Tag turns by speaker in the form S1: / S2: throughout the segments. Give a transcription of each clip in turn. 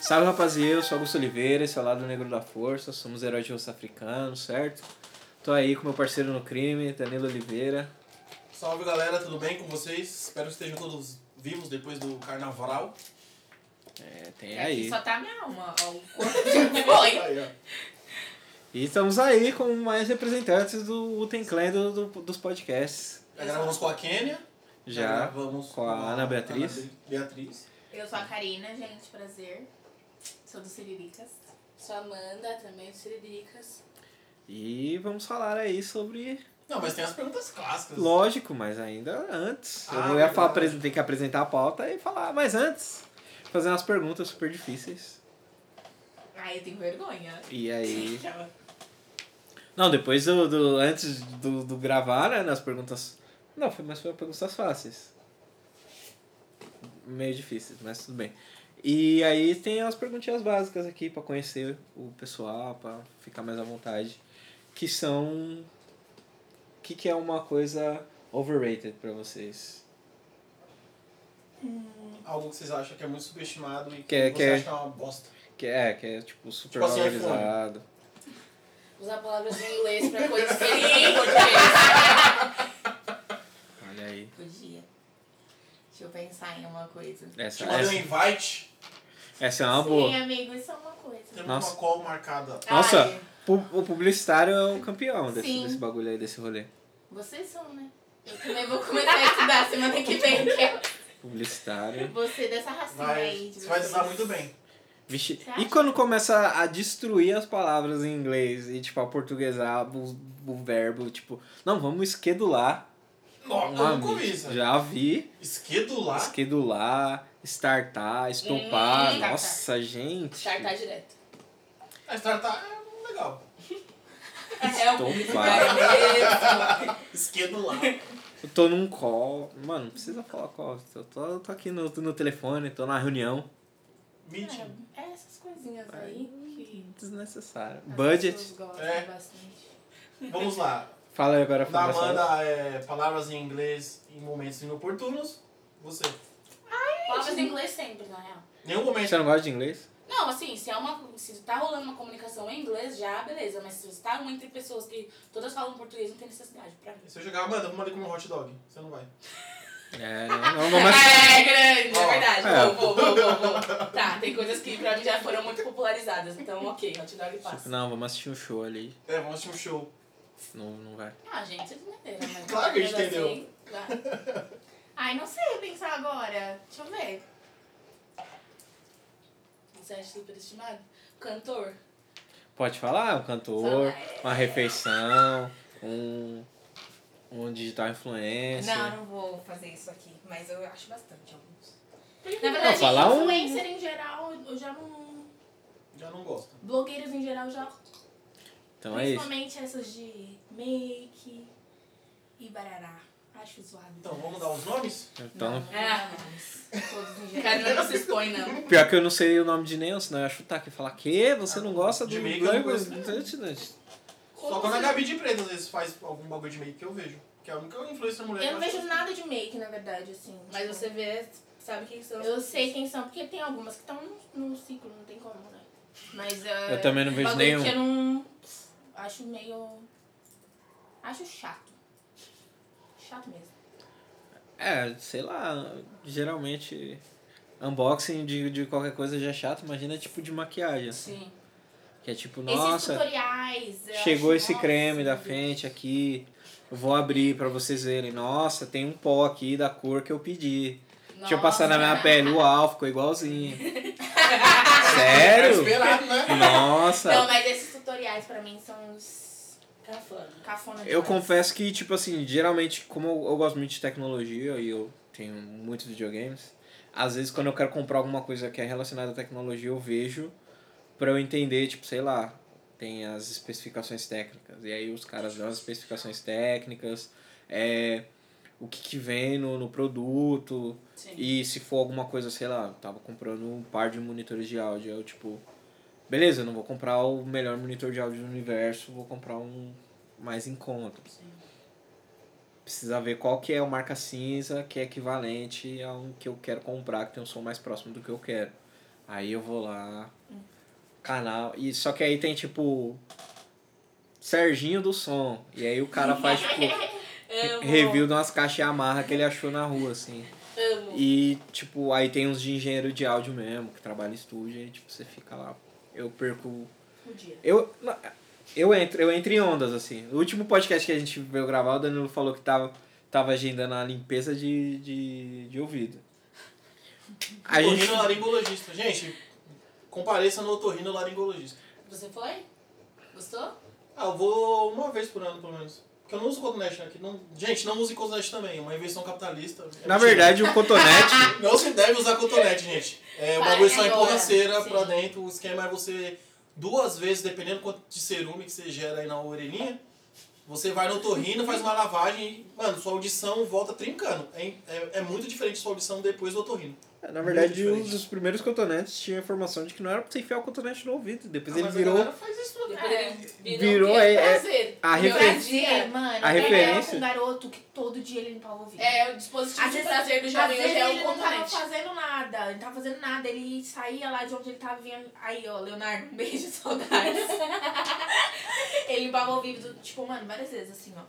S1: Salve rapaziada, eu sou Augusto Oliveira, esse é o Lado Negro da Força, somos heróis de rosto africano, certo? Tô aí com meu parceiro no crime, Danilo Oliveira.
S2: Salve galera, tudo bem com vocês? Espero que estejam todos vivos depois do carnaval.
S1: É,
S3: É
S1: tem
S3: que
S1: aí.
S3: só tá minha alma, ó, o corpo um já foi.
S2: Aí, ó.
S1: E estamos aí com mais representantes do Uten Clan do, do- dos podcasts.
S2: Já gravamos com a Kênia.
S1: Já.
S2: gravamos
S1: com a Ana Beatriz.
S2: Ana Be- Beatriz.
S3: Eu sou a Karina, gente, prazer. Sou do Ciriricas.
S4: Sou Amanda, também do Siriricas.
S1: E vamos falar aí sobre.
S2: Não, mas tem as perguntas clássicas.
S1: Lógico, mas ainda antes. Eu
S2: Ah,
S1: não ia falar,
S2: verdade.
S1: apres- ter que apresentar a pauta e falar, mas antes, fazer umas perguntas super difíceis.
S3: Ai, eu tenho vergonha.
S1: E É aí.
S3: Aquela-
S1: Não, depois do, do- antes do, do gravar, né, nas perguntas. Não, foi, mas foram perguntas fáceis. Meio difíceis, mas tudo bem. E aí tem as perguntinhas básicas aqui pra conhecer o pessoal, pra ficar mais à vontade, que são o que, que é uma coisa overrated pra vocês?
S2: Algo que vocês acham que é muito subestimado e que,
S1: Que-
S2: você
S1: que-
S2: acha que é uma bosta.
S1: Que é, que é tipo super
S2: Tipo assim,
S1: valorizado.
S4: Usar palavras em inglês pra coisas que ele tem em português.
S1: Olha aí.
S3: Podia. Deixa eu pensar em uma coisa.
S1: Essa,
S2: Te mandei um
S1: essa,
S2: invite,
S1: essa é uma
S3: Sim,
S1: boa.
S3: amigo, isso é uma coisa.
S2: temos
S1: Nossa.
S2: uma call marcada.
S1: Nossa.
S3: Ai,
S1: Pu- O publicitário é o campeão desse,
S3: Sim.
S1: desse bagulho aí, desse rolê.
S3: vocês são, né? Eu também vou começar a estudar semana que vem, que é
S1: Publicitário.
S3: você dessa racinha
S5: é
S2: Vai,
S3: aí.
S2: você vai usar muito bem.
S1: Vixe,
S3: Você
S1: e
S3: acha?
S1: quando começa a destruir as palavras em inglês e, tipo, aportuguesar o, o verbo, tipo, não, vamos esquedular.
S2: Nossa,
S1: Ah,
S2: eu nunca vi isso. né?
S1: Já vi.
S2: Esquedular?
S1: Esquedular, startar, estopar.
S3: Hum,
S1: Nossa, gente.
S4: Chartar direto.
S2: A startup é legal.
S3: É o
S1: Estopar.
S2: Esquedular.
S1: Eu tô num call. Mano, não precisa falar call. Eu tô, eu tô aqui no, no telefone, tô na reunião.
S2: Meeting.
S3: É, é essas coisinhas aí que
S1: Desnecessário.
S3: as
S1: Budget.
S3: pessoas gostam
S2: É.
S3: bastante.
S2: Vamos lá.
S1: Fala aí agora,
S2: Da
S1: Fábio.
S2: Amanda, é, palavras em inglês em momentos inoportunos. Você.
S4: Palavras em inglês sempre, na real.
S2: Nenhum momento.
S1: Você não gosta de inglês?
S4: Não, assim, se, é uma, se tá rolando uma comunicação em inglês, já beleza. Mas se você tá entre pessoas que todas falam português, não tem necessidade pra mim.
S2: Se eu chegar, Amanda, vamos ali comer um hot dog. Você não vai.
S1: É, não, não, não, mas.
S4: É, grande,
S2: Ó.
S4: é verdade.
S1: É.
S4: Vou, vou, vou, vou, vou. Tá, tem coisas que pra mim já foram muito popularizadas. Então, ok, hot dog passa.
S1: Não, vamos assistir um show ali.
S2: É, vamos assistir um show.
S1: Não, não vai.
S4: Ah, gente, vocês entenderam. mas-
S2: Claro que a gente
S4: mas
S2: entendeu.
S4: assim, claro.
S3: Ai, não sei pensar agora. Deixa eu ver.
S4: Você acha superestimado? Cantor?
S1: Pode falar, um cantor, uma refeição, um, um digital influencer.
S5: Não, não vou fazer isso aqui, mas eu acho bastante alguns.
S4: Na
S1: Não,
S4: verdade,
S1: falar um-
S4: influencer em geral, eu já não.
S2: Já não gosto.
S4: Blogueiros em geral já.
S1: Então é isso.
S4: principalmente essas de make e barará. Acho zoado.
S2: Então, vamos dar os nomes?
S1: Então,
S4: Ah,
S3: Todos em geral.
S4: Karina não se expõe, não.
S1: pior que eu não sei o nome de nenhum, senão eu ia chutar aqui e falar que você não gosta do
S2: De meio que eu não conheço
S1: Não sei, não sei.
S2: Só quando a Gabi de Preto às vezes faz algum bagulho de make que eu vejo. Que é a única influencer mulher
S3: Eu não
S2: que eu
S3: vejo
S2: acho.
S3: nada de make, na verdade, assim.
S4: Mas
S3: tipo,
S4: você vê, sabe quem são.
S3: Eu sei quem são, porque tem algumas que estão no ciclo, não tem como, né? Mas ah,
S1: Eu também não vejo
S3: bagulho
S1: nenhum.
S3: que eu não. Acho meio. Acho chato. Chato mesmo.
S1: É, sei lá, geralmente unboxing de, de qualquer coisa já é chato, imagina tipo de maquiagem. assim,
S4: Sim.
S1: Que é tipo,
S3: Esses
S1: nossa,
S3: tutoriais. eu
S1: chegou
S3: acho-
S1: esse
S3: nossa,
S1: creme
S3: meu
S1: da
S3: Deus.
S1: frente aqui, eu vou abrir pra vocês verem. Nossa, tem um pó aqui da cor que eu pedi. Deixa eu passar na minha pele. Uau, ficou igualzinho.
S2: Era
S1: Sério?
S2: esperado, né?
S3: Não,
S1: Nossa.
S3: mas esses tutoriais pra mim são os
S4: Cafana.
S3: cafona
S1: Eu
S3: demais.
S1: confesso que, tipo assim, geralmente, como eu, eu gosto muito de tecnologia e eu tenho muitos videogames, às vezes quando eu quero comprar alguma coisa que é relacionada à tecnologia, eu vejo pra eu entender, tipo, sei lá, tem as especificações técnicas. E aí os caras dão as especificações técnicas, é, o que, que vem no, no produto,
S4: Sim.
S1: E se for alguma coisa, sei lá, eu tava comprando um par de monitores de áudio, eu tipo, beleza, eu não vou comprar o melhor monitor de áudio do universo, vou comprar um mais em conta.
S4: Sim.
S1: Precisa ver qual que é o marca cinza que é equivalente a um que eu quero comprar, que tem um som mais próximo do que eu quero. Aí eu vou lá, canal. E, só que aí tem tipo. Serginho do som. E aí o cara faz, tipo,
S4: Amo.
S1: review de umas caixas Yamaha que ele achou na rua, assim.
S4: Amo.
S1: E, tipo, aí tem uns de engenheiro de áudio mesmo, que trabalha em estúdio, e, tipo, você fica lá. Eu perco.
S3: O dia.
S1: Eu. na- Eu entro, eu entro em ondas, assim. O último podcast que a gente veio gravar, o Danilo falou que tava, tava agendando a limpeza de, de, de ouvido. A gente.
S2: Otorrino laringologista. Gente, compareça no otorrino laringologista.
S4: Você foi? Gostou?
S2: Ah, eu vou uma vez por ano, pelo menos. Porque eu não uso cotonete aqui. Não... Gente, não use cotonete também. É uma invenção capitalista. É
S1: Na
S2: mentira.
S1: verdade, o cotonete.
S2: Não se deve usar cotonete, gente. É, o
S4: Vai,
S2: bagulho só
S4: agora.
S2: empurra a cera
S4: Sim.
S2: pra dentro. O esquema é você, duas vezes, dependendo quanto de cerume que você gera aí na orelhinha, você vai no torrino, faz uma lavagem e, mano, sua audição volta trincando. É, é, é muito diferente sua audição depois do torrino.
S1: Na verdade,
S2: Muito
S1: um
S2: diferente.
S1: dos primeiros cotonetes tinha a informação de que não era pra você enfiar o cotonete no ouvido. Depois ele
S2: Ah, mas a
S1: virou.
S2: galera faz isso, né?
S4: Depois ele virou,
S1: Virou,
S4: que
S1: é- é-
S4: prazer.
S1: a
S4: Virou
S1: refer-
S4: prazer.
S3: mano,
S1: a
S3: eu
S1: referência-
S3: era um garoto que todo dia ele limpava o ouvido.
S4: É, o dispositivo
S3: Às
S4: de
S3: vezes-
S4: prazer do
S3: Às
S4: jovem
S3: vezes
S4: hoje é
S3: ele
S4: o
S3: não tava
S4: cotonete.
S3: fazendo nada, ele não tava fazendo nada, ele saía lá de onde ele tava vindo. Aí, ó, Leonardo, um beijo, saudades. ele limpava o ouvido, tipo, mano, várias vezes, assim, ó.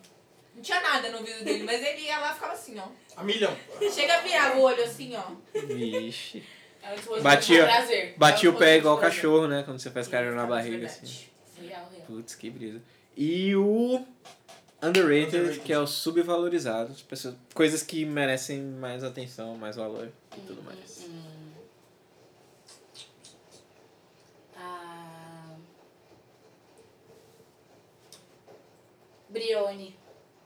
S3: Não tinha nada no ouvido dele, mas ele ia lá e ficava assim, ó.
S2: A milhão.
S3: Chega a virar o olho, assim, ó.
S1: Vixe.
S4: É o dispositivo
S1: Batia-
S4: de prazer.
S1: Bati
S4: É
S1: o pé igual
S4: dispositivo
S1: cachorro, né? Quando você faz carinho na
S2: é
S3: Ficava de
S1: barriga,
S3: verdade.
S1: assim.
S4: de prazer. Real, real.
S1: Putz, que brisa. E o underrated,
S2: Underrated.
S1: que é o subvalorizado. as pessoas- coisas que merecem mais atenção, mais valor e tudo mais.
S4: Hum. Ah. Brione.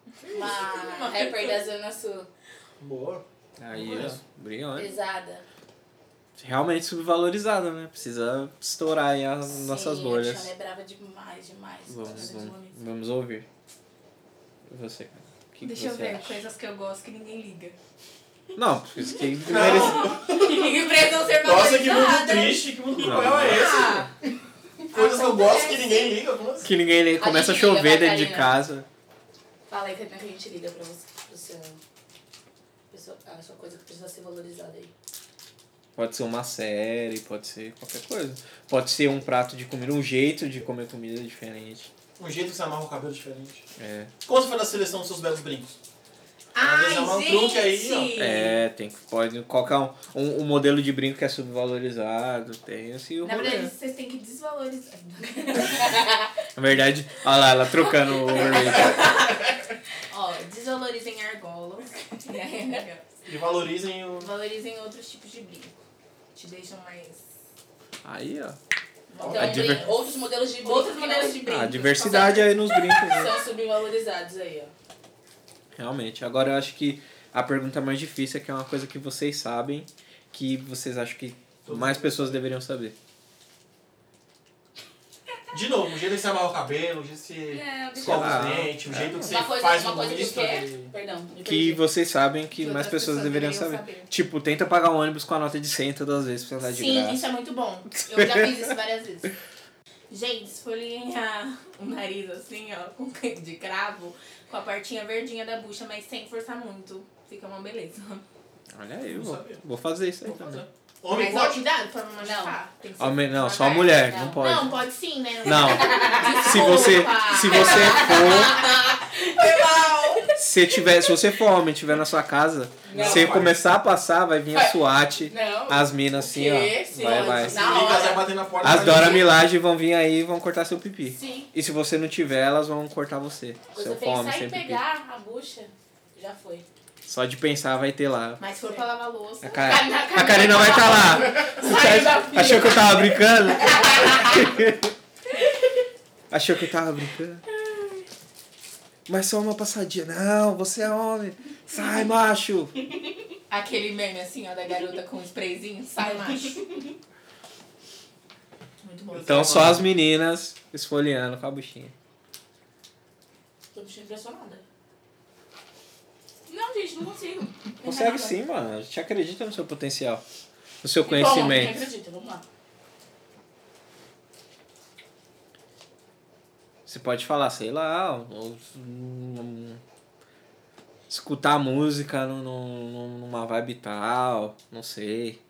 S4: Uma rapper da Zona Sul.
S2: Boa.
S1: Aí,
S2: Não conheço.
S1: ó, brilhante.
S4: Pesada.
S1: Realmente subvalorizada, né? Precisa estourar aí as nossas
S4: Sim, a
S1: bolhas.
S4: Tiana é brava demais, demais.
S1: Vamos,
S4: Todos os
S1: vamos,
S4: momentos.
S1: vamos ouvir. E você, cara? O que que
S5: Deixa eu
S1: você
S5: ver,
S1: acha?
S5: coisas que eu gosto que ninguém liga.
S1: Não, porque isso que merece.
S5: E precisam ser
S2: Nossa, que mundo
S5: valorizadas.
S2: triste, que mundo
S1: Não.
S2: cruel é esse?
S5: Ah,
S2: Coisas que eu gosto que ninguém liga, como assim?
S1: Que ninguém nem começa a
S4: gente liga
S1: chover
S4: pra
S1: dentro de
S4: Karina.
S1: casa.
S4: Fala aí, Karina, que a gente liga pra você. Pro seu, pro seu- a sua coisa que precisa ser valorizada aí.
S1: Pode ser uma série, pode ser qualquer coisa. Pode ser um prato de comida, um jeito de comer comida diferente.
S2: Um jeito que você amarra o cabelo diferente.
S1: É,
S2: Quando você for na seleção dos seus belos brincos? Às vezes é um
S5: Ai,
S2: truque
S5: Ah, gente!
S2: aí, ó.
S1: é tem que pode colocar um, um, um modelo de brinco que é subvalorizado, tem assim o
S5: Na
S1: rolê.
S5: verdade, vocês têm que desvalorizar.
S1: Na verdade, olha lá, ela trocando o overrated.
S5: Ó, desvalorizem argolas.
S2: E valorizem o.
S5: Valorizem outros tipos de brinco. Te deixam mais.
S1: Aí, ó.
S4: Então,
S1: É, A
S4: brin-
S1: diver-
S4: outros modelos de brinco
S5: Outros
S4: que
S5: modelos de
S1: Ah,
S5: brinco.
S1: a diversidade aí nos brincos,
S4: não
S1: né?
S4: são subvalorizados aí, ó.
S1: Realmente. Agora eu acho que a pergunta mais difícil é que é uma coisa que vocês sabem, que vocês acham que mais pessoas deveriam saber.
S2: De novo, o jeito de você amarra o cabelo, o jeito que você
S4: É,
S2: escova os
S1: Sei lá.
S2: dentes, o jeito que você
S4: Uma coisa- assim,
S2: faz
S4: uma
S2: um
S4: coisa que
S2: misto.
S4: quer.
S2: de-
S4: Perdão. me
S1: Que
S4: perdi.
S1: vocês sabem que
S5: Que
S1: mais
S5: outras
S1: pessoas
S5: pessoas
S1: deveriam saber.
S5: deveriam saber.
S1: Tipo, tenta pagar um ônibus com a nota de 100 todas as vezes pra você andar de
S5: Sim,
S1: graça.
S5: isso é muito bom. Eu já fiz isso várias vezes. Gente, esfoliem a- o nariz assim, ó, com de cravo, com a partinha verdinha da bucha, mas sem forçar muito. Fica uma beleza.
S1: Olha aí,
S2: Não
S1: vou,
S2: sabia.
S1: vou fazer isso aí
S2: Vou
S1: também.
S2: fazer. Homem
S5: mas ó,
S2: pode?
S5: cuidado pra não machucar. Tem que ser
S1: Homem, não, só
S5: devagar.
S1: mulher,
S4: não.
S1: não pode.
S5: Não, pode sim, né?
S1: Não. Se você, se você for, se tiver, se você for homem, e tiver na sua casa,
S4: Não,
S1: você
S2: pai.
S1: começar a passar, vai vir a
S4: Vai.
S1: SWAT,
S4: Não.
S1: as minas assim,
S4: quê?
S1: ó.
S4: Sim,
S1: Vai,
S4: ótimo.
S1: vai.
S2: Se
S4: Na
S2: liga,
S4: hora.
S2: vai bater na porta.
S1: As
S2: vai
S1: Dora
S2: ligar.
S1: Milaje vão vir aí e vão cortar seu pipi.
S4: Sim.
S1: E se você não tiver, elas vão cortar você.
S4: Você
S1: seu fome,
S4: pensar
S1: sem
S4: em
S1: pipi.
S4: pegar a bucha, já foi.
S1: Só de pensar vai ter lá.
S5: Mas se for pra lavar louça.
S1: A, Ca- a Karina vai estar lá.
S4: Saiu da fila.
S1: Achou que eu tava brincando? Achou que eu tava brincando? Mas só uma passadinha. Não, você é homem. Sai, macho.
S5: Aquele meme assim, ó, da garota com o sprayzinho, sai macho. Muito bom.
S1: Então só as meninas esfoliando com a buchinha.
S4: Tô me sentindo impressionada. Não, gente, não consigo. Não
S1: Consegue
S4: nada.
S1: sim, mano. A gente acredita no seu potencial. No seu
S4: Bom, tá não
S1: conhecimento.
S4: acredito, vamos lá.
S1: Você pode falar, sei lá, ou, ou, hum, escutar música num- num- num- numa vibe tal, não sei.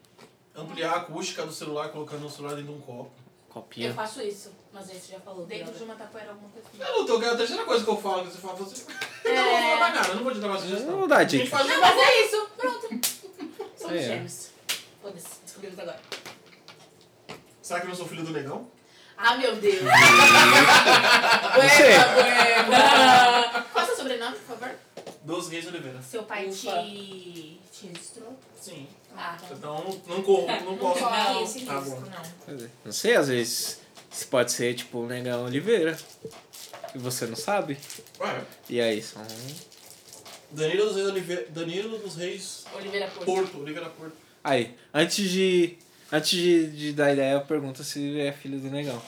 S2: ampliar a acústica do celular colocando o celular dentro de um copo.
S4: Eu
S1: Copinha.
S4: faço isso, mas aí você já falou.
S5: Dentro de
S4: droga.
S5: uma tapoeira, alguma coisa assim.
S2: Eu não tenho, que é a terceira coisa que eu falo, que você fala, você. Eu não vou falar mais nada, eu não vou te dar mais
S1: Eu
S2: sugestão.
S1: Não dá
S2: A gente
S1: dica.
S2: faz
S4: É. Não,
S2: um
S4: mas é isso. Pronto. Somos
S1: É.
S4: gêmeos. Foda-se, descobrimos agora.
S2: Será que eu não sou filho do negão?
S4: Ah, meu Deus.
S1: Não sei.
S5: Qual é o seu sobrenome, por favor?
S2: Dos Reis Oliveira.
S5: Seu pai
S4: Ufa.
S5: te... te registrou?
S2: Sim.
S5: Ah,
S2: Então não corro, não posso.
S5: não,
S4: Não,
S5: esse
S2: tá
S5: risco,
S2: bom.
S5: não.
S1: é. Não sei, às vezes. Isso pode ser tipo o Negão Oliveira. E você não sabe?
S2: Ué,
S1: E aí, são.
S2: Danilo dos Reis Oliveira. Danilo dos Reis
S4: Oliveira Porto.
S2: Porto, Oliveira Porto.
S1: Aí, antes de. Antes de, de dar ideia, eu pergunto se é filho do Negão.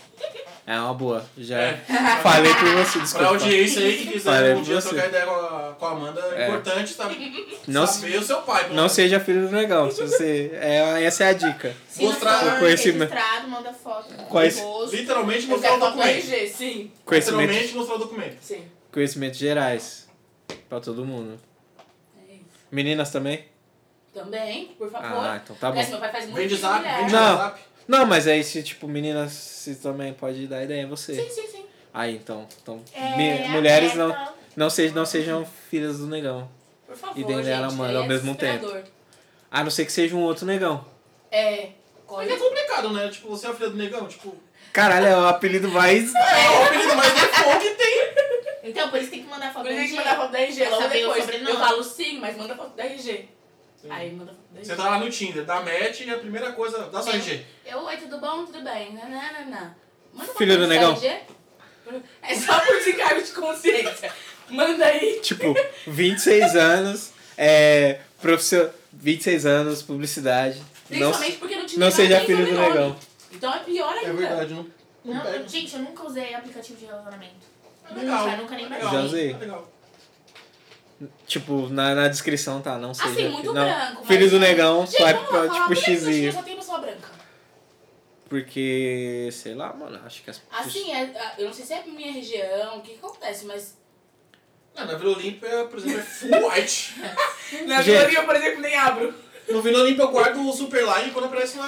S1: É uma boa. Já
S2: É.
S1: falei por você,
S2: Pra
S1: desculpa.
S2: É audiência aí que quiser
S1: Olha,
S2: um dia
S1: você.
S2: trocar ideia com a, com a Amanda, é
S1: É.
S2: importante tá,
S1: Não, se-
S2: saber o seu pai. pelo
S1: não
S2: menos.
S1: seja filho do Negão. Se você, é, essa é a dica.
S5: Se não
S2: Mostrar
S5: for
S1: o conhecimento.
S5: registrado, manda foto do
S1: Conhece-
S5: rosto.
S2: Literalmente
S4: Eu
S2: mostrar o
S4: quero foto do
S2: documento.
S4: RG, sim.
S1: Conhecimento,
S2: Literalmente mostrar o documento.
S4: Sim.
S1: conhecimentos gerais. Pra todo mundo.
S4: É isso.
S1: Meninas também?
S4: Também, por favor. É
S1: Ah, então tá
S4: Mas
S1: bom.
S4: meu pai faz muito
S2: Vende
S4: de
S2: zap,
S4: mulher.
S2: vende
S1: Não.
S2: zap.
S1: Não, mas aí se, tipo, meninas se também pode dar ideia, é você.
S4: Sim, sim, sim.
S1: Aí, então. então
S5: É,
S1: me- mulheres não,
S5: aberta.
S1: não, sejam, não sejam filhas do negão.
S4: Por favor,
S1: E dentro
S4: gente.
S1: dela, mano,
S4: aí
S1: ao
S4: é
S1: mesmo tempo.
S4: desesperador.
S1: A não ser que seja um outro negão.
S4: É.
S2: Mas é
S4: Corre.
S2: complicado, né? Tipo, você é a filha do negão, tipo.
S1: Caralho, é o apelido mais.
S2: É o apelido mais default que tem.
S5: Então, por isso tem que mandar foto
S4: Por
S5: do
S4: isso que
S5: RG.
S4: manda foto da RG,
S5: Pra
S4: logo
S5: saber o
S4: depois.
S5: sobrenome.
S4: Eu falo sim, mas manda foto da RG. Aí manda foto da RG.
S2: Você tá lá no Tinder, dá match e é a primeira coisa. Dá sua RG.
S4: Eu, oi, tudo bom? Tudo bem? Nananana. Manda uma
S1: Filho do
S4: foto
S1: negão.
S4: RG. É só por desencargo de consciência. Manda aí.
S1: Tipo, 26 anos, é. Profissio... 26 anos, publicidade. Não,
S4: Principalmente porque não tinha
S1: não
S4: nada,
S1: seja
S4: nem
S1: filho do
S4: sobrenome.
S1: negão.
S4: Então é pior ainda.
S1: né?
S2: não.
S5: Não,
S2: pega.
S5: gente, eu nunca usei aplicativo de relacionamento.
S2: É legal.
S5: Nunca, nunca nem
S2: é
S5: pra
S2: legal.
S1: Já usei.
S2: É legal.
S1: Tipo, na, na descrição tá, não seja.
S4: Assim, muito
S1: não.
S4: branco. mas-
S1: Filho do negão,
S4: Gente,
S1: só é
S4: vamos lá, falar
S1: tipo
S4: por que que hoje em dia
S1: xizinho.
S4: só tem pessoa branca.
S1: Porque, sei lá, mano, acho que as
S4: Assim, é- a- eu não sei se é minha região, o que que acontece, mas...
S2: Não, na Vila Olímpia, por exemplo, é full white.
S4: Na
S1: Gente.
S4: Vila, por exemplo, nem abro.
S2: No Vila Olímpia eu guardo o Superline quando aparece uma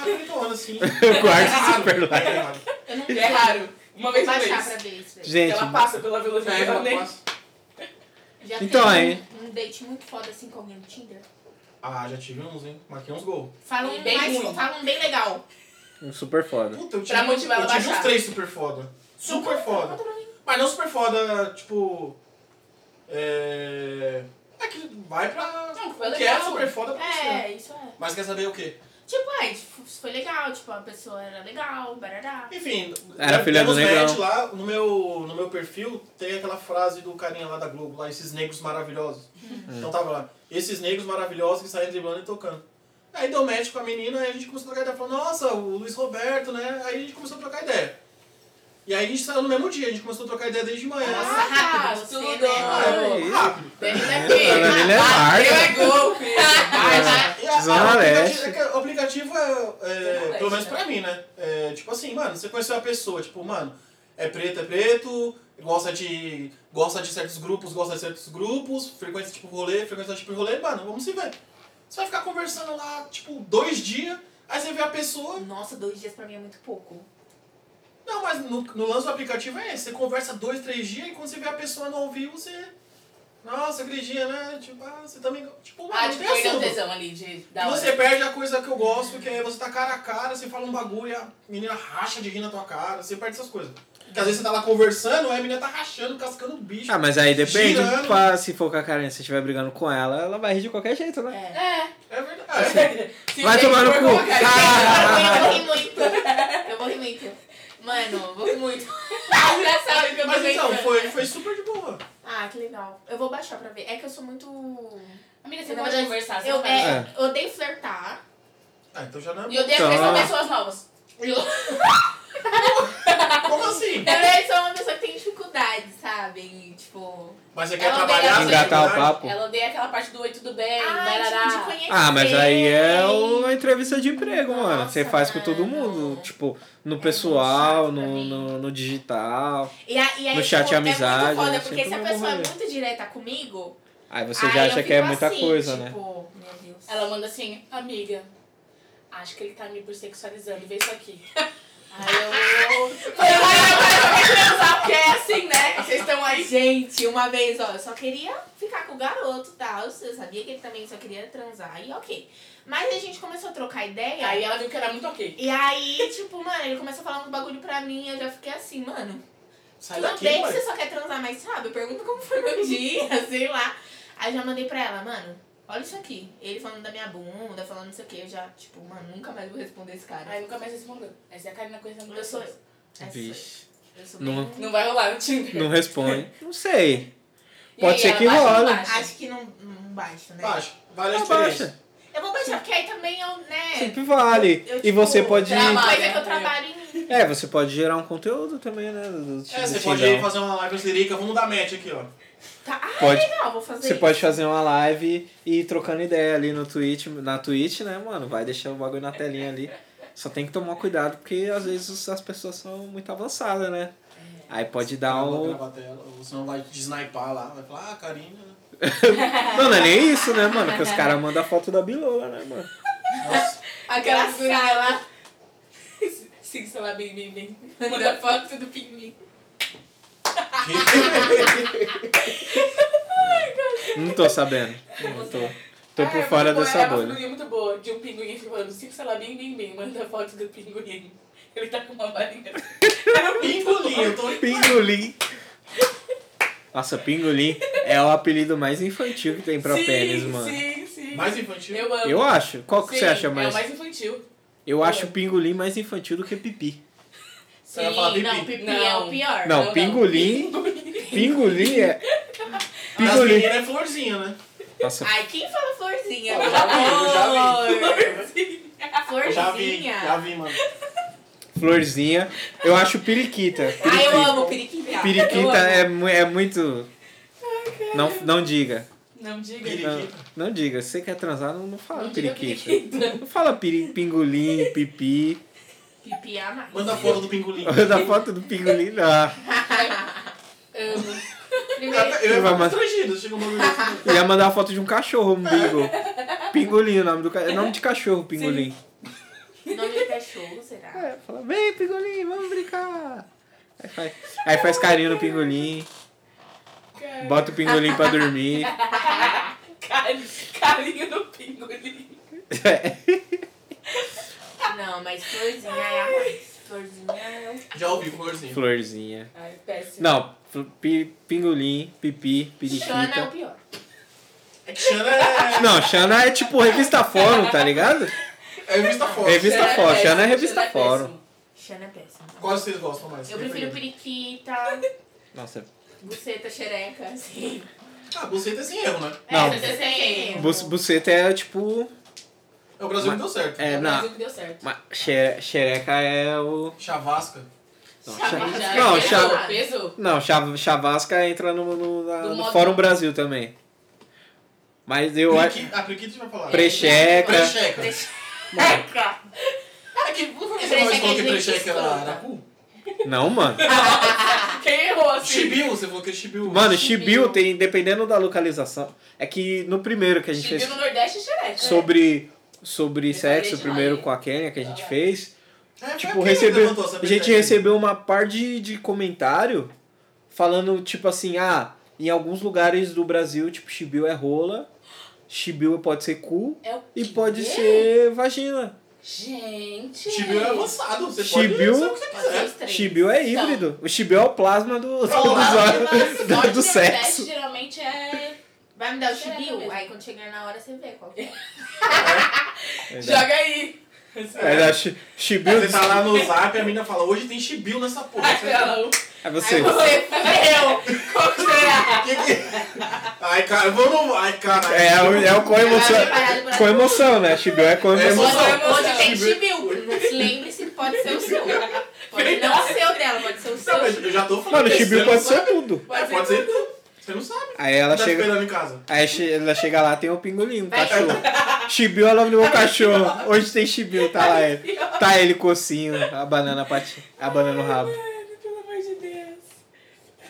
S2: bonitona, assim.
S1: eu guardo
S2: É raro,
S1: super
S2: é raro.
S5: Eu não
S4: É raro. Uma vez por
S5: baixar
S4: mês.
S5: pra ver isso. velho.
S1: Gente,
S4: Ela passa pela né? Vila
S2: É,
S4: Olímpia.
S2: eu
S4: nem-
S2: faço.
S5: Já
S1: Então,
S5: teve um, um date muito foda assim com alguém no Tinder.
S2: Ah, já tive uns, hein? Marquei uns gols.
S5: Fala um
S4: Bem
S5: mais,
S4: ruim.
S5: fala um bem legal.
S1: um super foda.
S2: Puta, eu tive, um-
S4: Pra motivar
S2: eu
S4: ela
S2: tive uns
S4: baixar.
S2: três super foda. Super foda.
S5: Conta pra mim.
S2: Mas não super foda, tipo. É. É que vai pra.
S4: Não, foi
S2: o que
S4: legal.
S2: é super foda pra você.
S5: É, isso é.
S2: Mas quer saber o quê?
S5: Tipo, ai, tipo, isso foi legal, tipo, a pessoa era legal, barará.
S2: Enfim,
S1: Era
S2: tem-
S1: filha do
S2: temos match
S1: Negrão.
S2: lá no meu, no meu perfil tem aquela frase do carinha lá da Globo, lá, esses negros maravilhosos. Então tava lá, esses negros maravilhosos que saem driblando e tocando. Aí deu match com a menina, aí a gente começou a trocar ideia. Falou, nossa, o Luiz Roberto, né? Aí a gente começou a trocar ideia. E aí a gente saiu no mesmo dia, a gente começou a trocar ideia desde manhã.
S5: Nossa,
S4: Ah,
S5: rápido você,
S4: tudo.
S5: né?
S1: Ai,
S2: rápido.
S4: Danilo é
S1: A
S4: feio.
S1: Danilo é
S4: Bateu
S1: larga.
S4: é gol, filho.
S2: E a-
S1: Zona
S2: ah, o
S1: Leste.
S2: aplicativo- é que O aplicativo é, é,
S4: Leste,
S2: pelo menos
S4: né?
S2: pra mim, né? É, tipo assim, mano, você conheceu a pessoa, tipo, mano, é preto, é preto, gosta de. gosta de certos grupos, gosta de certos grupos, frequência tipo rolê, frequência tipo rolê, mano, vamos se ver. Você vai ficar conversando lá, tipo, dois dias, aí você vê a pessoa.
S5: Nossa, dois dias pra mim é muito pouco.
S2: Não, mas no, no lance do aplicativo é esse, você conversa dois, três dias, e quando você vê a pessoa no ao vivo, você. Nossa, aquele dia, né? Tipo, ah, você também. Tipo, mano,
S4: Ah,
S2: não
S4: tipo,
S2: tem
S4: perdeu o
S2: assunto.
S4: tesão ali de
S2: E
S4: dar
S2: você perde a coisa que eu gosto, que é você tá cara a cara, você fala um bagulho e a menina racha de rir na tua cara, você perde essas coisas. Porque às vezes você tá lá conversando, aí a menina tá rachando, cascando o bicho.
S1: Ah, mas aí depende.
S2: Girando.
S1: Pra, se for com a Karen, se você estiver brigando com ela, ela vai rir de qualquer jeito, né?
S5: É.
S4: É.
S2: É verdade.
S4: Se
S1: Vai
S4: o
S1: tomar no
S4: Jake
S1: cu.
S4: for colocar-
S5: Eu vou rir muito. Eu vou rir muito. Mano, eu vou rir muito.
S4: Ah,
S1: tá
S4: engraçado que eu
S2: Mas
S4: também.
S2: então, foi, foi super de boa.
S5: Ah, que legal. Eu vou baixar pra ver. É que eu sou muito.
S4: Amiga, você
S5: Eu
S4: pode
S5: não-
S4: conversar. você
S5: Eu,
S4: não vai-
S5: é, eu odeio flertar.
S2: Ah, então já não é
S4: E eu deixo
S1: Tá.
S4: conhecer pessoas novas. E eu-
S5: tá
S2: Como assim?
S5: Na verdade, eu sou uma pessoa que tem dificuldade, sabe? E, tipo.
S2: Mas você quer
S4: Ela
S2: trabalhar,
S4: odeia
S2: você
S1: Engatar o
S2: quer-
S1: papo.
S4: Ela odeia aquela parte do oi, tudo bem,
S5: Ah, tipo, de
S4: barará.
S5: conhecer.
S1: Ah, mas aí é uma entrevista de emprego, mano.
S5: Nossa,
S1: Você faz com todo mundo.
S5: mano.
S1: Tipo, no
S5: muito
S1: pessoal,
S5: chato pra
S1: no,
S5: mim.
S1: no, no digital.
S5: E, a- e aí,
S1: No chat
S5: tipo,
S1: amizade,
S5: É muito
S1: né?
S5: foda, porque se
S1: Sempre
S5: a
S1: um
S5: pessoa é
S1: rolê.
S5: muito direta comigo.
S1: Aí você
S5: aí
S1: já
S5: eu
S1: acha que
S5: fico
S1: é muita
S5: assim,
S1: coisa, né?
S5: tipo, Meu Deus.
S4: Ela manda assim, amiga, Acho que ele tá me hipersexualizando, vê isso aqui. Aí eu.
S6: Vai, vai, vai, vai transar, porque é assim, né? Vocês estão aí.
S5: Gente, uma vez, ó, eu só queria ficar com o garoto e tal. Eu sabia que ele também só queria transar e ok. Mas a gente começou a trocar ideia.
S4: Aí ela viu que era muito ok.
S5: E aí, tipo, mano, ele começou a falar uns bagulho pra mim e eu já fiquei assim, mano,
S2: Sai
S5: tudo
S2: Tá daqui,
S5: bem que
S2: mãe.
S5: você só quer transar, mas sabe? Pergunta como foi meu dia, sei lá. Aí já mandei pra ela, mano, olha isso aqui. Ele falando da minha bunda, falando não sei o que. Eu já, tipo, mano, nunca mais vou responder esse cara.
S4: Aí nunca mais respondeu. Essa é a Karina conhecendo
S5: Eu sou
S4: pessoas.
S5: Essa sou
S1: Vixe.
S5: eu. Eu sou
S1: Não-
S5: bem-
S4: Não vai rolar no Tinder.
S1: Não responde. Não sei.
S4: E
S1: Pode
S4: aí,
S1: ser
S4: ela
S1: que
S4: baixa ou não
S1: role.
S4: baixa?
S5: É, Acho que não, não baixa, né?
S2: Baixa. Vale a
S1: Não
S2: experiência.
S1: Tá baixa.
S5: Eu vou baixar, porque aí também eu, né?
S1: Sempre vale.
S5: eu,
S1: E
S5: tipo,
S1: você pode.
S4: trabalho.
S5: Mas é que eu trabalho em mim.
S1: É, você pode gerar um conteúdo também, né? do- do-
S2: É,
S1: do
S2: você pode
S1: Tinder.
S2: ir fazer uma live com Sirica, vamos dar match aqui, ó.
S5: Tá, ah,
S1: Pode.
S5: legal, vou fazer
S1: Você
S5: isso.
S1: pode fazer uma live e ir trocando ideia ali no Twitch, na Twitch, né, mano? Vai deixando o bagulho na telinha ali. Só tem que tomar cuidado, porque às vezes as pessoas são muito avançadas, né? Aí pode dar
S2: Grava-
S1: um.
S2: grava a tela, ou senão vai te snipar lá, vai falar, ah, Karina. né?
S1: Não, não é nem isso, né, mano? Que os caras mandam foto da bilola, né, mano?
S2: Nossa,
S4: Aquela
S5: Engraçada.
S4: lá. Sim, sei lá, bem, bem, bem. Manda foto do pinguim.
S2: que...
S1: Não tô sabendo. Não tô. Tô por
S4: Ah,
S1: fora
S4: é muito boa,
S1: dessa
S4: é Uma
S1: bolha.
S4: figurinha muito boa de um pinguim falando, sim, sei lá, bem, bem, bem. Manda foto do pinguim. Ele tá com uma varinha. Era um
S2: Pingolinho, eu tô.
S1: Pingolim. Nossa, Pingolim é o apelido mais infantil que tem pra
S4: sim,
S1: pênis, mano.
S4: Sim, sim.
S2: Mais infantil.
S4: Eu amo.
S1: Eu acho. Qual que
S4: Sim,
S1: você acha
S4: É
S1: mais?
S4: o mais infantil.
S1: Eu acho o Pingolim mais infantil do que pipi.
S2: Você vai falar
S5: Sim,
S2: pipi.
S5: não, pipi é o
S4: Não.
S5: pior.
S1: Não,
S4: não.
S1: Pingolim. Pingolim é.
S2: Mas
S1: Pingolim.
S2: menina é florzinha, né?
S1: Nossa,
S5: Ai, quem fala florzinha?
S2: Eu já vi, eu já
S5: Florzinha.
S2: Já vi, já vi, mano.
S1: florzinha. Eu acho periquita.
S5: Ai, eu
S1: Periquita,
S5: amo periquita.
S1: Periquita
S4: Eu amo.
S1: é, mu- é muito. Não, não diga.
S4: Não diga.
S2: Piri-
S1: Não,
S2: Periquita.
S1: não diga. Se você quer transar, não, não fala
S4: Não diga
S1: periquita.
S4: periquita.
S1: Não fala piri, pingolim, pipi.
S5: Pipi é a mais.
S2: Manda foto do pingolinho.
S1: Da foto do pingolim, não.
S4: Amo.
S5: Primeiro,
S2: Eu ia
S1: Vai
S2: ficar
S1: mandar-
S2: constrangido, chega um bagulho desse.
S1: Ia mandar uma foto de um cachorro, um bingo. Pingolim, o nome do cachorro. É nome de cachorro, pingolim.
S5: nome de cachorro, será?
S1: É, fala, vem, pingolim, vamos brincar. Aí faz, aí faz carinho no pingolim, bota o pingolim pra dormir.
S4: Cari- Carinho no pinguim.
S5: Não, mas florzinha é a mais. Florzinha é o...
S2: Já ouvi, florzinho.
S1: Florzinha.
S4: Ai, péssimo.
S1: Não, fl- pi- pingolim, pipi,
S5: Xana é o
S1: periquita.
S5: pior.
S2: É que Xana é.
S1: Não, Xana é tipo revista fórum, tá ligado?
S2: É revista foto.
S1: Revista-
S4: Xana
S1: fora,
S4: péssimo,
S1: Xana é revista
S4: Xana
S1: fora.
S4: péssimo.
S5: Xana é péssimo.
S2: Qual vocês gostam mais?
S5: Eu prefiro
S2: Preferido.
S5: periquita,
S1: Nossa,
S5: buceta, xereca, assim.
S2: Ah, buceta é sem erro, né?
S1: Não.
S5: Essa você tem erro.
S1: bu- buceta é tipo.
S2: É o Brasil que deu certo.
S1: É,
S4: É, mas
S1: não.
S4: o que deu certo.
S1: ma- xere- Xereca é o.
S2: Chavasca.
S1: Não,
S5: Chavasca.
S1: xa-
S4: Já
S1: não,
S4: pesou,
S1: xa-
S5: chava-
S4: pesou.
S1: não chav- Chavasca entra no, no, na-
S4: Do
S1: no
S4: modo-
S1: Fórum Brasil também. Mas eu acho.
S2: Priqui- Ah, Priquita já falar.
S1: Precheca.
S2: Precheca.
S5: Xereca.
S2: É que não foi você que
S5: Precheca
S2: falou que
S5: é gente
S2: precheca era
S5: escrota.
S2: aracu?
S1: Não, mano.
S4: Quem errou assim?
S2: Chibiu, você falou que é chibiu.
S1: Mano,
S4: Chibiu.
S1: Chibiu tem, dependendo da localização. É que no primeiro que a gente
S4: Chibiu
S1: fez
S4: no Nordeste é xereca.
S1: sobre, sobre
S4: Eu
S1: sexo, o
S4: falei
S1: primeiro
S4: demais.
S1: com a Kenya que a gente
S4: Ah.
S1: fez,
S2: É,
S1: tipo,
S2: foi aquele que
S1: recebeu.
S2: levantou essa
S1: A gente
S2: precheca.
S1: recebeu uma par de, de comentário falando, tipo assim, ah, em alguns lugares do Brasil, tipo, Chibiu é rola, Chibiu pode ser cu
S4: É o
S1: e pode
S4: quê?
S1: ser vagina.
S4: Gente.
S2: Chibiu é avançado, você
S1: Chibiu?
S2: pode ser o que você
S5: Fazer
S2: quiser.
S5: os três.
S1: Chibiu é
S4: Então.
S1: híbrido. O Chibiu é o plasma do, do, do,
S4: Norte
S1: do
S4: Nordeste
S1: sexo.
S4: geralmente é.
S5: Vai me dar o
S4: Xereca
S5: chibiu?
S4: mesmo.
S5: Aí quando chegar na hora você vê qual que é.
S4: Joga aí.
S1: É, da chi- Chibiu.
S2: Você tá lá no zap e a menina fala, hoje tem chibiu nessa porra.
S4: Ai,
S2: Você-
S4: não.
S1: É você.
S4: Você fudeu. Qual que será?
S2: Que que... Ai, cara, vamos. Ai, caralho.
S1: É, é, o com emoção.
S5: Vai preparado pra
S1: Com emoção, né? Chibiu é com
S2: É
S1: emoção.
S2: emoção.
S5: Hoje tem
S2: Chibiu.
S5: chibiu. Lembre-se que pode ser o seu. Pode não ser o dela, pode ser o seu.
S2: Não, mas eu já tô falando.
S1: Mano,
S2: você
S1: Chibiu
S2: não
S1: pode
S2: sabe.
S1: ser tudo.
S2: É, pode ser tudo. Você não sabe.
S1: Aí ela
S2: tá
S1: chega.
S2: esperando em casa.
S1: Aí che- ela chega lá, tem o pingolim, um
S5: Vai.
S1: cachorro. Chibiu é o nome do meu cachorro. Hoje tem Chibiu, tá lá ele. Tá ele cocinho, a banana pati... a banana no rabo.
S4: Mano, pelo amor de Deus.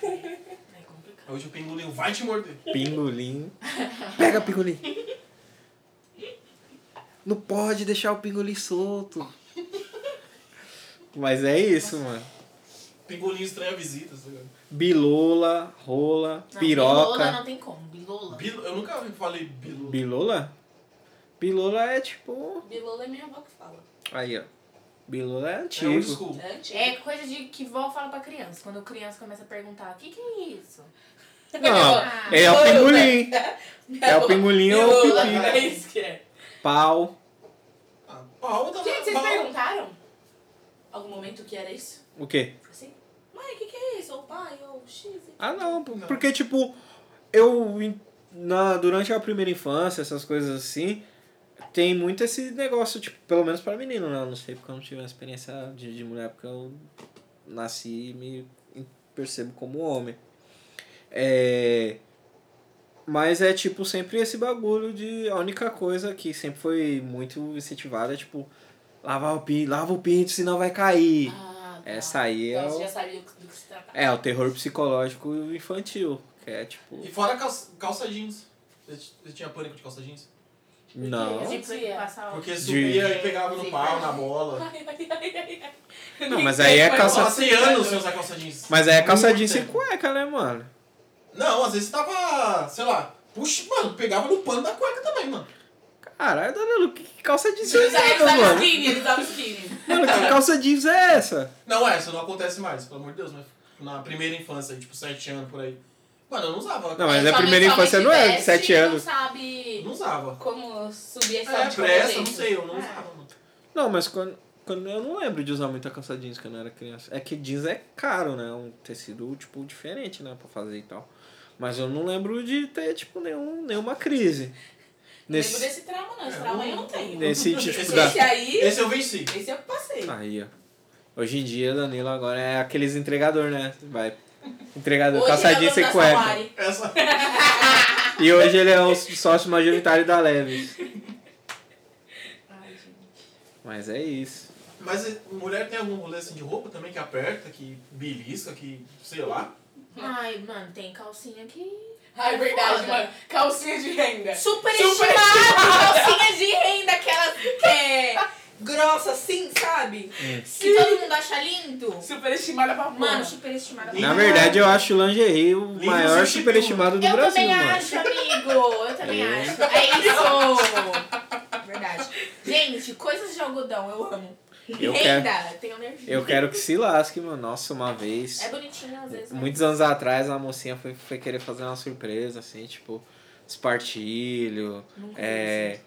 S5: É complicado.
S2: Hoje o pingolinho vai te morder.
S1: Pingolim. Pega pingolim. Não pode deixar o pingolim solto. Mas é isso, mano.
S2: Pingolinho estranha visita. tá sei lá.
S1: Bilola, rola, piroca.
S5: Bilola não tem como. Bilola.
S2: Bilo, eu nunca ouvi- falei bilo. É
S1: Bilola? Bilola é tipo.
S4: Bilola é minha avó que fala.
S1: Aí, ó. Bilola é
S2: É old
S1: antigo.
S2: school.
S4: É antigo.
S5: É coisa de que vó fala pra criança. Quando criança começa a perguntar, o que que é isso?
S1: Não,
S5: Ah,
S1: é o pingolim. É o pingolim ou o
S4: Bilola,
S1: pipi.
S4: É isso que é.
S1: Pau.
S2: Ah, pau também.
S4: Gente, vocês
S2: pau.
S4: perguntaram? Algum momento o que era isso?
S1: O quê?
S4: Assim? Mãe, o que, que é isso? Ou pai, ou X?
S1: Ah, não. por-
S2: Não.
S1: Porque, tipo, eu. em- Na, durante a primeira infância, essas coisas assim. Tem muito esse negócio, tipo, pelo menos pra menino, né? Eu não sei porque eu não tive uma experiência de, de mulher, porque eu nasci e me em- percebo como homem. É. Mas é tipo sempre esse bagulho de. A única coisa que sempre foi muito incentivada é tipo. Lavar o pinto, lava o pinto, senão vai cair.
S4: Ah, tá.
S1: Essa aí é
S4: Então, você
S1: o.
S4: já sabia do que do que se tratava.
S1: É, o terror psicológico infantil, que é tipo.
S2: E fora calça, calça jeans. Você t- Você tinha pânico de calça jeans?
S1: Não.
S5: A
S4: Não.
S5: gente foi passar o...
S2: Porque
S1: De-
S2: subia e pegava no pau, na bola.
S4: Ai, ai, ai, ai, ai.
S1: Não, mas aí é
S2: Eu
S1: calça.
S2: passei anos sem usar calça jeans.
S1: Mas aí é calça
S2: Muito
S1: jeans e
S2: tempo.
S1: cueca, né, mano?
S2: Não, às vezes tava, sei lá, puxa, mano, pegava no pano da cueca também, mano.
S1: Caralho, Danilo, que que calça jeans é
S4: Ele
S1: essa,
S4: usava
S1: mano?
S4: skinny, ele usava skinny.
S1: Mano, que calça jeans é essa?
S2: Não, essa não acontece mais, pelo amor de Deus, mas na primeira infância, aí, tipo, sete anos por aí. Mano, eu não usava.
S1: Não, mas
S4: É,
S1: na
S4: sua
S1: primeira
S4: mãe- sua
S1: infância
S4: mãe
S1: não
S4: te
S1: é,
S4: veste
S1: sete
S4: e
S1: anos.
S4: Não sabe
S2: Não usava.
S4: como subir essa
S2: É,
S4: é,
S2: pressa, não sei, eu não usava, mano.
S1: Não, mas quando, quando eu não lembro de usar muita calça jeans quando eu era criança. É que jeans é caro, né? É um tecido, tipo, diferente, né? Pra fazer e tal. Mas eu não lembro de ter, tipo, nenhum, nenhuma crise.
S4: Nesse...
S1: Nesse,
S4: Lembro desse trauma, não. Esse trauma eu não tenho.
S1: nesse tipo
S2: Esse- é
S1: da.
S4: Esse aí,
S2: Esse eu venci.
S4: esse eu passei.
S1: Aí, ó. Hoje em dia, Danilo agora é aqueles entregador, né? Vai. Entregador,
S4: Hoje
S1: calçadinha
S4: eu
S1: sem
S4: vou
S1: cueca.
S4: pra Samari.
S2: Essa.
S1: E hoje ele é o sócio majoritário da Leves.
S5: Ai, gente.
S1: Mas é isso.
S2: Mas eh, mulher tem algum rolê assim de roupa também que aperta, que belisca, que sei lá.
S5: Ai, mano, tem calcinha que...
S4: Ai, verdade,
S5: Foda.
S4: mano. Calcinha de renda.
S5: É. Super,
S4: Super
S5: estimada! calcinha de renda, aquelas que é...
S4: Grossa, assim, sabe?
S5: Que todo mundo acha lindo.
S4: Superestimada pra
S5: Mano,
S4: mano.
S5: superestimada.
S2: Lindo.
S1: Na verdade, eu acho o lingerie o
S2: Lindo
S1: maior
S2: sentido.
S1: superestimado do
S5: Eu
S1: Brasil,
S5: também
S1: mano.
S5: acho, amigo. Eu também
S1: É.
S5: acho. É isso. É Verdade. Gente, coisas de algodão, eu amo.
S1: Eu
S5: Renda, tenho energia.
S1: Eu quero que se lasque, mano. Nossa, uma vez.
S5: É bonitinho às vezes. mas-
S1: Muitos anos atrás, a mocinha foi, foi querer fazer uma surpresa, assim, tipo, espartilho,
S5: Nunca
S1: é,
S4: tá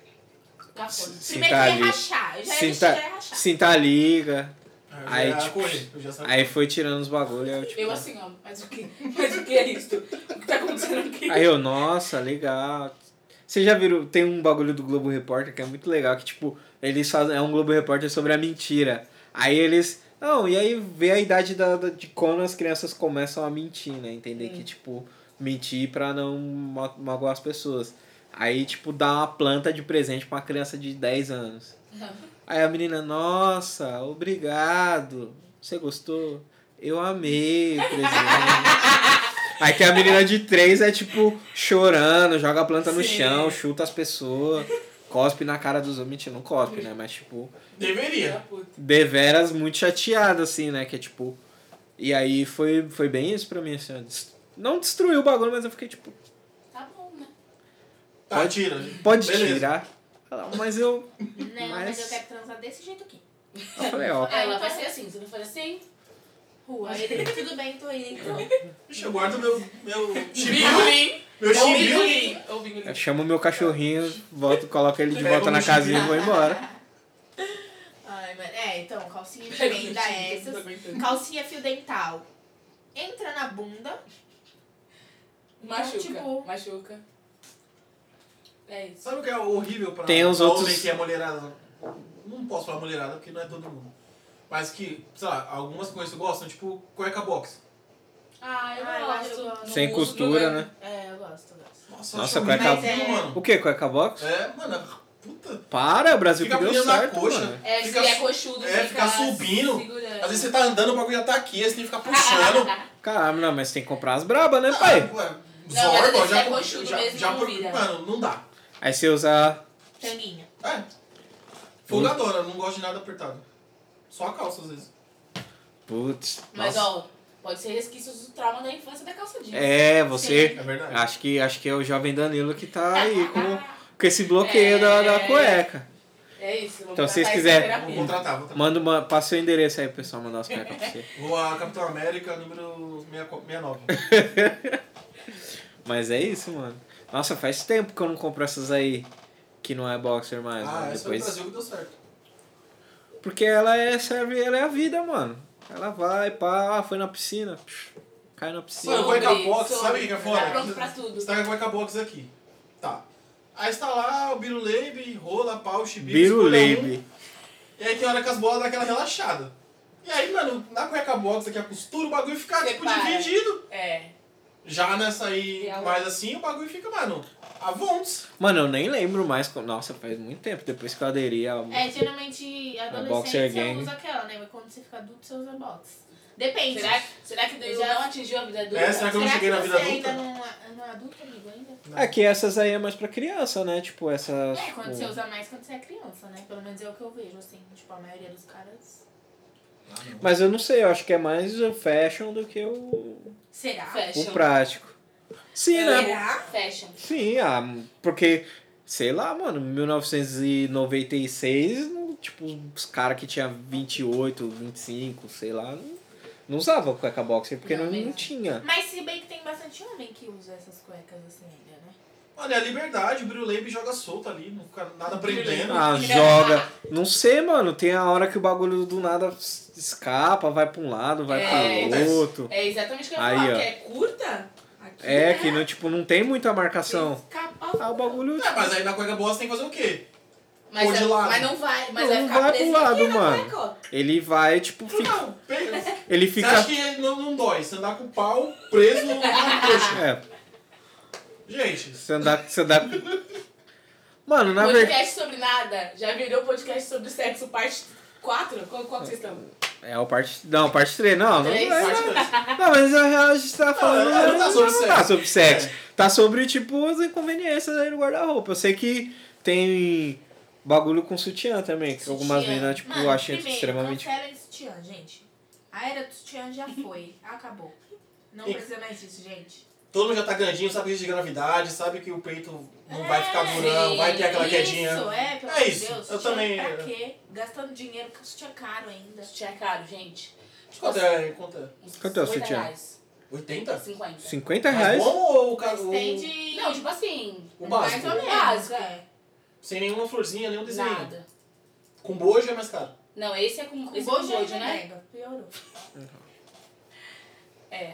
S5: Cafona.
S1: Sinta
S5: Tá Primeiro que é
S1: ali.
S5: ia rachar. Eu já ia
S1: Sinta-
S5: vestir, já ia rachar.
S1: cinta liga.
S2: Ah,
S1: Aí,
S2: já
S1: tipo,
S2: corri, eu já sabia.
S1: Aí foi tirando os bagulhos. Aí eu, tipo,
S4: Eu assim, ó. Mas o que? Mas o que é isto? O que tá acontecendo aqui?
S1: Aí eu, nossa, legal. Vocês já viram, tem um bagulho do Globo Repórter que é muito legal, que tipo, eles fazem, é um Globo Repórter sobre a mentira. Aí eles, não, e aí vê a idade da, da- de quando as crianças começam a mentir, né? Entender que, tipo, mentir pra não ma- magoar as pessoas. Aí, tipo, dá uma planta de presente pra uma criança de 10 anos. Aí a menina, nossa, obrigado. Você gostou? Eu amei o presente. Aí que a menina de três é tipo chorando, joga a planta no
S4: Sim.
S1: chão, chuta as pessoas, cospe na cara dos homens. Mentira, não cospe, né? Mas tipo,
S4: Filha
S2: Deveria.
S4: da puta.
S1: deveras muito chateada, assim, né? Que é tipo. E aí foi, foi bem isso pra mim, assim. ó. Des- Não destruiu o bagulho, mas eu fiquei tipo,
S4: Tá bom, né?
S2: Tá, tira.
S1: pode
S2: Beleza.
S1: tirar. Ela, Mas eu.
S5: Não, mas...
S1: Mas-
S5: eu quero transar desse jeito aqui.
S1: Eu falei, ó.
S5: Ah,
S4: Ela
S5: então-
S4: vai ser assim. Se não for assim, rua.
S5: Aí ele, tudo bem, tô indo. então.
S2: Vixe, eu guardo meu. Meu chibio.
S4: Bingolim.
S2: Meu
S4: É o
S2: chibio.
S4: bingolim. É o bingolim.
S1: Eu chamo meu cachorrinho, volto, coloco ele de volta na
S2: Pega um o
S1: casinha e vou embora.
S5: Ai, mano. É, então, calcinha de
S4: Pega o
S5: renda é
S4: chibio, não tô
S5: essas.
S4: aguentando.
S5: Calcinha fio dental. Entra na bunda.
S4: Machuca.
S5: tipo-
S4: Machuca. É isso.
S2: Sabe o que é horrível pra,
S1: Tem uns
S2: pra
S1: outros-
S2: homem que é mulherada? Não posso falar mulherada porque não é todo mundo. Mas que, sei lá, algumas coisas que gostam, tipo cueca box.
S4: Ah, eu,
S5: Ah, eu
S4: gosto.
S5: acho que eu gosto.
S4: Não
S1: Sem
S4: uso, não
S1: costura,
S4: ganho.
S1: né?
S5: É, eu gosto, eu gosto.
S2: Nossa,
S1: Nossa,
S2: acho
S1: cueca-
S2: horrível,
S5: Mas é-
S2: mano.
S1: O que? Cueca box?
S2: É, mano, puta.
S1: Para, Brasil,
S2: Fica
S1: que deu
S2: preso na
S1: certo,
S2: coxa.
S1: mano.
S4: É,
S2: Fica
S4: se é
S2: su-
S4: coxudo,
S2: é, fica subindo.
S4: segurando.
S2: Às vezes você tá andando, o bagulho já tá aqui, aí você tem que ficar puxando.
S1: Caramba, não, mas tem que comprar as brabas, né,
S2: Aí,
S1: pai?
S2: pô, é,
S4: Não, mas
S2: Zorba,
S4: esse
S2: já,
S4: é coxudo
S2: já,
S4: mesmo,
S2: já
S4: não
S2: por-
S4: vira.
S2: Mano, não dá.
S1: Aí você usa...
S5: Tanguinha.
S2: É, Folgadora, eu não gosto de nada apertado. Só a calça, às vezes.
S1: Putz.
S4: Mas,
S1: nossa.
S4: ó, pode ser resquícios do trauma da infância da calça jeans.
S1: É, você.
S2: É verdade.
S1: Acho que, acho que é o jovem Danilo que tá aí com, com esse bloqueio da, da cueca.
S4: É isso. vamos
S1: Então, se vocês
S4: tratar isso
S1: quiserem-
S4: na
S2: Vou
S4: terapia.
S2: contratar, vou contratar.
S1: Manda uma. Passa o endereço aí, pessoal, mandar as cuecas pra você.
S2: Vou a Capitão América, número 69.
S1: Mas é isso, mano. Nossa, faz tempo que eu não compro essas aí que não é boxer mais.
S2: ah,
S1: mano.
S2: essa foi no
S1: Depois...
S2: Brasil que deu certo.
S1: Porque ela é, serve, ela é a vida, mano. Ela vai, pá, ah, foi na piscina. psh, Cai na piscina.
S2: Mano, cueca
S4: Sobre-
S2: box,
S4: sobre-
S2: sabe o que que é
S4: Tá pronto pra
S2: foda?
S4: tudo.
S2: Você tá com a cueca box aqui. Tá. Aí você tá lá, o biruleibe, rola, pau, chibi,
S1: Biro
S2: escolhe um.
S1: Leibe.
S2: E aí tem hora que as bolas dão aquela relaxada. E aí, mano, na cueca box aqui a costura, o bagulho fica, tipo,
S4: Separa.
S2: dividido.
S4: É.
S2: Já nessa aí,
S4: Real.
S2: mais assim, o bagulho fica, mano, avons.
S1: Mano, eu nem lembro mais. co- Nossa, faz muito tempo depois que eu aderi ao.
S5: É, geralmente
S1: boxer
S5: adolescente você
S1: gang.
S5: usa aquela, né? Mas quando você fica adulto, você usa box. Depende.
S4: Será, será que Deus
S5: Já-
S4: não atingiu a vida adulta?
S2: É, será que eu não
S5: Será
S2: cheguei na
S5: que
S2: vida
S5: você
S2: adulta?
S5: ainda não, não é adulto, amigo, ainda?
S1: É que essas aí é mais pra criança, né? Tipo, essas.
S5: É, quando
S1: tipo,
S5: você usa mais quando você é criança, né? Pelo menos é o que eu vejo, assim. Tipo, a maioria dos caras.
S1: Mas eu não sei, eu acho que é mais o fashion do que o,
S5: Será?
S1: o
S4: Fashion. É.
S1: prático. Sim, né?
S5: Será?
S4: Fashion.
S1: Sim, ah, porque, sei lá, mano, 1996, não- tipo, os caras que tinham 28, 25, sei lá, não, não usavam cueca boxer porque
S4: Não,
S1: não, não,
S4: mesmo.
S1: tinha.
S5: Mas se bem que tem bastante homem que usa essas cuecas assim ainda, né?
S2: Mano, é a liberdade, o biruleibe joga solto ali, não fica nada prendendo.
S1: Ah, joga. Não sei, mano, tem a hora que o bagulho do nada s- escapa, vai pra um lado, vai
S4: É,
S1: pro outro.
S4: É exatamente o que eu ia
S1: Aí,
S4: falar,
S1: ó.
S4: que é curta. Aqui,
S1: É,
S4: né?
S1: que não, tipo, não tem muita marcação.
S4: Escapa.
S1: Ah, o bagulho.
S2: É, mas aí na cueca box tem que fazer o quê? Ou
S4: Mas,
S2: de
S4: é-
S2: lado.
S4: mas não vai, mas
S1: Não,
S4: vai
S1: não
S4: ficar
S1: vai pro
S4: preso
S1: lado,
S4: aqui na
S1: mano.
S4: cueca, ó.
S1: Ele vai, tipo, fica,
S2: Não, pega.
S1: ele
S2: Você
S1: fica.
S2: acha que não, não dói? Você andar com o pau preso no coxa.
S1: É,
S2: Gente,
S1: você andar. Você andar... Mano, na verdade.
S4: Um Podcast sobre nada. Já virou podcast sobre sexo, parte 4? Qual, qual que vocês estão?
S1: É o parte. Não, parte 3. Não, não,
S4: Três.
S1: não,
S2: parte dois.
S1: não, mas na real a gente tá falando.
S2: não, não tá sobre
S1: não tá
S2: sexo. É.
S1: sobre sexo. Tá sobre, tipo, as inconveniências aí no guarda-roupa. Eu sei que tem bagulho com sutiã também, que algumas
S5: Sutiã.
S1: meninas, tipo,
S5: Mano,
S1: acham
S5: primeiro,
S1: extremamente.
S5: Cancela esse sutiã, gente. A era do sutiã já foi. Acabou. Não
S2: E-
S5: precisa mais disso, gente.
S2: todo mundo já tá grandinho, sabe isso de gravidade, sabe que o peito não vai ficar
S5: É,
S2: durão, vai ter aquela
S5: isso,
S2: quedinha.
S5: é, pelo
S2: É
S5: amor de
S2: isso,
S5: Deus.
S2: eu
S5: sutiã
S2: também-
S5: Pra quê? Gastando dinheiro com sutiã caro ainda.
S4: Sutiã é caro, gente. Tipo,
S2: Quanto é? Quanto é?
S4: uns
S1: Quanto é o
S4: 50
S1: sutiã?
S4: reais.
S2: 80?
S4: 50.
S1: 50
S2: é? Mas
S1: reais?
S2: bom ou o ca- o-
S5: Estende.
S4: Não, tipo assim,
S2: O
S5: mais
S2: básico.
S5: ou menos.
S4: Básico.
S5: é.
S2: Sem nenhuma florzinha, nenhum desenho.
S4: nada.
S2: Com bojo é mais caro.
S4: Não, esse é com,
S5: Com
S4: esse é com
S5: bojo
S4: bojo,
S5: ainda
S4: né?
S5: nega. Piorou.
S4: É.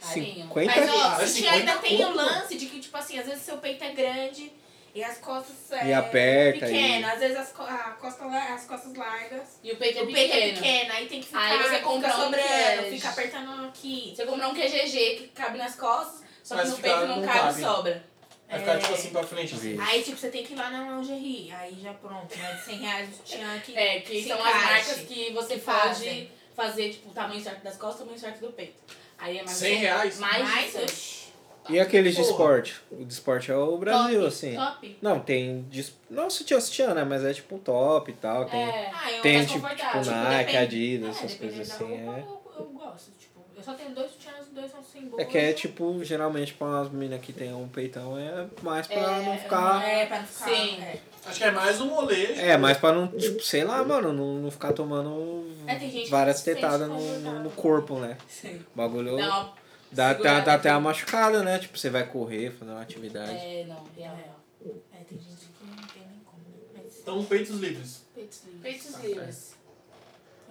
S4: Carinho.
S1: 50
S5: Mas ó,
S2: Cara,
S5: o sutiã ainda
S2: 50
S5: tem o
S2: conto.
S5: lance de que, tipo assim, às vezes seu peito é grande e as costas é,
S1: E aperta
S5: pequena. Às vezes as, co- a costa, lar- as costas largas.
S4: E o peito é
S5: o peito é
S4: pequeno.
S5: pequeno, aí tem que ficar,
S4: Aí você
S5: fica
S4: compra um
S5: sobrando,
S4: queijo.
S5: fica apertando aqui.
S4: Você comprar um QGG que cabe nas costas, só que
S2: Mas
S4: no
S2: fica-
S4: peito não
S2: não
S4: cabe
S2: cabe.
S4: e sobra.
S2: Vai ficar
S5: É.
S2: tipo assim pra frente. Assim.
S1: Vi.
S5: Aí, tipo, você tem que ir lá na lingerie. Aí já pronto, mais de 100 reais o sutiã aqui.
S4: É, que
S5: Se
S4: são as
S5: encaixe.
S4: marcas que você
S5: Que
S4: pode
S5: fazem.
S4: fazer, tipo, o tamanho certo das costas, o tamanho certo do peito. Aí é mais
S2: 100 reais?
S4: Mais,
S5: Mas,
S4: de 100.
S5: oxi,
S1: E aqueles de
S2: Porra.
S1: esporte? O de esporte é o Brasil,
S5: top,
S1: assim.
S5: Top.
S1: Não, tem. De... Não sutiã, sutiã, né? Mas é tipo um top e tal. Tem,
S4: É.
S5: Ah, eu
S1: tem
S5: mais
S1: tipo, tipo
S5: confortável.
S1: Nike,
S5: depende.
S1: Adidas,
S5: É,
S1: essas coisas
S5: dependendo da
S1: assim.
S5: roupa,
S1: É.
S5: eu, eu gosto. Tipo, eu só tenho dois sutiãs, os dois são sem boa.
S1: É que é tipo, geralmente pra umas meninas que tem um peitão é mais pra
S4: É,
S1: não ficar.
S5: É, pra não ficar...
S4: Sim.
S5: é.
S2: Acho que é mais um rolê. tipo,
S1: É, mais pra não, tipo, sei lá, mano, não, não ficar tomando
S5: É, tem gente que
S1: várias
S5: se sente
S1: tetadas no, no,
S5: confortável.
S1: no corpo, né?
S4: Sim.
S1: O bagulho
S4: Dá uma
S1: dá, dá,
S4: segurada
S1: dá até
S4: aqui.
S1: uma machucada, né? Tipo, você vai correr, fazer uma atividade.
S4: É, não, real, real.
S5: É, tem gente que não tem nem como, né? Mas
S2: Então, peitos livres.
S5: peitos livres.
S4: Peitos
S1: Tá
S4: livres.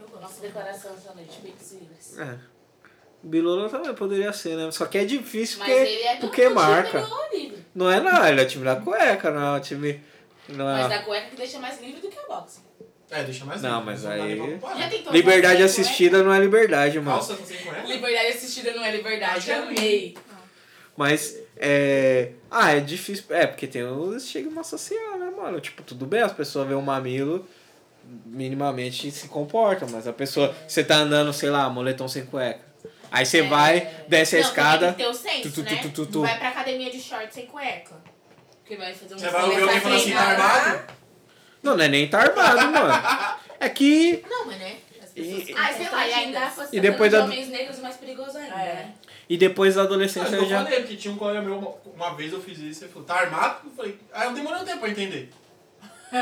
S5: Eu gosto.
S4: Nossa declaração essa noite, peitos livres.
S1: É. Bilola também poderia ser, né? Só que é difícil
S4: Mas
S1: porque
S4: ele é do
S1: porque
S4: do time
S1: marca.
S4: do Leão livre.
S1: não é não, ele é time da cueca, não é time. Não
S4: Mas
S1: é...
S4: da cueca que deixa mais livre do que a boxe.
S2: É, deixa mais
S1: Não,
S2: livre,
S1: mas
S2: dá
S1: aí-
S2: nem pra
S5: Já
S2: comparar.
S5: tentou
S1: Liberdade
S5: usar sem
S1: assistida não é liberdade, mano.
S2: Calça com 5 reais?
S4: Liberdade assistida não é
S2: Acho
S4: liberdade.
S2: que é
S4: Amei.
S1: Mas é. Ah, é difícil. É, porque tem um estigma social, né, mano? Tipo, tudo bem, as pessoas veem um mamilo, minimamente se comportam, mas a pessoa. Você tá andando, sei lá, moletom sem cueca. Aí você
S5: É.
S1: vai, desce a
S5: Não, Tem
S1: escada.
S5: que ter o senso,
S1: tu, tu,
S5: né?
S1: tu, tu, tu.
S5: Não Vai pra academia de shorts sem cueca.
S4: Porque vai fazer um
S5: né?
S4: né?
S2: Você vai ouvir alguém falar assim, tá
S5: Vai
S2: armado?
S1: Não, não é nem tá armado, mano. É que.
S3: Não, mas né? As pessoas
S1: E-
S3: que
S5: Ah, sei lá, e ainda
S3: fosse...
S1: E depois da-
S4: homens negros mais perigoso ainda.
S5: É.
S4: né?
S1: E depois da
S2: Mas
S1: adolescência
S2: eu
S1: eu já.
S2: falei, porque tinha um colega meu, uma, uma vez eu fiz isso, ele falou, tá armado? Eu falei, aí eu demorei um tempo pra entender.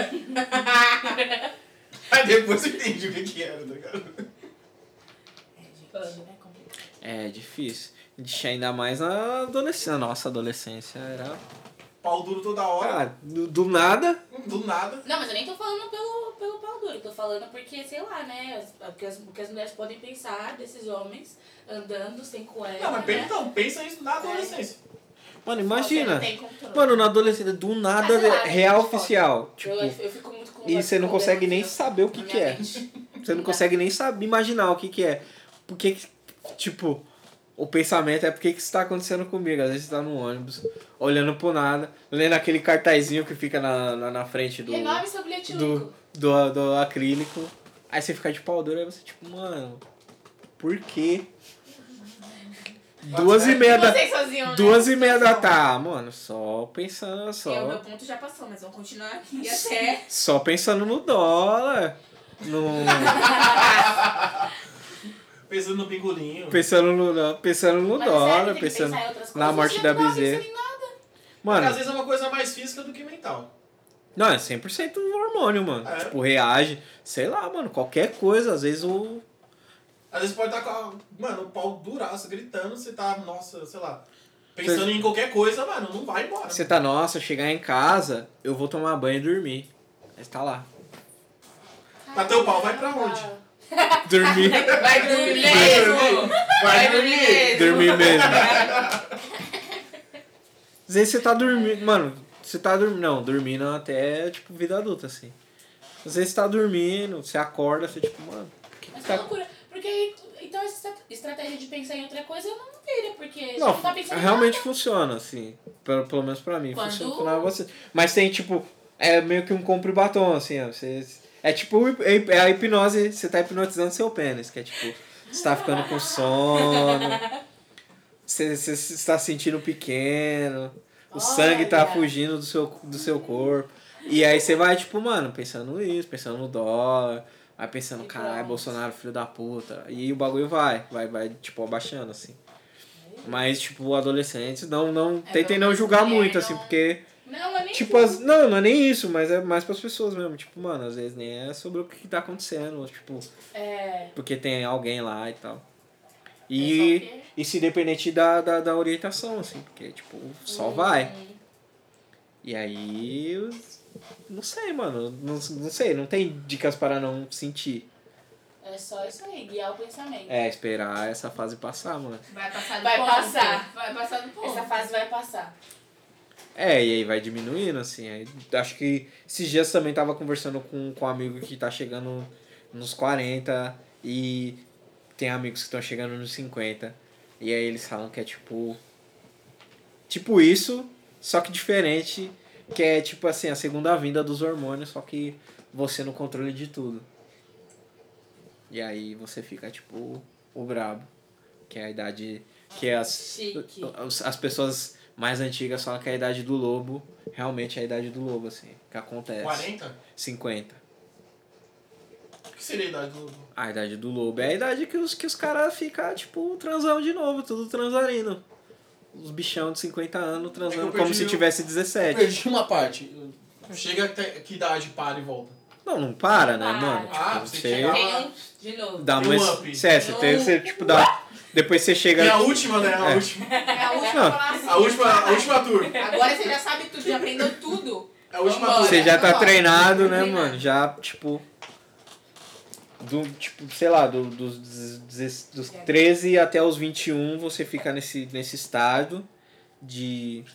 S2: aí depois eu entendi o que que era, tá ligado?
S4: É, gente, é complicado.
S1: É difícil. Ixi, Ainda mais na adolescência. Nossa, adolescência era.
S2: Pau duro toda hora,
S1: Ah, do, do nada.
S2: do nada.
S4: Não, mas eu nem tô falando pelo, pelo pau duro, eu tô falando porque, sei lá, né? as- O que as, o que as mulheres podem pensar desses homens andando sem cueca.
S2: Não, mas
S4: né?
S2: pensa, então, pensa isso na adolescência.
S1: Mano, imagina.
S5: Você não tem controle.
S1: Mano, na adolescência, do nada,
S4: Ah, sei lá,
S1: real
S4: gente,
S1: oficial. Tipo.
S4: eu, eu fico muito com
S1: E você não
S4: com
S1: consegue nem
S4: vergonha
S1: saber o
S4: assim, na
S1: que, que
S4: minha
S1: é.
S4: mente.
S1: Você não consegue nem saber, imaginar o que, que é. Porque, tipo, o pensamento é por que que isso tá acontecendo comigo. Às vezes você tá no ônibus, olhando pro nada, lendo aquele cartazinho que fica na, na, na frente do,
S4: Renove seu bilhete
S1: do-
S4: único.
S1: do, do acrílico. Aí você fica de pau duro, aí você tipo, mano, por quê? Duas e meia da...
S5: Vocês faziam, né?
S1: Duas e meia da tarde, mano, só pensando,
S3: Porque o meu
S1: só,
S3: ponto já passou, mas vamos continuar aqui até...
S1: só pensando no dólar, no...
S2: Pensando no pingolinho.
S1: Pensando no, na- pensando no
S4: Mas é sério, tem
S1: dólar,
S4: que
S1: pensando.
S4: pensar em outras
S1: na
S4: coisas.
S1: morte
S4: Você
S1: da
S4: não tava
S1: bezerra.
S4: pensando em nada.
S2: Porque às
S1: Mano,
S2: vezes é uma coisa mais física do que mental.
S1: não, é 100% hormônio, mano.
S2: É.
S1: Tipo, reage, sei lá, mano, qualquer coisa. Às vezes o.
S2: Às vezes pode estar com, a, mano, o pau duraço, gritando, você tá, nossa, sei lá, pensando em qualquer coisa, mano, não vai embora.
S1: Você tá, nossa, chegar em casa, eu vou tomar banho e dormir. Aí você tá lá.
S2: Mas teu pau vai pra onde?
S1: Dormir,
S5: Vai dormir mesmo. Vai dormir mesmo.
S1: dormir mesmo. Às vezes você tá dormindo. Mano, você tá dormindo. Não, dormindo até, tipo, vida adulta, assim. Às vezes você tá dormindo, você acorda, você, tipo, mano. o que que
S4: Mas que
S1: tá
S4: loucura. Porque aí, então essa estra- estratégia de pensar em outra coisa não vira, porque você
S1: Não,
S4: não tá pensando em
S1: realmente funciona, assim. Pelo, pelo menos pra mim,
S4: Quando-
S1: funciona pra você. Mas tem, tipo, é meio que um compra e batom, assim, ó. Você, é tipo hip- hip- é a hipnose, você tá hipnotizando seu pênis, que é tipo, você tá ficando com sono, você, você, você tá sentindo pequeno, o sangue tá
S4: Olha.
S1: fugindo do seu, do seu corpo. E aí você vai, tipo, mano, pensando nisso, pensando no dólar, vai pensando,
S4: E
S1: caralho,
S4: pronto.
S1: Bolsonaro, filho da puta. E o bagulho vai, vai, vai, tipo, abaixando, assim. Mas, tipo, adolescentes, não, não,
S5: É,
S1: tentem
S5: pelo
S1: não
S5: menos
S1: julgar
S5: mulher
S1: muito,
S5: não-
S1: assim, porque,
S4: nada. Não, eu nem
S1: tipo, as, não, não é nem isso, mas é mais pras pessoas mesmo. Tipo, mano, às vezes nem é sobre o que tá acontecendo, tipo,
S4: É.
S1: porque tem alguém lá e tal. E,
S4: é só
S1: e se dependente da, da, da orientação, assim, porque, tipo, só vai.
S4: Hum.
S1: E aí, eu não sei, mano, não, não sei, não tem dicas para não sentir.
S4: que É só isso aí, guiar o pensamento.
S1: É, esperar essa fase passar, mano.
S5: Vai passar do
S4: Vai
S5: ponto.
S4: passar.
S5: Vai passar do ponto.
S4: Essa fase vai passar.
S1: É, e aí vai diminuindo, assim. Aí, acho que esses dias também tava conversando com, com um amigo que tá chegando nos 40 e tem amigos que estão chegando nos 50. E aí eles falam que é tipo. Tipo isso, só que diferente. Que é tipo assim, a segunda vinda dos hormônios, só que você no controle de tudo. E aí você fica tipo o brabo. Que é a idade. Que é as,
S4: Chique.
S1: as- as pessoas mais antigas falam que a idade do lobo realmente é a idade do lobo, assim, que acontece.
S2: 40?
S1: 50.
S2: O que seria a idade do lobo?
S1: A idade do lobo é a idade que os, que os caras ficam, tipo, transão de novo, tudo transarino. Os bichão de 50 anos
S2: É que
S1: transando
S2: eu
S1: como
S2: perdi
S1: se
S2: o-
S1: tivesse 17.
S2: Perdi uma parte. Chega até que idade para e volta.
S1: Não, não para, né,
S4: Para.
S1: mano?
S2: Ah,
S1: Tipo,
S2: você
S1: você
S2: chega
S4: Tem
S2: lá.
S4: um, de novo.
S1: dá
S2: Tem
S1: uma.
S2: um up.
S1: É, você, tem, você, tipo, dá. Depois você
S2: É a
S1: chega.
S2: última, né? A
S1: É.
S2: última.
S5: É a última
S1: Não.
S5: classe.
S2: A última, a última tour.
S5: Agora você já sabe tudo, já aprendeu tudo.
S2: É a última
S5: Vambora.
S2: tour.
S1: Você já tá
S5: Vambora.
S1: treinado, né,
S5: Treinado.
S1: mano? Já, tipo. Do, tipo, sei lá, do- dos, dezes- dos 13 até os 21, você fica nesse, nesse estado de,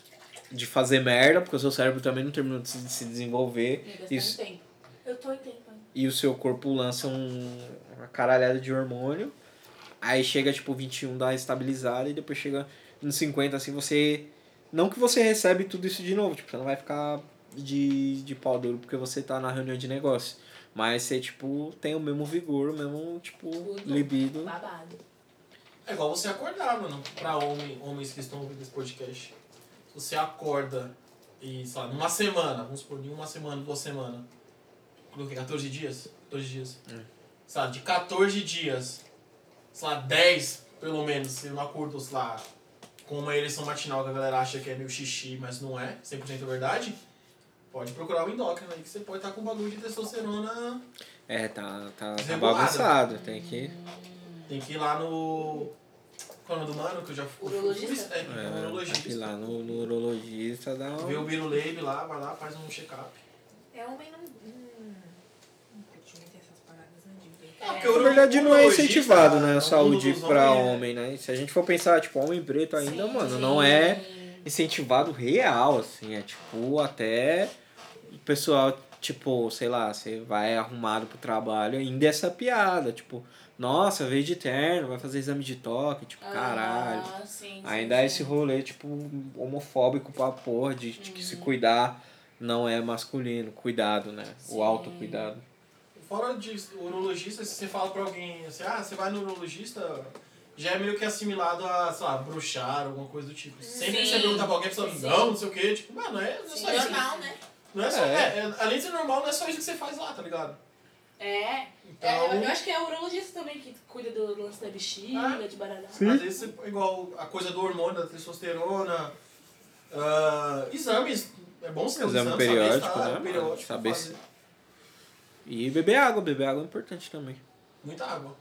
S1: de fazer merda, porque o seu cérebro também não terminou de se, de se desenvolver.
S4: Amiga,
S1: Isso.
S4: Tem um tempo.
S5: Eu tô em tempo.
S1: E o seu corpo lança um, uma caralhada de hormônio. Aí chega, tipo, 21, dá uma estabilizada. E depois chega nos 50, assim, você. Não que você recebe tudo isso de novo, tipo, você não vai ficar de, de pau duro porque você tá na reunião de negócio. Mas você, tipo, tem o mesmo vigor, o mesmo, tipo,
S4: Tudo.
S1: libido.
S4: Babado.
S2: É igual você acordar, mano. Pra homem, homens que estão ouvindo esse podcast. Se você acorda e, sei lá, numa semana, vamos supor, em uma semana, duas semanas, Coloquei 14 dias? 14 dias.
S1: Hum.
S2: Sei lá, de 14 dias, sei lá, 10 pelo menos, se eu não acordo, sei lá, com uma ereção matinal que a galera acha que é meio xixi, mas não é, 100% verdade, pode procurar o endócrino aí, que você pode estar com um bagulho de testosterona.
S1: É, tá, tá, tá
S2: Desregulado.
S1: bagunçado. Tem que.
S2: Tem que ir lá no. Qual é o nome do mano que eu já fui?
S4: Urologista?
S2: É,
S1: É, tem que ir
S2: urologista.
S1: lá no, no urologista dá
S2: Vê o
S1: um.
S2: Biruleibe lá, vai lá, faz um check-up.
S3: É homem não. Hum, não curte muito essas paradas, né? de ver.
S2: É, porque
S1: Na
S2: o-
S1: verdade não é
S2: urologista, um
S1: incentivado, né?
S2: a
S1: A saúde
S2: urologia-
S1: pra homem, né? E Se a gente for pensar, tipo, homem preto ainda,
S4: Sim,
S1: mano,
S4: sim.
S1: não é incentivado real, assim. É tipo, até o pessoal, tipo, sei lá, você vai arrumado pro trabalho, ainda é essa piada, tipo, nossa, veio de terno, vai fazer exame de toque, tipo, caralho.
S4: Ah, sim, sim,
S1: Ainda
S4: sim.
S1: é esse rolê, tipo, homofóbico pra porra, de, de que se
S4: Uhum.
S1: cuidar não é masculino. Cuidado, né?
S4: Sim.
S1: O autocuidado.
S2: Fora de urologista, se você fala pra alguém assim, ah, você vai no urologista, já é meio que assimilado a, sei lá, bruxar, alguma coisa do tipo. Sempre que você
S4: Sim.
S2: pergunta pra alguém, a pessoa,
S4: Sim.
S2: não, não sei o quê, tipo, mano, é, não é
S4: Sim.
S2: só isso.
S5: assim.
S3: Jornal, né?
S2: Não é só,
S1: É.
S2: é, é, além de ser normal, não é só isso que você faz lá, tá ligado?
S4: É,
S2: Então,
S4: é, eu, eu acho que é o urologista também que cuida do lance da bexiga,
S2: Ah.
S4: de baralhada.
S2: às vezes, você- igual a coisa do hormônio, da testosterona, ah, exames, é bom você ter um
S1: Exame
S2: exame, saber se tá-
S1: periódico, né, mano?
S2: periódico,
S1: Saber
S2: fazer.
S1: E beber água, beber água é importante também.
S2: Muita água.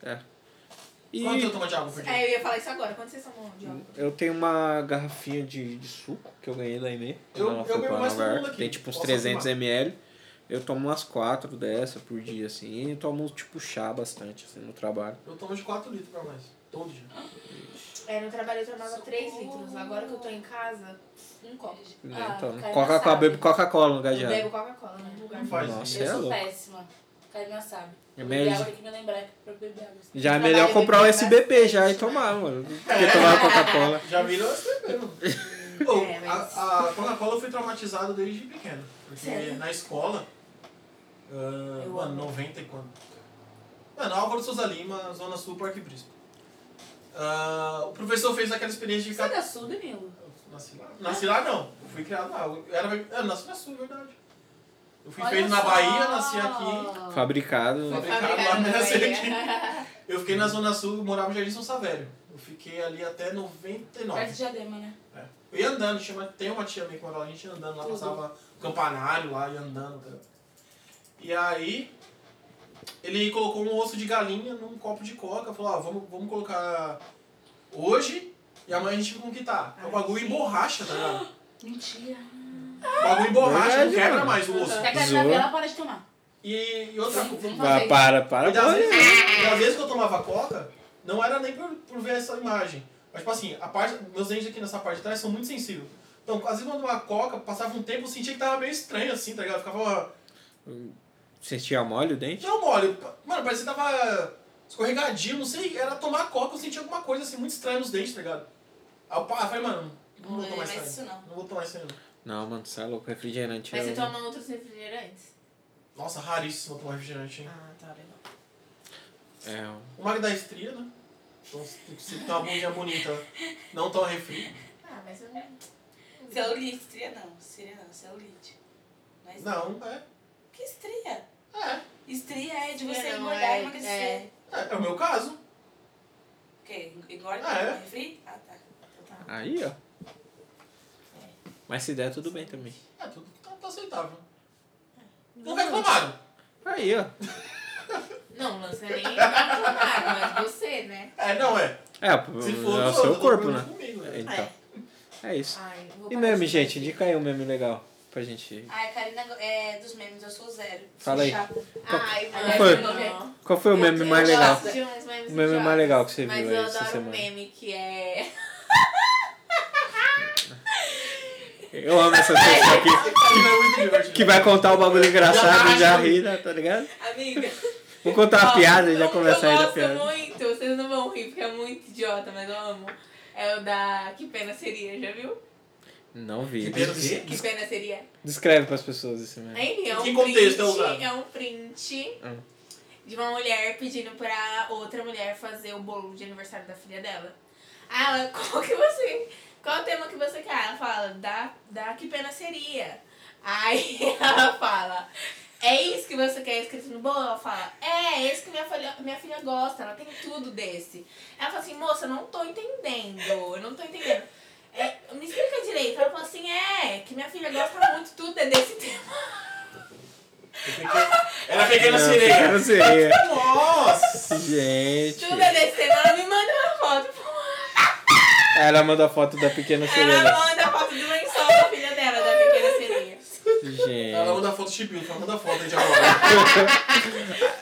S1: E
S2: Quanto eu tomo de água por dia?
S3: É, eu ia falar isso agora. Quando vocês tomam de álcool?
S1: eu tenho uma garrafinha de, de suco que eu ganhei da Ime.
S2: Eu- eu bebo mais todo mundo aqui.
S1: Tem tipo uns
S2: Posso
S1: 300
S2: afirmar.
S1: ml. Eu tomo umas quatro dessa por dia, assim, e tomo, tipo, chá bastante, assim, no trabalho.
S2: Eu tomo de 4 litros pra mais, todo dia.
S3: É, no trabalho eu tomava
S4: Socorro.
S3: 3 litros. Agora que eu tô em casa, um copo.
S4: Ah,
S1: então,
S4: Karina
S1: Coca-Cola,
S4: sabe.
S1: bebo Coca-Cola no
S3: Eu
S1: gadeado.
S3: bebo Coca-Cola no lugar.
S2: Não faz
S1: Nossa,
S2: isso.
S1: é
S4: Eu sou
S1: louco.
S4: péssima. Karina sabe.
S1: É
S4: Beber
S1: melhor-
S4: água tem que me lembrar pra beber água.
S1: Já é
S3: Trabalho
S1: melhor comprar o
S3: bebendo
S1: SBP já e
S3: bastante,
S1: tomar, mano. Porque tomar Coca-Cola.
S2: Já virou assim mesmo. Bom,
S3: É, mas-
S2: a, a Coca-Cola eu fui traumatizado desde pequeno. Porque
S3: Sério?
S2: na escola. ah,
S3: Eu
S2: mano,
S3: amo.
S2: 90 e quanto? Mano, Álvaro Souza Lima, Zona Sul, Parque Brisco. Ah, o professor fez aquela experiência de
S4: Você é
S2: ficar.
S4: da Sul, Danilo?
S2: Nasci lá? Nasci lá não. Eu fui criado lá. Eu, era, eu nasci na Sul, é verdade. Eu fui
S4: Olha
S2: feito na
S4: só.
S2: Bahia, nasci aqui.
S1: Fabricado.
S2: Fabricado.
S3: Fabricado na
S2: Nasci
S3: Bahia.
S2: Eu fiquei na Zona Sul, morava no Jardim São Savério. Eu fiquei ali até 99.
S4: Perto de Diadema, né?
S2: É. Eu ia andando, tinha uma, tem uma tia minha que morava lá, a gente ia andando lá,
S4: Uhum.
S2: passava o campanário lá, ia andando. tá? E aí, ele colocou um osso de galinha num copo de coca, falou, ó, vamos, vamos colocar hoje e amanhã a gente vê como que tá. É um bagulho em borracha, tá ligado?
S4: Mentira.
S2: Bagulho em borracha,
S1: Verdade,
S2: não quebra
S1: mano.
S2: mais o osso.
S4: Até que a
S1: Zoa.
S4: Isabela para de tomar.
S2: É. E, e outra coisa,
S4: Vamos fazer
S1: Ah,
S4: isso.
S1: para, para.
S2: e das,
S1: pô.
S2: vezes, e das vezes que eu tomava coca, não era nem por, por ver essa imagem. Mas, tipo assim, a parte, meus dentes aqui nessa parte de trás são muito sensíveis. Então, às vezes quando eu tomava coca, passava um tempo, eu sentia que tava meio estranho, assim, tá ligado? Eu ficava...
S1: Sentia mole o dente?
S2: Não, um mole. Mano, parecia que tava escorregadinho, não sei. Era tomar coca, eu sentia alguma coisa, assim, muito estranha nos dentes, tá ligado? Aí eu pa- eu falei, mano, não vou
S4: Não é
S2: tomar isso
S4: mais
S2: aí.
S4: isso, não.
S2: Não vou tomar isso aí, não.
S1: Não, mano, você é louco. Refrigerante.
S5: Mas
S1: é
S5: você
S1: o-
S5: toma outros refrigerantes?
S2: Nossa, raríssimo eu tomar refrigerante, hein?
S5: Ah, tá, legal.
S1: É, o-
S2: O mag da estria, né? Então, se se tem uma bundinha bonita, não tão refri.
S3: Ah, mas eu não.
S4: Você é o Lid, estria não. Estria não, você é o Lid. Mas
S2: Não, é.
S4: que estria?
S2: É.
S4: Estria é de você
S5: Estria não,
S4: engordar
S5: é-
S4: e emagrecer.
S2: É, é o meu caso.
S4: O quê? Engorda?
S2: Ah, é?
S4: toma refri? Ah, tá. Então tá.
S1: Aí, ó. Mas se der, tudo bem também.
S2: É, tudo tá, tá aceitável. Não reclamaram.
S1: Aí, ó.
S5: Não, o lance não é nem tomar, mas você, né?
S2: É, não é.
S1: É, o-
S2: Se for,
S1: é o
S2: os
S1: seu
S2: outros,
S1: corpo,
S2: não
S1: né?
S2: foi Comigo,
S5: É.
S2: né?
S1: Então, é
S5: Ah,
S1: isso.
S3: Ai, eu vou
S1: E
S3: parar
S1: meme,
S3: de-
S1: gente? Indica aí um meme legal pra gente.
S4: Ai, Karina, é, dos memes, eu sou zero. Sou
S1: Fala aí.
S4: chata.
S3: Ai,
S1: Qual foi?
S3: mano.
S1: Qual foi o meme mais legal?
S3: Eu gosto de uns memes
S1: O meme mais
S3: idiotas,
S1: legal que você
S3: Mas
S1: viu
S3: eu
S1: aí essa
S3: adoro um
S1: semana.
S3: meme que é.
S1: Eu amo essa pessoa aqui
S2: É muito divertido.
S1: que vai contar um bagulho engraçado e já ri, né, tá ligado?
S5: Amiga,
S1: Vou contar uma
S5: ó,
S1: Tá piada e já
S5: eu-
S1: começa aí
S5: eu
S1: da
S5: gosto
S1: piada.
S5: muito, vocês não vão rir porque é muito idiota, mas eu amo. É o da Que Pena Seria, já viu?
S1: Não vi.
S2: Que pena o quê?
S5: Que Pena Seria.
S1: Descreve pras pessoas esse meme.
S5: Enfim, é um
S2: Em que
S5: print,
S2: contexto é usado?
S5: é um print
S1: Hum.
S5: de uma mulher pedindo pra outra mulher fazer o bolo de aniversário da filha dela. Ah, ela, qual que você. Qual o tema que você quer? Ela fala, da, da que pena seria. Aí ela fala, é É isso que você quer escrito no bolo? Ela fala, é, esse que minha filha, minha filha gosta, ela tem tudo desse. Ela fala assim, moça, eu não tô entendendo, eu não tô entendendo. É, me explica direito. Ela fala assim, é, que minha filha gosta muito, tudo é desse tema.
S2: Era pequena
S1: Não,
S2: sereia.
S1: pequena sereia.
S2: Nossa!
S1: Gente.
S5: Tudo é desse tema. Ela me manda uma foto.
S1: Ela manda a foto da pequena
S5: Ela
S1: sereia.
S5: manda a foto do lençol da filha dela, da pequena sereia.
S2: Ela
S1: Gente.
S2: manda foto chipil, ela manda foto de agora.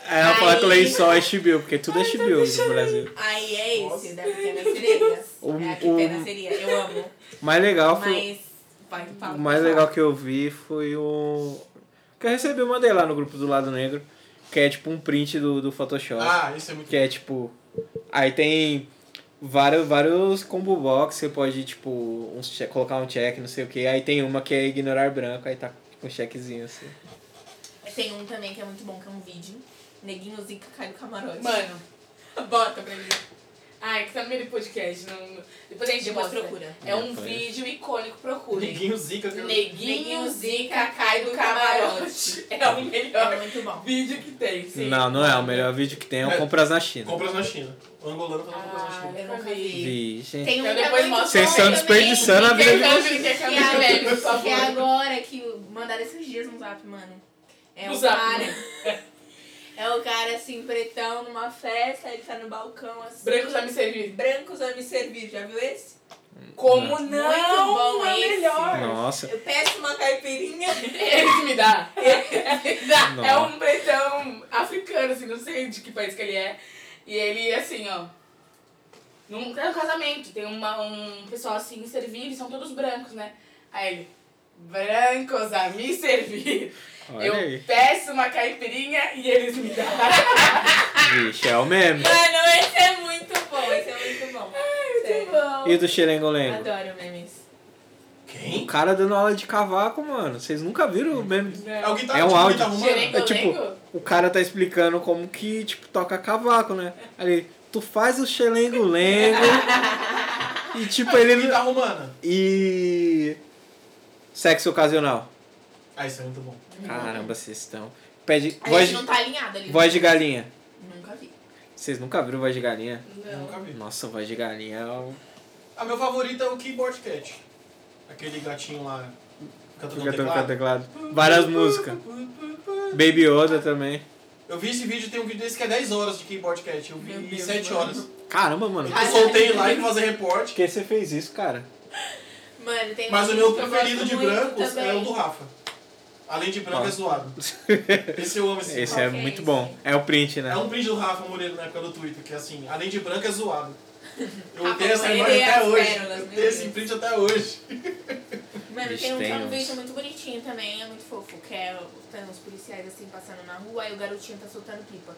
S1: Ela fala que o
S5: Aí-
S1: lençol é chibiu, porque tudo é chibiu no Brasil.
S5: Aí é esse,
S2: Nossa.
S5: da pequena sereia.
S1: Um-
S5: é a pequena
S1: um-
S5: sereia, eu amo.
S1: O mais legal foi.
S5: Mas, vai, fala.
S1: O mais legal que eu vi foi o. Que eu recebi, eu mandei lá no grupo do Lado Negro. Que é tipo um print do, do Photoshop.
S2: Ah, isso é muito.
S1: Que é tipo. Aí tem vários, vários combo box, você pode, tipo, uns che- colocar um check, não sei o que. Aí tem uma que é ignorar branco, aí tá com um checkzinho assim.
S5: Tem um também que é muito bom, que é um vídeo. Neguinho Zica cai do camarote.
S4: Mano.
S5: Bota pra mim.
S4: Ai, que tá no meio do podcast. Não... Depois a gente
S5: Depois
S4: mostra.
S5: procura.
S4: É um
S1: Depois.
S4: vídeo icônico, procurem.
S2: Neguinho zica. que eu-
S4: Neguinho Zica cai do camarote. É o
S5: É
S4: melhor
S5: muito bom.
S4: vídeo que tem, sim.
S1: Não, não é. O melhor vídeo que tem é o Compras na China.
S2: Compras na China. O angolano tá fazendo compras na China.
S4: Ah, eu não vi.
S1: Vi, gente.
S5: Tem um
S4: Então
S5: que é
S4: depois
S5: muito
S4: mostra.
S5: bom
S1: Vocês estão
S5: também,
S1: desperdiçando a vida de
S4: Quem
S1: vocês.
S4: sabe que é
S5: Que
S4: cabelo leve, por
S5: é, que é
S4: favor.
S5: agora que o- mandaram esses dias no zap, mano. É
S4: No
S5: o
S4: zap,
S5: cara. É o cara assim, pretão, numa festa, ele tá no balcão assim.
S4: Brancos vai me servir.
S5: Brancos a me servir, já viu esse?
S4: Como não?
S5: bom
S4: é
S5: esse.
S4: melhor.
S1: Nossa.
S5: Eu peço uma caipirinha.
S4: Ele que me dá. Ele me dá.
S1: Não.
S4: É um pretão africano, assim, não sei de que país que ele é. E ele, assim, ó. Num, é um casamento, tem uma, um pessoal assim servir, eles são todos brancos, né? Aí ele, brancos a me servir.
S1: Olha
S4: eu
S1: aí.
S4: peço uma caipirinha e eles me dão.
S1: Vixe, é o meme.
S5: Mano, esse é muito bom, esse é muito bom. Sério.
S1: E o do Xelengolengo?
S5: Adoro memes.
S1: O
S2: Quem?
S1: cara dando aula de cavaco, mano. Vocês nunca viram o meme?
S2: É o guitarra
S1: É um
S2: tipo,
S1: áudio.
S2: guitarra humana.
S4: Gerente
S1: É tipo-
S4: lengo?
S1: O cara tá explicando como que, tipo, toca cavaco, né? Ali, tu faz o Xelengolengo. e, tipo,
S2: Ah,
S1: ele.
S2: Guitarra humana.
S1: E. Sexo ocasional.
S2: Ah, isso é muito bom.
S1: Caramba, vocês estão. Pede.
S5: A
S1: Voz
S5: gente não
S1: de,
S5: tá alinhado ali.
S1: voz de galinha.
S5: Nunca vi.
S1: Vocês nunca viram voz de galinha?
S5: É.
S2: Eu nunca
S4: Não.
S2: vi.
S1: Nossa, voz de galinha é o.
S2: Ah, meu favorito é o Keyboard Cat. Aquele gatinho lá. Cantando
S1: Fica
S2: no
S1: tocando
S2: teclado.
S1: teclado. Várias músicas. Baby Yoda também.
S2: Eu vi esse vídeo, tem um vídeo desse que é 10 horas de Keyboard Cat. Eu
S5: Meu
S2: vi
S5: Deus,
S2: 7
S5: mano.
S2: horas.
S1: Caramba, mano.
S2: Eu soltei lá e fazer report.
S1: Por que você fez isso, cara?
S5: Mano, tem
S2: Mas
S5: um
S2: o meu
S5: que eu gosto
S2: preferido de
S5: muito
S2: brancos
S5: também.
S2: é o do Rafa. Além de branco,
S1: Ó.
S2: é zoado. Esse eu amo esse.
S1: Esse
S5: Qual
S1: é
S5: que é
S1: muito
S5: esse?
S1: bom. É o print, né?
S2: É um print do Rafa Moreira na época do Twitter, que é assim, além de branco, é zoado. Eu
S5: Rafa
S2: tenho essa
S5: Moreira
S2: imagem
S5: e
S2: até
S5: as
S2: hoje.
S5: pérolas,
S2: Eu
S5: meu
S2: tenho esse
S5: Deus.
S2: print até hoje.
S5: Mano,
S1: Bicho,
S5: tem um,
S1: tem
S5: tem um
S1: uns.
S5: vídeo muito bonitinho também, é muito fofo, que é tem uns policiais assim passando na rua e o garotinho tá soltando pipa.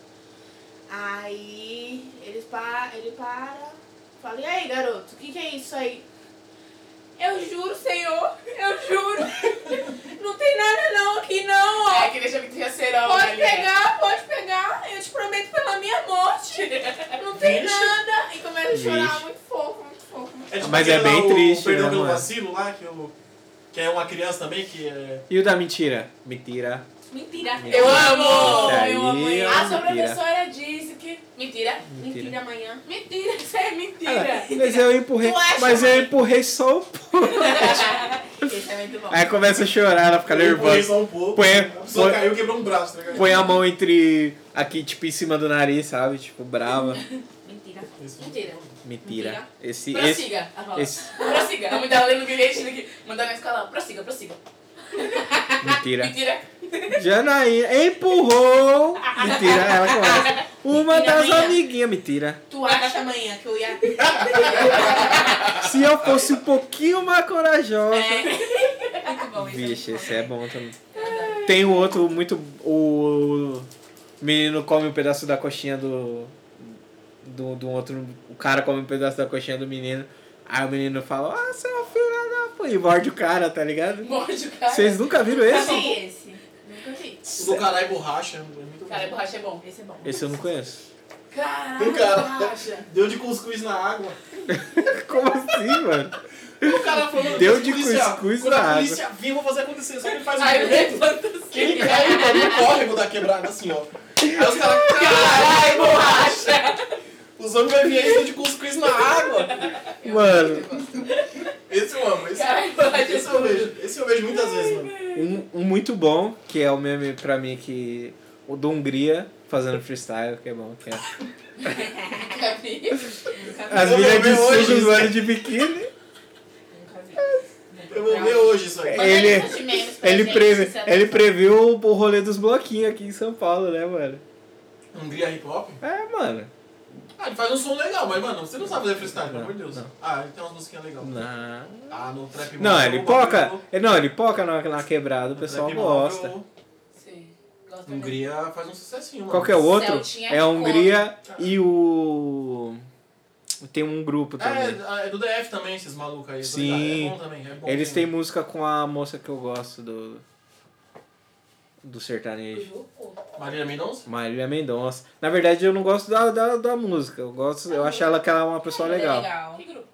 S5: Aí eles pa ele para, fala, e aí garoto, o que, que é isso aí? Eu juro, senhor, eu juro. não tem nada não aqui não, ó.
S4: É aquele jogo que tinha serão.
S5: Pode
S4: né, Lilian?
S5: pegar, pode pegar. Eu te prometo pela minha morte. Não tem
S2: Vixe.
S5: nada. E começa a chorar.
S1: Vixe.
S5: Muito fofo, muito fofo. muito
S2: tipo
S1: Mas é
S2: aquele
S1: bem
S2: lá, o
S1: triste,
S2: Perdão
S1: né,
S2: pelo
S1: mano?
S2: vacilo lá, que, eu, que é uma criança também, que é.
S1: E o da mentira? Mentira.
S5: fofo. Mentira.
S4: Eu amo!
S1: Esse
S5: Eu amo
S1: aí é
S5: ele.
S4: Ah, sua
S1: mentira.
S4: professora disse que. Mentira.
S5: Mentira amanhã.
S4: Mentira, isso é
S1: Ela,
S4: mentira.
S1: Ah, mas eu empurrei.
S5: Tu acha,
S1: Mas eu empurrei só um pouco.
S5: Esse é muito bom.
S1: Aí começa a chorar, ela fica
S2: Eu empurrei
S1: nervosa.
S2: só um pouco.
S1: Põe-
S2: a pessoa
S1: põe-
S2: caiu e quebrou um braço, tá ligado?
S1: Põe a mão entre. Aqui, tipo, em cima do nariz, sabe? Tipo, brava.
S5: Mentira.
S2: Isso.
S4: Mentira.
S1: Mentira. Esse. Esse.
S4: Prossiga. a fala.
S1: Esse.
S4: Prossiga. Não me dá lendo bilhete daqui. Mandar na escola. Prossiga, prossiga.
S1: Mentira.
S4: Mentira.
S1: Janaína empurrou. Mentira. Ela começa. Uma
S5: Mentira,
S1: das
S5: amanhã.
S1: amiguinhas. Mentira.
S5: Tu acha É. amanhã que eu ia.
S1: Se eu fosse um pouquinho mais corajosa.
S5: É. Muito bom, esse
S1: Vixe,
S5: é muito
S1: esse é bom também.
S5: bom. Eu adoro.
S1: Tem o outro muito. O menino come um pedaço da coxinha do. Do, do outro. O cara come um pedaço da coxinha do menino. Aí o menino fala, ah, seu filho da puta. E morde o cara, tá ligado?
S4: Morde o cara.
S1: Vocês nunca viram
S4: Tá
S1: esse?
S5: Nunca vi esse. Nunca vi.
S2: O do caralho borracha. É muito bom.
S4: Cara, borracha é bom.
S5: Esse é bom.
S1: Esse eu não conheço.
S4: Caralho,
S2: cara.
S4: borracha.
S2: Deu de cuscuz na água.
S1: Como assim, mano?
S2: O cara falou
S1: Deu
S2: "Mas,
S1: de
S2: policial,
S1: cuscuz
S2: Quando
S1: na
S2: a polícia vir, eu vou fazer acontecer. Só que ele faz um
S4: Aí
S2: jeito.
S4: levanta assim.
S2: Ele cai mano, no córrego da quebrada, assim, ó. Aí os caras, caralho, borracha! Os homens vai vir aí estão de cuscuz na água.
S1: Mano,
S2: Esse eu amo, esse,
S4: Caralho, borracha. é
S2: esse eu vejo. Esse eu vejo muitas vezes, mano.
S1: um, um muito bom, que é o meme pra mim que. O da Hungria fazendo freestyle, que é bom. Que é.
S4: Nunca vi.
S1: As
S2: Eu
S1: milhas
S2: lembro hoje
S1: de sujo
S2: disso.
S1: zoando de biquíni.
S4: Nunca vi. é
S2: Eu vou ver hoje isso aí.
S1: Ele-
S5: Ele, de memes pra
S1: Ele,
S5: gente,
S1: preve,
S5: se é
S1: ele previu o rolê dos bloquinhos aqui em São Paulo, né, mano?
S2: Hungria Um hip hop?
S1: É, mano.
S2: Ah, ele faz um som legal, mas, mano, você não sabe fazer freestyle, pelo amor de Deus.
S1: Não.
S2: Ah, ele tem umas musiquinhas legais.
S1: Não.
S2: Ah, no trap
S1: Não,
S2: móvel,
S1: ele
S2: o
S1: poca.
S2: bagulho-
S1: Não, ele poca na, na quebrada, o
S2: no
S1: pessoal
S2: trap móvel,
S1: gosta.
S4: Sim. Gosto mesmo.
S2: Hungria faz um sucessinho, mano.
S1: Qual que é o outro?
S4: Celtinha
S1: É a
S4: que
S1: Hungria e o. Tem um grupo também.
S2: É, é do DF também, esses malucos aí. tá
S1: Sim.
S2: ligado? É bom também, é bom.
S1: Eles têm
S2: também.
S1: música com a moça que eu gosto do. Do sertanejo.
S2: Marília Mendonça?
S1: Marília Mendonça. Na verdade, eu não gosto da, da, da música. Eu gosto. Eu acho ela que ela é uma pessoa legal.
S4: Que grupo?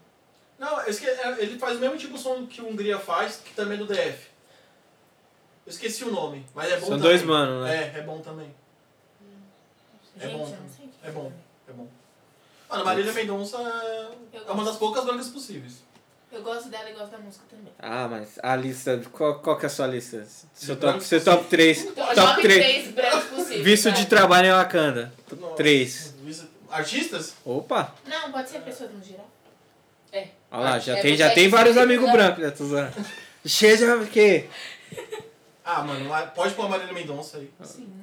S2: Não, esse que é- ele faz o mesmo tipo de som que o Hungria faz, que também é do DF. Eu esqueci o nome, mas é bom
S1: São
S2: também.
S1: dois manos, né?
S2: É, é bom também. É bom.
S5: Gente, eu não sei o que
S2: É bom, é bom. Mano, Marília Mendonça é-
S5: Eu
S2: é uma das poucas brancas possíveis.
S5: Eu gosto dela e gosto da música também.
S1: Ah, mas a lista. Qual, qual que é a sua lista? Seu
S2: De
S1: top,
S2: branco?
S1: seu top 3.
S4: Então,
S1: Top
S4: top
S1: três.
S4: 3 brancos possíveis.
S1: Visto
S4: vai.
S1: Tá de trabalho em Wakanda.
S2: Nossa.
S1: Três.
S2: Isso- Artistas?
S1: Opa!
S5: Não, pode ser pessoas no geral.
S1: Olha lá, já
S4: É
S1: tem,
S4: porque
S1: já
S4: é
S1: tem
S4: que
S1: vários
S4: você
S1: amigos
S4: precisa-
S1: brancos, né, Tuzana? Cheio de o quê?
S2: Ah, mano, lá- pode pôr a Marília Mendonça aí.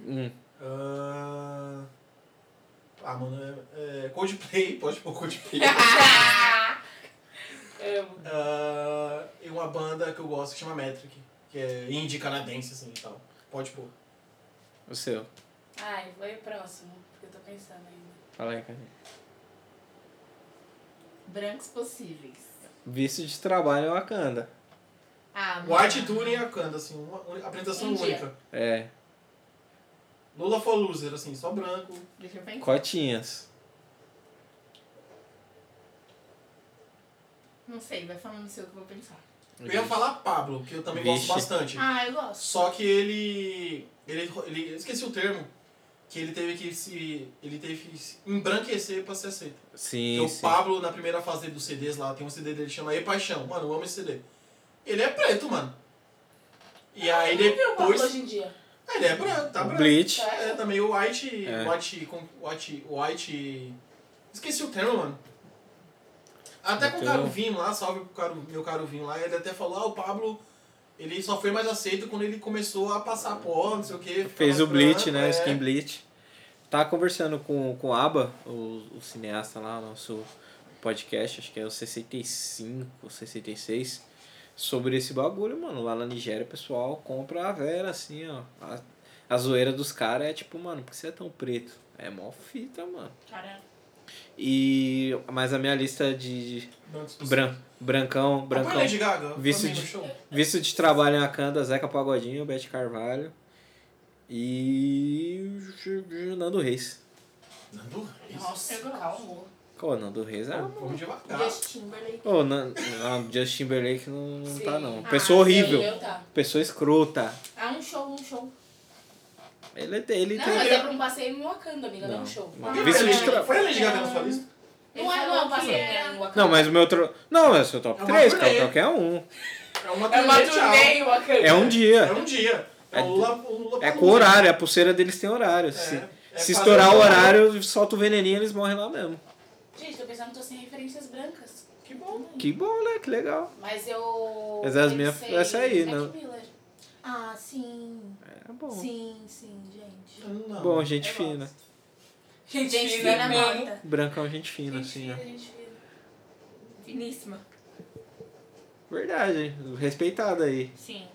S1: Hum.
S2: Ah, ah, mano, é, é Coldplay, pode pôr Coldplay.
S4: Amo.
S2: Ah, e uma banda que eu gosto que chama Metric, que é indie canadense, assim, e tal. Pode pôr.
S1: O seu.
S4: Ai, vai próximo, porque eu tô pensando ainda.
S1: Fala aí, cara.
S5: Brancos possíveis.
S1: Visto de trabalho é Wakanda.
S5: Ah,
S2: O Art Tour em Akanda, assim, uma uni- apresentação
S4: Indie.
S2: única.
S1: É.
S2: Lula for Loser, assim, só branco.
S5: Deixa eu pensar.
S1: Cotinhas.
S5: Não sei, vai falando no seu que eu vou pensar.
S2: Eu ia falar Pablo, que eu também
S1: Vixe.
S2: gosto bastante.
S5: Ah, eu gosto.
S2: Só que ele, ele. ele- Eu esqueci o termo. Que ele teve que se. Ele teve que se embranquecer pra ser aceito.
S1: Sim,
S2: Porque
S1: sim.
S2: o Então, Pablo, na primeira fase dos CDs lá, tem um CD dele que chama E Paixão. Mano, eu amo esse CD. Ele é preto, mano. E aí
S4: Eu gosto
S2: depois.
S4: hoje em dia.
S2: Ah, Ele é branco, tá branco.
S1: Bleach.
S2: É, também o White.
S1: É.
S2: White. com- White. White. Esqueci o termo, mano. Até com o
S1: Então-
S2: caro vinho lá, salve pro caro, meu caro vinho lá, ele até falou, ah, o Pablo. Ele só foi mais aceito quando ele começou a passar pó, não sei o que.
S1: Fez o Bleach, né?
S2: É.
S1: Skin Bleach. Tava conversando com, com o Aba, o, o cineasta lá, o nosso podcast, acho que é o 65, ou 66, sobre esse bagulho, mano. Lá na Nigéria, o pessoal compra a vera, assim, ó. A, a zoeira dos caras é tipo, mano, por que você é tão preto? É mó fita, mano.
S5: Caramba.
S1: E. Mas a minha lista de. de
S2: Brancos possíveis.
S1: bran, brancão,
S2: Acompanha
S1: brancão.
S2: Lady Gaga,
S1: Visto
S2: também
S1: de-
S2: no show.
S1: Visto de trabalho em Akanda, Zeca Pagodinho, Beth Carvalho e o Nando Reis.
S2: Nando Reis.
S4: Nossa,
S5: Eu gosto.
S4: calma.
S1: Ô, Nando Reis é...
S2: Vamos
S4: Tá.
S2: devagar.
S5: Justin Timberlake.
S1: Ô, Nan- não, Justin Timberlake não, não
S4: Sim.
S1: tá não.
S5: Ah,
S1: Pessoa horrível.
S4: Eu, eu tá.
S1: Pessoa escrota.
S5: Ah, um show, um show.
S1: Ele, é- ele
S4: Não,
S1: tem...
S4: mas é pra um passeio em Wakanda, amiga, não,
S1: Não.
S4: um show.
S1: Não.
S2: Quem
S1: Visto
S2: foi a
S1: de
S2: Lady-
S1: tra-
S2: Foi a Lady Gaga na sua lista?
S4: Não é, não é um
S5: Ele falou que
S4: passeio
S5: era-
S4: em Wakanda.
S1: Não, mas o meu... Tro... Não, é seu
S2: É
S1: top
S2: uma
S1: 3,
S2: turnê.
S1: qualquer um.
S2: É uma
S4: É uma
S2: tchau.
S4: turnê em Wakanda.
S1: É um
S2: É
S1: dia.
S2: um dia. É o Lula, o Lula
S1: É com horário, a pulseira deles tem horário.
S2: É,
S1: Se,
S2: é
S1: se
S2: fazer
S1: estourar o
S2: um
S1: horário, solta o veneninho eles morrem lá mesmo.
S4: Gente, tô pensando que tô sem referências brancas.
S2: Que bom.
S1: Que bom, né? Que legal.
S4: Mas eu.
S1: Mas as minhas-
S4: pensei
S1: essa aí,
S4: em
S1: né?
S4: Mac Miller.
S5: Ah, sim.
S1: É bom.
S5: Sim, sim, gente.
S2: Não.
S1: Bom, gente
S4: Eu
S1: fina.
S4: gosto.
S5: Gente,
S4: fina,
S5: fina
S4: mano.
S5: morta.
S1: Brancão, gente fina,
S4: Gente
S1: assim, ó.
S4: fina, gente fina.
S5: Finíssima.
S1: Verdade, respeitado aí.
S5: Sim.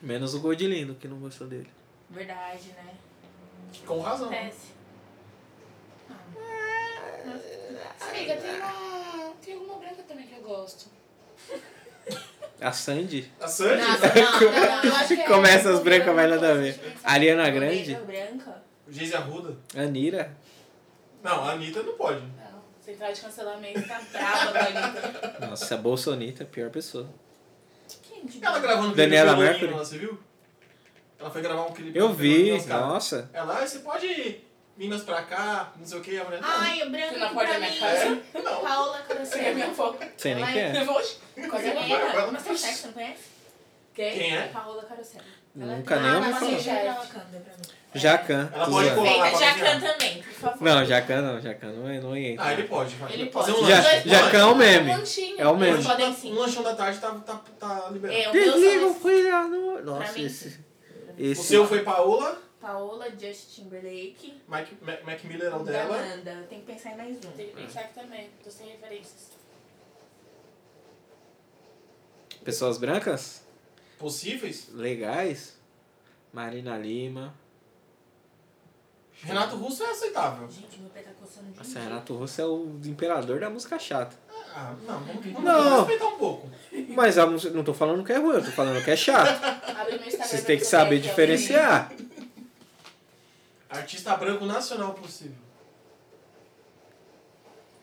S1: Menos o Godilindo, que não gostou dele.
S5: Verdade, né?
S2: Com razão.
S5: Acontece.
S2: Ah.
S4: Amiga, tem uma. Tem uma branca também que eu gosto.
S1: A Sandy?
S2: A Sandy?
S5: Nossa, não, não, não.
S4: Eu acho que é
S1: né? Começa
S4: uma
S1: as brancas, vai lá
S4: branca,
S1: da
S4: eu
S1: vez.
S4: gosto de pensar.
S1: Ariana
S5: Uma
S1: Grande?
S5: orelha branca.
S2: Geise Arruda?
S1: Anira?
S2: Não, a Anitta não pode.
S4: Não, Central de cancelamento tá brava com a Anitta.
S1: Nossa, a Bolsonita é a pior pessoa.
S5: Quem de
S2: Ela
S5: branco?
S2: gravando
S1: Daniela
S2: Pelourinho
S1: Mercury?
S2: lá, você viu? Ela foi gravar um clipe.
S1: Eu
S2: pra
S1: vi, então.
S2: Minas, cara.
S1: nossa.
S2: Ela, "Ah, você pode ir Minas pra cá, não sei o que, a mulher. "Não,
S5: Ai, o branco
S4: Você não pode
S5: pra
S4: na minha
S5: mim. é
S4: casa?
S2: Não.
S5: Paula
S4: Você quer minha
S5: Carosella.
S4: foto?
S1: Sei nem
S5: Ela
S1: quem é.
S4: Eu vou hoje.
S5: Você
S2: Ela-
S5: conhece?
S4: é?
S2: ela-
S5: Masterchef, você não conhece?
S2: Quem é?
S5: Paula Carosella. Ela-
S1: Nunca
S5: Ah,
S1: nem ouvi
S5: mas
S1: falar.
S5: você já é
S4: falar.
S5: Wakanda pra mim.
S1: Jacan.
S2: Ela
S1: tô
S2: pode
S1: zoando.
S2: colar. lá pra
S5: Eita, Jacan
S2: cozinhar.
S5: também, por favor.
S1: Não, Jacan não, Jacan não, é- não entra.
S2: Ah, ele pode. vai.
S5: Ele
S2: Fazer
S5: pode.
S2: Um
S1: Já-
S2: lanche.
S1: já
S2: Um
S1: cão meme.
S5: Lancheirinho.
S1: É o
S2: lanche.
S1: meme.
S2: Um
S5: Eles podem
S2: lanchão,
S5: sim.
S2: um lanchão da tarde tá, tá, tá liberado.
S5: É, o meu
S1: Desliga o
S5: são
S1: cuidado. no- Nossa,
S5: mim,
S1: esse.
S5: sim.
S2: O
S1: Esse.
S2: seu foi Paola,
S5: Paola, Justin Timberlake,
S2: Mike, Mac, Mac Miller é o
S5: da
S2: dela.
S5: Amanda. Tem que pensar em mais um.
S4: Tem que pensar aqui também, tô sem referências.
S1: Pessoas brancas?
S2: Possíveis.
S1: Legais? Marina Lima.
S2: Renato Russo é aceitável.
S5: Gente, meu pé tá coçando de
S1: Nossa,
S5: novo.
S1: Renato Russo é o imperador da música chata.
S2: Ah, não, vamos, vamos,
S1: Não.
S2: respeitar um pouco.
S1: Mas a música, não tô falando que é ruim, eu tô falando que é chato.
S4: Abre meu Instagram.
S1: Vocês
S4: pra
S1: têm que
S4: você
S1: saber
S4: ver
S5: é
S4: aqui, ó.
S1: diferenciar.
S2: Artista branco nacional possível.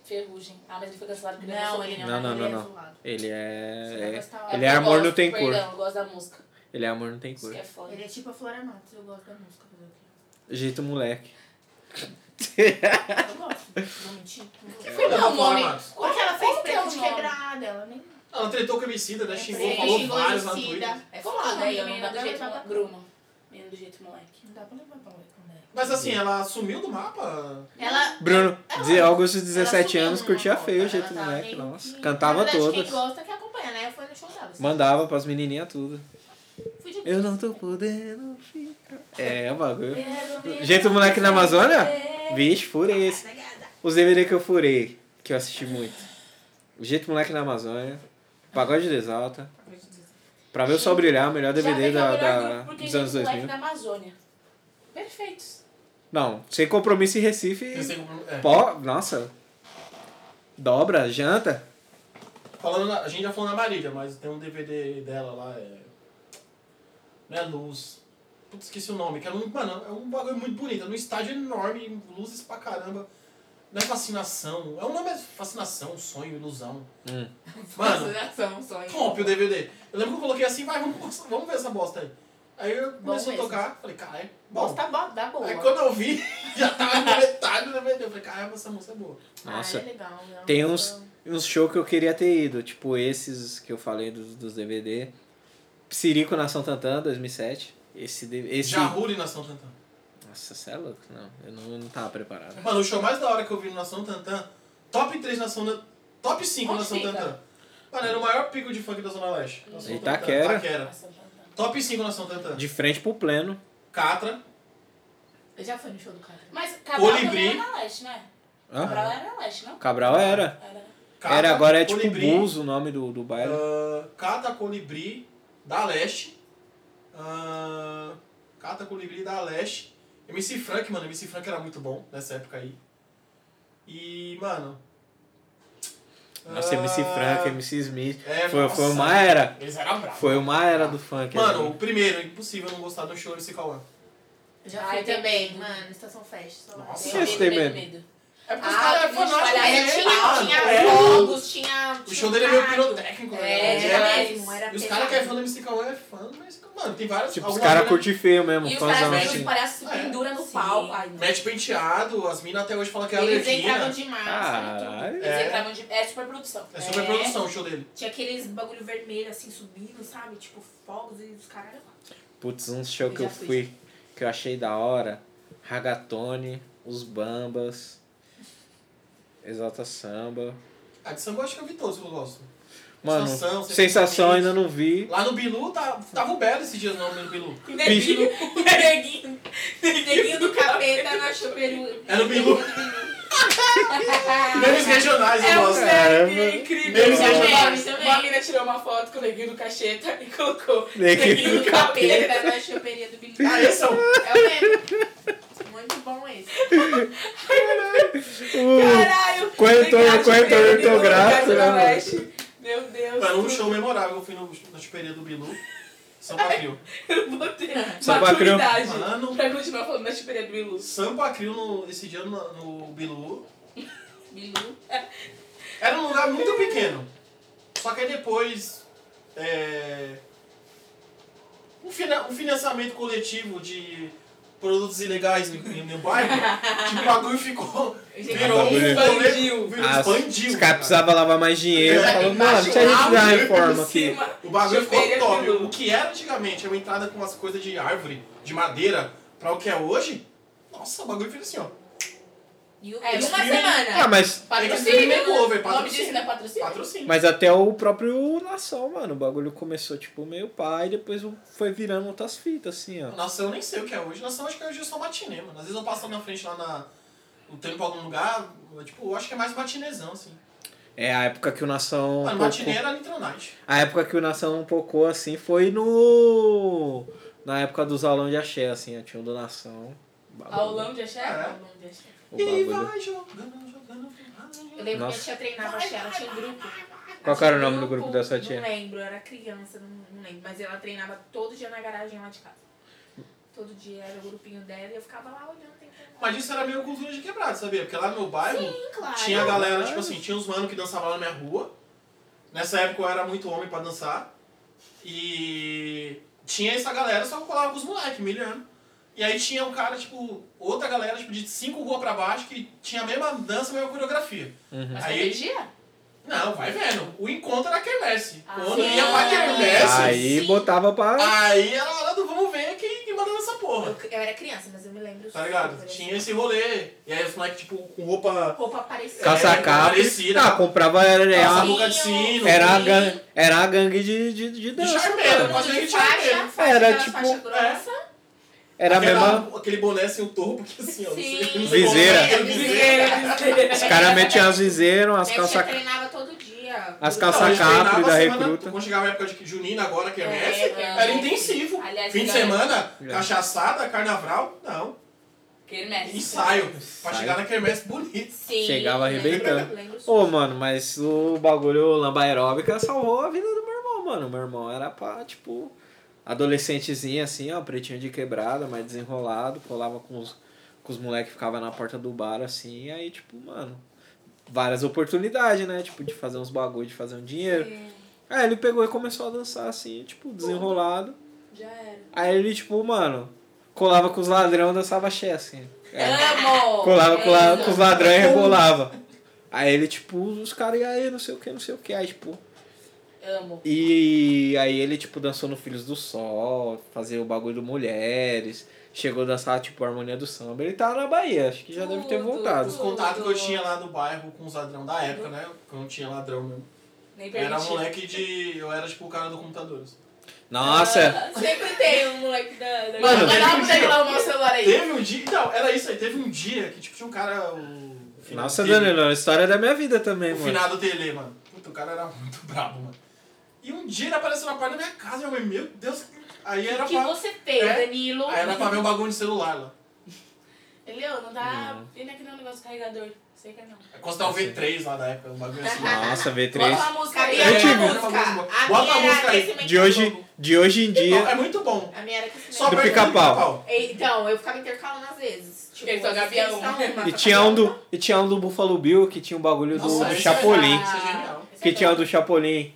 S4: Ferrugem. Ah, mas ele foi cancelado porque ele é
S5: um. Não,
S4: Mussolini,
S5: ele
S1: Não, não,
S5: ele
S1: não,
S5: é
S1: não.
S5: zoado.
S1: Ele
S5: Você vai
S1: é. é-
S5: gostar, ó.
S1: Ele é amor,
S4: Ah, Eu
S1: não tem
S4: gosto,
S1: cor.
S4: Perdão, eu gosto da música.
S1: Ele é amor, não tem
S4: Isso
S1: cor.
S4: que é foda.
S5: Ele é tipo a Flora Matos, eu gosto da música. fazer o quê?
S1: Jeito moleque.
S5: Eu gosto, vou mentir. não vou.
S2: Foi
S4: não, homem.
S5: Como que ela fez
S4: Qual que é
S5: preto
S4: o
S5: de
S4: nome?
S5: quebrada? Ela nem...
S2: Ela tretou com o Emicida, né? Xingou,
S5: Sim,
S2: falou
S5: xingou
S2: vários lá no
S5: Emicida.
S2: Twitter.
S5: É
S4: Como é o
S5: foda,
S4: nome
S5: aí
S4: da
S5: eu não
S4: menina do
S5: dá
S4: jeito
S5: pra levar
S4: moleque?
S5: pra-
S4: Bruma. Menina do jeito moleque.
S5: Não dá pra levar pra moleque, né?
S2: Mas assim, ela sumiu do mapa.
S5: Ela...
S1: Bruno, de Augusto,
S5: ela
S1: 17
S5: sumiu
S1: anos,
S5: numa
S1: curtia
S5: Copa,
S1: feio o
S5: ela
S1: jeito
S5: tava
S1: moleque.
S5: meio
S1: Nossa,
S5: que-
S1: cantava
S5: Na verdade,
S1: todas.
S5: quem gosta que acompanha, né? Eu fui no show dela. assim.
S1: Mandava pras menininhas tudo.
S5: Fui de
S1: Eu não tô podendo ficar. É, é o bagulho. Jeito moleque na Amazônia? Vixe, furei esse. Os DVD que eu furei, que eu assisti muito. O Jeito Moleque na Amazônia, Pagode de Exalta. Pra ver o Sol Brilhar, o melhor DVD da,
S4: Já vem ao melhor
S1: da,
S4: grupo, porque
S1: dos
S4: Jeito
S1: anos
S4: Moleque
S1: 2000.
S4: da Amazônia. Perfeitos.
S1: Não, Sem Compromisso em Recife.
S2: Eu sei como- é.
S1: Pó, nossa. Dobra, janta.
S2: Falando na- a gente já falou na Marília, mas tem um DVD dela lá, é. Não é luz. Putz, esqueci o nome, que é um. Mano, é um bagulho muito bonito. É num estádio enorme, luzes pra caramba. Não é fascinação. É um nome é fascinação, sonho, ilusão.
S1: Hum.
S2: Mano,
S5: Fascinação, é um sonho.
S2: top o DVD. Eu lembro que eu coloquei assim, vai, vamos, vamos ver essa bosta aí. Aí eu comecei a
S5: mesmo.
S2: tocar, falei, caralho, bosta.
S5: Bosta bo- da boa.
S2: Aí quando eu vi, já tava na metade do DVD. Eu falei, caramba, essa música é boa.
S1: Nossa.
S5: Ah, é legal. é uma
S1: Tem
S5: música-
S1: Uns shows que eu queria ter ido, tipo esses que eu falei dos, dos DVD. Psirico na São Tantã, 2007. Esse. D- esse...
S2: Jarulho na São Tantã.
S1: Nossa, você é louco? Não, eu não, eu não tava preparado.
S2: Mano, o show mais da hora que eu vi no Nação Tantã, top 3 Nação Tan- Top 5
S4: Onde
S2: Nação
S4: fica?
S2: Tantã. Mano, era o maior pico de funk da Zona Leste. Nação Tantã.
S1: Itaquera.
S2: Itaquera.
S4: Nossa, Santana.
S2: Top 5 Nação Tantã.
S1: De frente pro pleno.
S2: Catra.
S5: Eu já fui no show do cara.
S4: Mas Cabral
S2: Colibri.
S4: também era na leste, né?
S1: Hã?
S4: Cabral era na leste, não?
S1: Cabral era.
S4: Era.
S2: Catra
S1: era, agora é tipo
S2: Colibri,
S1: Bulls o nome do, do baile.
S2: ah, Catra, Colibri, da Leste. ah, Catra, Colibri, da Leste. MC Frank, mano. MC Frank era muito bom nessa época aí. E, mano...
S1: Nossa,
S2: ah,
S1: MC Frank, MC Smith.
S2: é,
S1: Foi, foi
S2: nossa,
S1: uma era.
S2: Eles eram bravos.
S1: Foi uma era do funk.
S2: Mano,
S1: assim.
S2: o primeiro, é impossível não gostar do show MC Cauã.
S5: Já
S4: Ai,
S5: fui também,
S4: também.
S5: mano. Estação Fest. só lá.
S2: Nossa.
S1: Vocês têm medo?
S2: É
S5: Ah, porque os
S2: né?
S5: palhaços
S2: Mano,
S5: tinha,
S2: é.
S4: Ah,
S5: tinha fogos, tinha...
S2: O
S5: tinha
S2: show dele é meio
S5: carro.
S2: pirotécnico,
S5: É,
S2: né?
S5: era
S4: Mas-
S5: mesmo, era
S2: E os
S5: pesado.
S2: caras que é fã do MC Cauã é fã do MC Cauã. Mano, tem vários.
S1: tipo, os
S2: algumas
S1: caras
S2: mina-
S1: curtem feio mesmo.
S4: E os
S1: fãzão,
S4: caras-
S1: assim.
S4: os palhaços se
S2: É.
S4: penduram no
S5: Sim.
S4: pau. Ai, não.
S2: Mete penteado, as minas até hoje falam que é
S5: Eles entravam
S2: alergia.
S5: de máscara e
S1: Caralho.
S4: Eles
S2: É.
S4: entravam de... É super produção.
S2: É super produção o show dele.
S5: tudo. Tinha aqueles bagulho vermelho, assim, subindo, sabe? Tipo, fogos e os caras...
S1: Putz, um show que
S5: Eu
S1: eu
S5: já fui.
S1: fui, que eu achei da hora. Ragatone, Os Bambas, Exalta Samba.
S2: A de samba eu acho que eu vi todos que eu gosto.
S1: Mano,
S2: Sensação,
S1: Sensação
S2: Sensação.
S1: ainda não vi.
S2: Lá no Bilu, tá, tava o Belo esses dias não, no Bilu.
S1: Bicho,
S5: Neguinho. Neguinho do capeta na chuperu.
S2: Era o É Bilu. Memes regionais eu
S4: É um
S2: gosto.
S1: Caramba.
S4: meme incrível.
S2: Memes
S4: Uma
S5: regionais.
S4: mina- Uma mina tirou uma foto com o neguinho do cacheta e colocou
S1: Neguinho
S4: neguinho
S5: Do
S4: do capeta.
S5: capeta na chuperia do Bilu.
S2: Ah, esse é o.
S5: É o mesmo. Muito bom esse.
S1: Uh, Corretor-
S4: Caralho! Neguinho do
S1: corretor
S4: Capeta, neguinho do
S1: ortográfico,
S4: Casa da
S1: né, mano?
S4: Leste. Meu Deus.
S2: Mano, um show memorável eu fui no, na chuperia do Bilu. São Pacril.
S4: Eu botei
S1: Samba Criou.
S4: maturidade.
S2: Mano,
S4: Pra continuar falando da chuperia do Ilu.
S2: Sampa Crio no, esse dia no, no Bilu.
S4: Bilu.
S2: Era um lugar muito pequeno. Só que aí depois. É... um, fina- um financiamento coletivo de produtos ilegais no, no bairro, tipo, o bagulho ficou.
S3: Gente,
S2: Virou um
S1: bagulho-
S2: expandiu. Virou,
S1: Ah,
S2: expandiu.
S1: Os
S2: cara.
S1: caras precisavam lavar mais dinheiro.
S2: É,
S1: Falou, mano, deixa a gente
S2: embaixo,
S1: dar uma
S2: água,
S1: reforma
S4: Em
S1: aqui.
S4: cima.
S2: O bagulho ficou
S4: Chuveiro
S2: top.
S4: pelo-
S2: O que era antigamente, uma entrada com umas coisas de árvore, de madeira, pra o que é hoje, nossa, o bagulho fez assim, ó.
S5: E o
S4: É,
S5: Sim.
S4: uma
S2: Streaming.
S1: Ah,
S4: semana.
S1: mas,
S4: Patrocínio.
S2: Streaming
S4: né?
S2: makeover,
S4: O nome
S2: patrocínio.
S4: disso, né? Patrocínio.
S2: Patrocínio.
S1: mas até o próprio Nação, mano. O bagulho começou, tipo, meio pai e depois foi virando outras fitas, assim, ó.
S2: Nossa, eu nem sei o que é hoje. Nossa, eu acho que hoje é só matinê, mano. Às vezes eu passo na frente lá na. No tempo algum lugar, eu, tipo, eu acho que é mais matinezão, assim.
S1: É a época que o Nação.
S2: Mano,
S1: focou-
S2: matinê era Nitronite.
S1: A época que o Nação focou assim foi no. Na época dos aulão de axé, assim, ó, tinha o do Nação. o bagulho-
S4: Aulão de axé?
S2: É.
S4: Aulão de axé.
S1: o
S2: E
S1: bagulho.
S2: vai jogando, jogando, Ah, jogando.
S5: Eu lembro
S1: Nossa.
S5: que minha tia treinava axé, ela tinha um grupo.
S1: Qual que era o nome do
S5: Tinha um
S1: grupo da sua tia?
S5: Não lembro, eu era criança, não, não lembro. Mas ela treinava todo dia na garagem lá de casa. Todo dia era o grupinho dela e eu ficava lá olhando, tentando.
S2: Mas isso era meio cultura de quebrado, sabia? Porque lá no meu bairro
S5: Sim, claro.
S2: tinha a galera, tipo
S1: Claro.
S2: assim, tinha uns mano que dançavam lá na minha rua. Nessa época eu era muito homem pra dançar. E tinha essa galera, só que eu colava com os moleques, milhando. E aí tinha um cara, tipo, outra galera, tipo, de cinco ruas pra baixo, que tinha a mesma dança, a mesma coreografia.
S1: Uhum.
S4: Mas
S2: Aí-
S4: tem dia?
S2: Não, vai vendo. O encontro era quermesse.
S4: Ah,
S2: Quando
S4: sim.
S2: ia pra quermesse, aí,
S1: Aí
S5: sim.
S1: botava
S2: Ah,
S1: pra.
S2: era a hora do vamos ver quem, quem manda nessa porra.
S5: Eu, eu era criança, mas eu me lembro.
S2: Tá ligado?
S5: super,
S2: Tinha esse rolê. E aí os moleques, tipo, com roupa.
S5: assim. Roupa parecida.
S2: Calça-
S1: Caça-capa.
S2: é, parecida.
S1: Ah, comprava. Era,
S2: calça
S1: era,
S5: Sim.
S2: boca de sino.
S1: era, a
S5: sim.
S1: gangue, era a gangue de, de, de
S2: De
S1: dança.
S2: charmeira,
S5: Todo
S1: mano.
S2: quase
S5: mundo
S2: ninguém
S5: de
S2: tinha É,
S5: faixa,
S2: dinheiro.
S5: faixa,
S1: Era
S5: aquelas
S1: tipo-
S5: faixa grossa.
S1: Era a
S2: Aquela-
S1: mesma.
S2: Aquele boné sem o topo, que assim, ó. não sei-
S5: Sim.
S2: não sei como
S1: Viseira.
S2: é, Viseira.
S1: Os caras metiam as viseiras, as
S5: Minha tia
S1: calças.
S5: treinava todo dia.
S1: As
S2: Não,
S1: calça
S2: a gente
S1: capri
S2: treinava
S1: da
S2: a semana-
S1: recruta.
S2: Quando chegava a época de junina agora, que é,
S4: É,
S2: essa,
S4: é.
S2: era intensivo.
S4: Aliás,
S2: Fim de
S4: galera-
S2: semana,
S1: É.
S2: cachaçada, carnaval, não.
S4: Quermesse.
S2: Ensaio. Pra
S1: Ensaio.
S2: chegar na quermesse bonito.
S4: Sim.
S1: Chegava arrebentando.
S5: Eu lembro super.
S1: Ô, mano, mas o bagulho lamba aeróbica salvou a vida do meu irmão, mano. Meu irmão era pra, tipo, adolescentezinho assim, ó, pretinho de quebrada, mais desenrolado, colava com os, com os moleques que ficava na porta do bar, assim, e aí, tipo, mano, várias oportunidades, né? Tipo, de fazer uns bagulho, de fazer um dinheiro. Aí É, ele pegou e começou a dançar, assim, tipo, desenrolado.
S4: Já era.
S1: Aí ele, tipo, mano, colava com os ladrão, dançava axé, assim. É.
S4: Amo! É
S1: Colava com, la- com os ladrões e
S2: Como?
S1: rebolava. Aí ele, tipo, os caras, e aí, não sei o que, não sei o que. Aí, tipo.
S4: Amo.
S1: E aí ele, tipo, dançou no Filhos do Sol, fazia o bagulho do Mulheres. Chegou a dançar, tipo, a Harmonia do Samba. Ele tá na Bahia, acho que já deve ter
S4: Tudo.
S1: voltado.
S2: Os contatos que eu tinha lá no bairro com os ladrão da época, né? Que eu não tinha ladrão mesmo.
S4: Nem
S2: Eu era
S4: permitido.
S2: moleque de. Eu era tipo o cara do computador. assim.
S1: Nossa!
S4: Ah, Sempre tem um moleque da... da-
S1: Mano,
S4: vai lá,
S2: teve um
S4: pega
S2: dia-
S4: lá o meu celular aí.
S2: Teve um dia. Não, era isso aí. Teve um dia que tipo, tinha um cara. O,
S4: É.
S1: Nossa,
S2: Tele-
S1: Danilo, a história da minha vida também,
S2: O
S1: mano.
S2: finado Tele, mano. Puta, o cara era muito brabo, mano. E um dia ele apareceu na porta da minha casa, minha mãe, meu Deus. Aí
S1: Tá
S2: era
S5: O que
S2: pra.
S5: você fez,
S2: É.
S5: Danilo?
S2: Aí era pra ver o bagulho de celular lá.
S4: Ele, ó, não dá...
S1: Não.
S4: Ele aqui não é um negócio carregador. Sei que é não.
S2: É constar o V3 lá da época, um bagulho assim.
S1: Nossa,
S4: Bota
S1: V3.
S4: uma música aí.
S5: Cadê a
S1: Eu É, tive.
S5: minha
S2: Bota
S5: música?
S2: a música
S5: A minha era
S2: aí.
S5: aquecimento
S1: De hoje,
S5: Globo.
S1: de hoje em
S2: Bom,
S1: dia.
S2: é muito bom.
S5: A minha era aquecimento
S2: Só
S1: Do
S5: Globo.
S2: pergunta do
S1: pica-pau.
S5: Então, eu ficava intercalando às vezes. Tipo,
S4: Ele só
S5: às
S4: gavia
S5: vezes
S4: um.
S5: tá uma,
S1: E
S5: tá
S1: tinha um
S5: outra.
S1: do, e tinha um do Buffalo Bill que tinha um bagulho do,
S2: Nossa,
S1: do
S2: esse
S4: Ah,
S1: Chapolin.
S2: é- Isso genial.
S1: Que tinha o do Chapolin,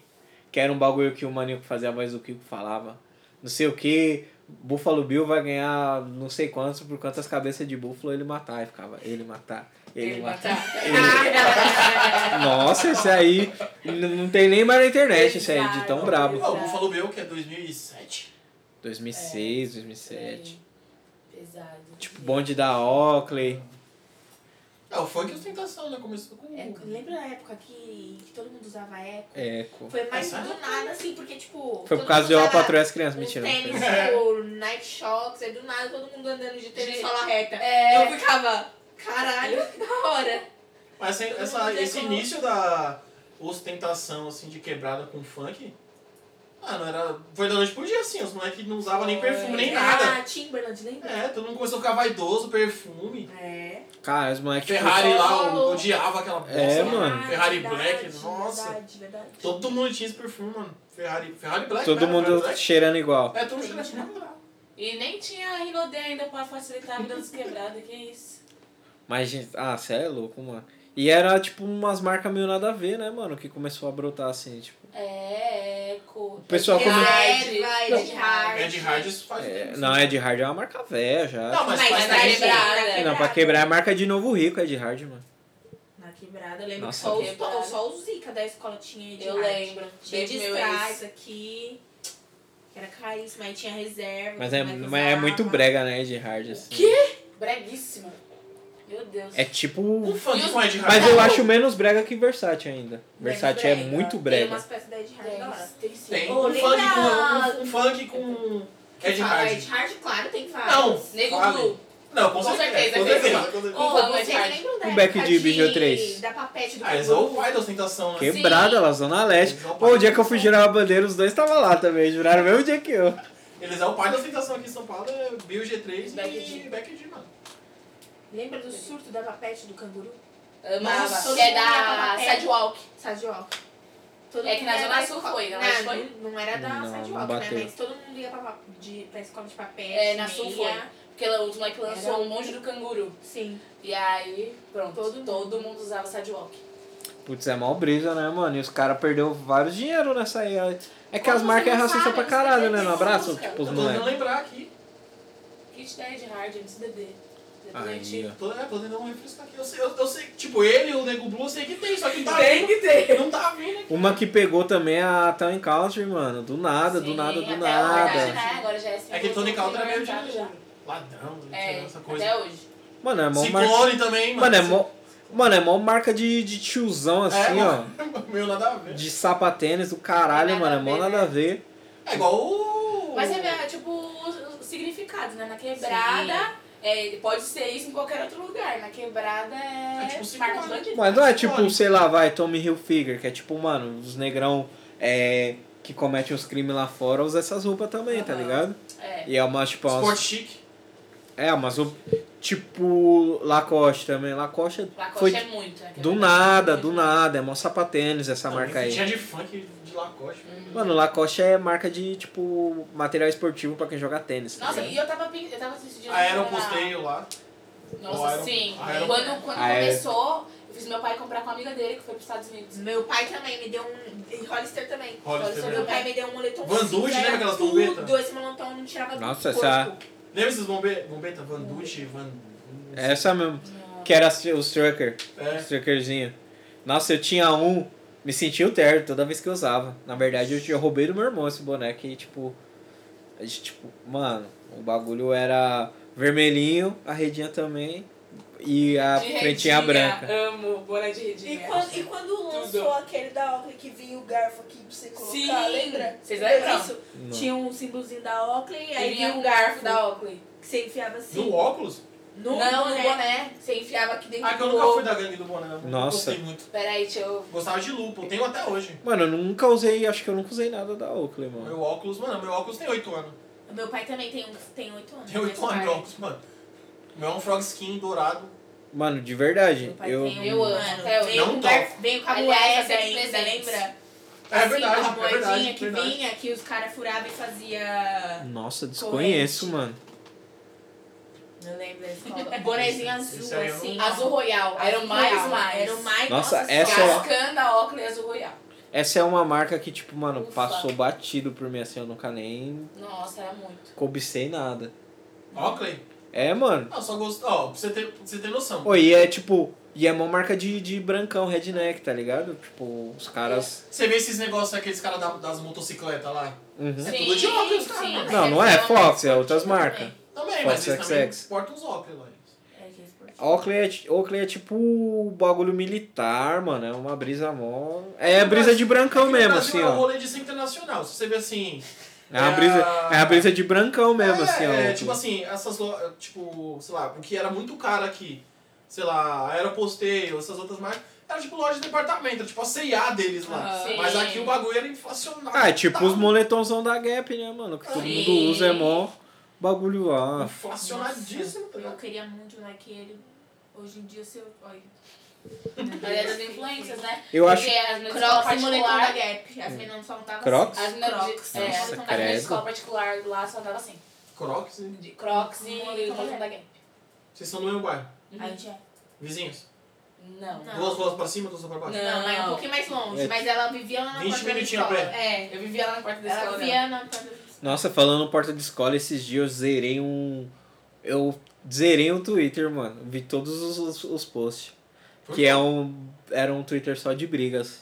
S1: que era um bagulho que o Maníaco fazia, a voz do Kiko falava. Não sei o que, Buffalo Bill vai ganhar não sei quantos por quantas cabeças de búfalo ele matar. E ficava, ele matar, ele, é
S4: Ele
S1: matar.
S4: matar. Ah,
S5: Ah,
S1: Nossa, esse aí n- não tem nem mais na internet, esse aí, de tão
S4: Exato.
S2: Pô,
S1: brabo.
S2: o Buffalo Bill, que é 2007.
S1: 2006, 2007.
S4: Pesado.
S1: Tipo, bonde da Oakley.
S2: É, o funk é ostentação, né? Começou com...
S5: É, lembra da época que, que todo mundo usava eco?
S1: Eco.
S5: Foi mais
S2: Essa-
S5: do nada, assim, porque, tipo...
S1: é, Foi
S5: todo
S1: por causa
S5: mundo
S1: de uma É.
S5: usava
S1: patrulha das crianças,
S5: Uns
S1: mentira. não foi.
S5: tênis, tipo, night shocks, aí do nada todo mundo andando de tênis
S4: De-
S5: sola reta.
S4: É.
S5: Eu ficava, caralho, que da hora.
S2: Mas essa, essa-
S5: Não,
S2: esse
S5: não.
S2: início da ostentação, assim, de quebrada com funk... Mano, era... Foi da noite pro dia, assim. Os moleques não usavam nem
S4: Foi.
S2: perfume, nem
S5: Era
S2: nada.
S5: a Ah, Timberland, lembra?
S2: É, todo mundo começou a ficar vaidoso, perfume.
S5: É.
S1: Cara, os moleques.
S2: Ferrari lá, eu
S5: falou.
S2: odiava aquela bosta.
S1: É,
S2: né?
S1: mano.
S2: Ferrari
S5: verdade,
S2: Black, nossa.
S5: Verdade, verdade.
S2: Todo mundo tinha esse perfume, mano. Ferrari, Ferrari Black, né?
S1: Todo
S2: Ferrari
S1: mundo
S2: Black.
S1: cheirando igual.
S2: É, todo mundo cheirando assim.
S4: E nem tinha Rinodê ainda pra facilitar a vida dos quebrados, que isso.
S1: Mas, gente, ah, você é louco, mano. E era tipo umas marcas meio nada a ver, né, mano? Que começou a brotar assim, tipo.
S4: É, é, cor.
S1: pessoal
S4: Red,
S1: comenta-
S4: red,
S5: vai,
S1: Não.
S5: Ed Hard.
S2: Ed Hard isso faz.
S1: É, não, Ed Hard é uma marca velha já.
S2: Não, mas,
S3: Mas
S2: faz
S3: na
S2: tempo.
S3: quebrada.
S5: né?
S1: Não, pra quebrar é marca de novo rico, Ed Hard, mano.
S5: Na quebrada, eu lembro
S1: Nossa.
S5: que só os,
S4: Quebrada.
S5: to- só os Zika da escola tinha Ed
S4: Eu
S5: Hard.
S4: lembro.
S5: Tinha
S4: Desde
S5: de
S4: meu
S5: trás
S4: ex.
S5: aqui. que Era caríssimo, aí tinha reserva.
S1: Mas
S5: que
S1: é,
S5: mais
S1: mas é
S5: usava.
S1: muito brega, né, Ed Hard? Assim.
S4: Breguíssimo. Meu Deus.
S1: É tipo.
S2: Um funk com Ed Hard.
S1: Mas eu acho menos brega que Versace ainda.
S5: Menos
S1: Versace é
S5: brega.
S1: muito
S5: Tem
S1: brega.
S5: umas peças da Ed Hard da hora.
S4: Tem, tem sim.
S2: Tem
S5: Ô,
S2: um funk
S5: lembra-
S2: com. Um funk com. Ed
S5: Fala,
S2: Hard.
S5: Ed Hard, claro, tem várias.
S2: É Não,
S4: Nego
S2: fala.
S4: Blue.
S2: Não, com
S4: Com
S2: certeza.
S4: certeza,
S2: Com
S4: fez
S2: certeza.
S4: uma.
S2: com certeza.
S5: Ô,
S4: Fala, Ed
S5: vocês
S4: Hard.
S5: lembram da
S1: O Beck
S5: época
S1: Um de Bijou três.
S5: Da papete do
S2: Ah, eles
S5: Gugu?
S2: são o Idols tentação, né?
S1: Quebrada, lá, Zona Leste.
S2: Eles vão
S1: Pô, o dia que eu fui jurar a bandeira, os dois estavam lá também. Juraram o mesmo dia que eu.
S2: Eles é o pai da ostentação aqui em São Paulo, é Bill G3
S4: Becky
S2: e
S4: G.
S2: Beck G, mano.
S5: Lembra do surto da papete do canguru?
S4: Amava.
S5: Nossa,
S4: que é
S5: todo mundo amava
S4: da
S5: pé.
S4: Sidewalk.
S5: Sidewalk.
S4: É que na Zona Sul foi, na
S5: não,
S4: Leste foi?
S5: Não era da
S1: Não, não
S5: Sidewalk, né?
S1: bateu.
S5: Mas todo mundo ia pra, pa- de, pra escola de papete.
S4: É, na Sul
S5: meia.
S4: foi. Porque ela- os moleques lançou
S5: Era-
S4: um monte do canguru.
S5: Sim.
S4: E aí, pronto.
S5: Todo
S4: Todo, mundo usava Sidewalk.
S1: Putz, é mal brisa, né, mano? E os caras perderam vários dinheiro nessa aí. É que
S4: Como
S1: as marcas é
S4: vocês
S1: racista pra
S4: sabem,
S1: caralho, né?
S4: vocês
S1: Não abraçam,
S4: sabem.
S1: tipo,
S2: Eu
S1: os
S2: tô tentando
S1: moleques.
S2: lembrar aqui.
S4: Kit da Ed Hard, MCDD. Depois a
S1: Aí,
S4: gente-
S1: ó.
S2: Tô, é, tô tentando refrescar aqui. Eu sei, eu, eu sei, tipo, ele e o Nego Blue eu sei que tem, só que não tá
S4: Tem que ter.
S2: vindo. Não tá vindo aqui.
S1: Uma que pegou também é a Town Country, mano. Do nada, do
S4: Sim,
S1: nada, do
S4: até
S1: nada.
S4: Hoje, né? Agora já é assim.
S2: É que Tony Calder é meio de
S4: já.
S2: ladrão, de
S4: É,
S2: essa coisa.
S4: até hoje.
S1: Mano, é mó marca.
S2: Ciclone também, mano. É,
S1: Mano, é mó. Mano, é mó marca de, de tiozão assim, ó.
S2: ó. Meu nada a ver.
S1: De sapatênis do caralho,
S4: Nada
S1: mano. É
S4: a
S1: mó
S4: ver,
S1: nada
S4: né?
S1: a ver.
S2: É igual o.
S4: Mas você vê, tipo, os os significados, né? Na quebrada, é, pode ser isso em qualquer outro lugar. Na quebrada é,
S2: É tipo ciclone.
S4: marca de bandido.
S1: Mas não é
S2: Olha.
S1: tipo, sei lá, vai, Tommy Hilfiger, que é tipo, mano, os negrão é, que cometem os crimes lá fora usa essas roupas também, tá
S4: Aham.
S1: ligado?
S4: É.
S1: E é uma, tipo, umas-
S2: Sport chic.
S1: é, umas roupas, tipo, Lacoste também. Lacoste,
S4: Lacoste
S1: foi tipo,
S4: é muito. né?
S1: do
S4: Quebrada
S1: nada,
S4: é
S1: do
S4: muito.
S1: nada, é mó sapatênis essa marca aí.
S2: Tinha de funk, de lacoste.
S1: Mano, Lacoste é marca de, tipo, material esportivo pra quem joga tênis. tá
S4: Nossa,
S1: ligado?
S4: e eu tava, pen- eu tava assistindo...
S2: A Aero um Posteio lá.
S4: Nossa,
S2: Aero-
S4: sim.
S2: Aero-
S4: Quando, quando
S1: Aero-
S4: começou, eu fiz meu pai comprar com uma amiga dele que foi pros Estados Unidos.
S5: Meu pai também me deu um. E Hollister também.
S2: Hollister
S5: Meu
S2: também.
S5: pai me deu um moletom.
S2: Van
S5: cinza,
S2: Dutti,
S5: era
S2: lembra aquelas
S5: tudo,
S2: bombetas?
S5: Esse moletom não tirava do
S1: Nossa,
S5: corpo.
S1: essa-
S2: Lembra esses bombe... bombeta? Vanducci, Van...
S1: É essa mesmo. Que era os trucker.
S2: É.
S1: Truckerzinho. Nossa, eu tinha um, me sentia o terno toda vez que eu usava. Na verdade, eu, tinha- eu roubei do meu irmão esse boneco e, tipo, a gente, tipo, mano, o bagulho era vermelhinho, a redinha também e a
S4: De
S1: frentinha
S4: redinha,
S1: branca.
S4: Amo, boné de
S5: E
S4: redinha.
S5: quando, e quando lançou
S4: é Tudo.
S5: aquele da Oakley que vinha o garfo aqui pra você colocar,
S4: Sim.
S5: lembra?
S4: Vocês lembram?
S5: Isso.
S1: Não.
S5: Tinha um símbolozinho da Oakley, aí
S4: Aí vinha
S5: vinha
S4: um
S5: o
S4: garfo da
S5: Oakley
S4: Oakley.
S5: que você enfiava assim.
S2: Do óculos?
S5: No
S4: não,
S5: boné.
S4: no boné. Você enfiava aqui dentro
S2: Ah, que eu
S4: do
S2: nunca fui
S4: ovo.
S2: da gangue do boné. não.
S1: Nossa.
S2: Gostei muito.
S4: Peraí, deixa eu...
S2: Gostava de lupo, tenho até hoje.
S1: Mano, eu nunca usei, acho que eu nunca usei nada da Oakley, mano.
S2: Meu óculos, mano, meu óculos tem 8 anos.
S5: Meu pai também tem, um, tem 8 anos. né,
S2: Tem 8
S5: mas
S2: anos meu
S5: pai-
S2: óculos, mano. Meu é um frog skin dourado.
S1: Mano, de verdade.
S5: Meu pai
S1: Eu,
S5: tem um,
S4: eu amo,
S5: mano,
S4: até hoje.
S2: Não
S5: veio com
S2: topo.
S5: garfo- Veio com a
S4: Aliás,
S5: moeda
S4: aquele
S5: ainda,
S4: presente.
S5: lembra?
S2: É
S5: assim,
S2: verdade,
S5: com a
S2: é verdade.
S5: moedinha
S2: é
S5: que
S2: verdade.
S5: vinha, que os caras furavam e fazia...
S1: Nossa, desconheço,
S5: Corrente.
S1: mano.
S5: Não lembro da escola. Bonezinho azul,
S2: Isso aí eu não-
S5: assim.
S4: Azul Royal. Era o mais mais.
S5: Era o mais...
S1: Nossa, essa é-
S4: Cascando a Oakley Azul Royal.
S1: Essa é uma marca que, tipo, mano,
S4: Ufa.
S1: passou batido por mim assim, eu nunca nem
S4: Nossa, era muito.
S1: cobicei nada.
S2: Oakley?
S1: É, mano.
S2: Ah, só gosto. Ó, pra você ter, pra você ter noção.
S1: Pô, e é tipo. E é uma marca de, de brancão, redneck, tá ligado? Tipo, os caras.
S2: Você vê esses negócios aqueles caras da- das motocicletas lá?
S1: Uhum.
S2: É tudo de óculos, cara.
S4: mas
S1: Não, não
S4: eles
S1: é
S4: eram
S1: Fox, é
S4: mais
S1: outras
S4: curtinhos
S1: marcas.
S4: também.
S2: Também,
S1: Pô,
S2: mas eles
S1: sex,
S2: também
S1: sex.
S2: portam uns óculos
S1: é
S2: lá.
S1: Oakley é, ti- Oakley é tipo o bagulho militar, mano. É uma brisa mó. É a brisa de brancão
S2: Aqui no
S1: mesmo,
S2: Brasil
S1: assim,
S2: é um
S1: ó.
S2: rolê de ser internacional. Se você vê assim.
S1: É a brisa, é a brisa de brancão mesmo,
S2: é,
S1: assim, ó.
S2: é, tipo assim, essas lo- Tipo, sei lá, porque era muito caro aqui. Sei lá, Aeroposteio, essas outras marcas. Era tipo loja de departamento, era tipo a CIA deles lá.
S4: Aham.
S2: Mas
S4: Sim.
S2: aqui o bagulho era inflacionado.
S1: Ah, é tipo os
S2: Tá
S1: moletomzão da Gap, né, mano? Que todo mundo usa, é mó bagulho lá.
S2: Inflacionadíssimo, tá
S5: Eu
S2: ligado?
S5: queria muito um like ele. Hoje em dia, se eu... Olha.
S4: Era é das influências, né?
S1: Eu acho.
S4: Porque as meninas de escola
S5: Crocs e moletom da
S4: particular...
S5: Gap. As meninas só usavam
S1: Hum. Crocs?
S5: assim.
S4: As meninas de-
S5: Crocs.
S1: Nossa,
S4: é, as meninas de
S1: credo.
S4: escola particular lá só andava assim.
S2: Crocs. hein?
S4: De Crocs e
S5: Moletom da
S4: moletom da Gap.
S2: Vocês são do mesmo bairro.
S5: A gente é.
S2: Vizinhos.
S4: Não.
S7: Não.
S2: Duas ruas pra cima, duas ruas pra baixo.
S4: Não.
S7: Não, mas um pouquinho mais longe.
S1: É.
S7: Mas ela vivia lá na
S2: 20
S7: porta da
S2: minutinhos a
S7: escola. É.
S4: Eu vivia lá na porta da
S7: Ela
S4: escola.
S7: vivia na porta da escola.
S1: Nossa, falando porta de escola, esses dias eu zerei um. Eu zerei um Twitter, mano. Vi todos os, os, os posts.
S2: Por
S1: Que
S2: quê?
S1: é um. Era um Twitter só de brigas.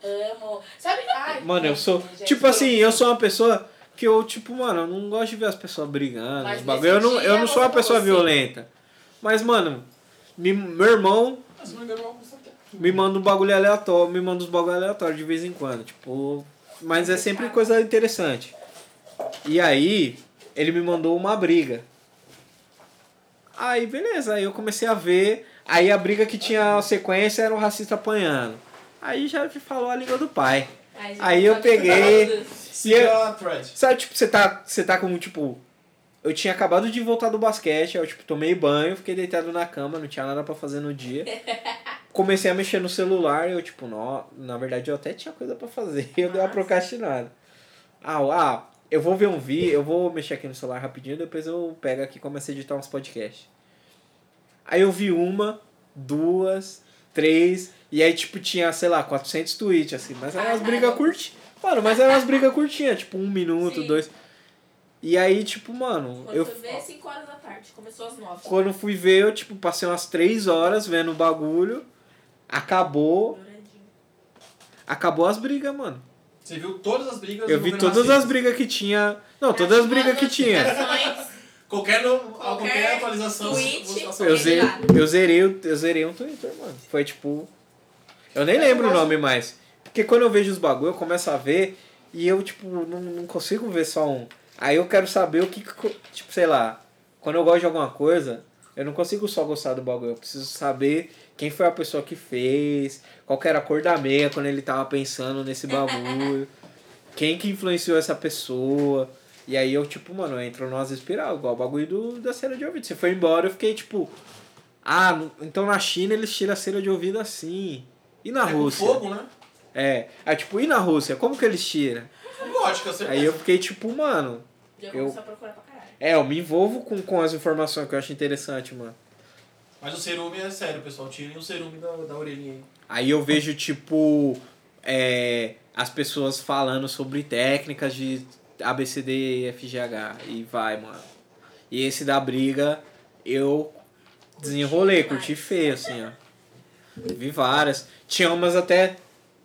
S4: dela. Amo. Sabe? Ai,
S1: Mano,
S2: É,
S1: eu sou.
S4: gente,
S1: Tipo assim, eu sou uma pessoa que eu, tipo, mano, eu não gosto de ver as pessoas brigando.
S4: Mas
S1: os bagulho. Eu
S4: nesse
S1: não, eu
S4: dia
S1: não sou uma
S2: é
S4: você
S1: pessoa
S4: falou assim.
S1: violenta. Mas, mano, me, meu irmão
S2: Mas não deu uma aqui.
S1: Me manda um bagulho aleatório, me manda uns bagulho aleatório de vez em quando, tipo, mas é sempre coisa interessante. E aí, ele me mandou uma briga. Aí, beleza, aí eu comecei a ver, aí a briga que tinha a sequência era o racista apanhando. Aí já me falou a língua do pai. Aí eu peguei, é-
S2: Siga a thread.
S1: sabe, tipo, você tá, você tá como, tipo, eu tinha acabado de voltar do basquete, aí eu, tipo, tomei banho, fiquei deitado na cama, não tinha nada pra fazer no dia. Comecei a mexer no celular e eu, tipo, não, na verdade eu até tinha coisa pra fazer, eu dei uma procrastinada. Ah, eu- ah, eu vou ver um vídeo, eu vou mexer aqui no celular rapidinho, depois eu pego aqui e começo a editar uns podcasts. Aí eu vi uma, duas, três, e aí, tipo, tinha, sei lá, 400 tweets, assim, mas eram umas brigas curtinhas. Mano, mas eram umas brigas curtinhas, tipo, um minuto,
S5: Sim.
S1: dois. E aí, tipo, mano,
S5: Quando
S1: eu
S5: você
S7: é
S5: vê, 5 horas da tarde. Começou às 9.
S1: quando fui ver, eu, tipo, passei umas três horas vendo o bagulho. Acabou. Acabou as brigas, mano.
S2: Você viu todas as brigas
S1: Eu
S2: do
S1: vi
S2: governo
S1: todas
S2: racista.
S1: as brigas que tinha.
S5: É,
S1: Não, todas
S5: tipo,
S1: as brigas que
S5: assim,
S1: tinha.
S2: Qualquer, no-
S5: Qualquer
S2: qualquer atualização.
S5: tweet,
S2: você- você-
S1: Eu, ze eu, zerei, o- eu zerei um Twitter, mano. Foi tipo. Eu nem lembro o nome mais. Porque quando eu vejo os bagulho, eu começo a ver e eu, tipo, não, não consigo ver só um. Aí eu quero saber o que. que co- Tipo, sei lá. Quando eu gosto de alguma coisa, eu não consigo só gostar do bagulho. Eu preciso saber quem foi a pessoa que fez, qual que era a cor da meia quando ele tava pensando nesse bagulho, quem que influenciou essa pessoa. E aí eu, tipo, mano, eu entro numa espiral, igual o bagulho do, da cera de ouvido. Você foi embora, eu fiquei tipo. Ah, no- então na China eles tiram a cera de ouvido assim. E na
S2: é com
S1: Rússia?
S2: fogo, né?
S1: É. Aí, tipo, e na Rússia? Como que eles tiram?
S2: Lógico, eu sei.
S1: Aí eu fiquei tipo, mano.
S7: Eu
S1: Eu-
S7: comecei a procurar pra caralho.
S1: É, eu me envolvo com, com as informações que eu acho interessante, mano.
S2: Mas o serume é sério, pessoal. Tirem o serume da, da orelhinha aí.
S1: Aí eu vejo, tipo, é, as pessoas falando sobre técnicas de ABCD e FGH. E vai, mano. E esse da briga, eu desenrolei, curti feio, assim, ó. Vi várias. Tinha umas até.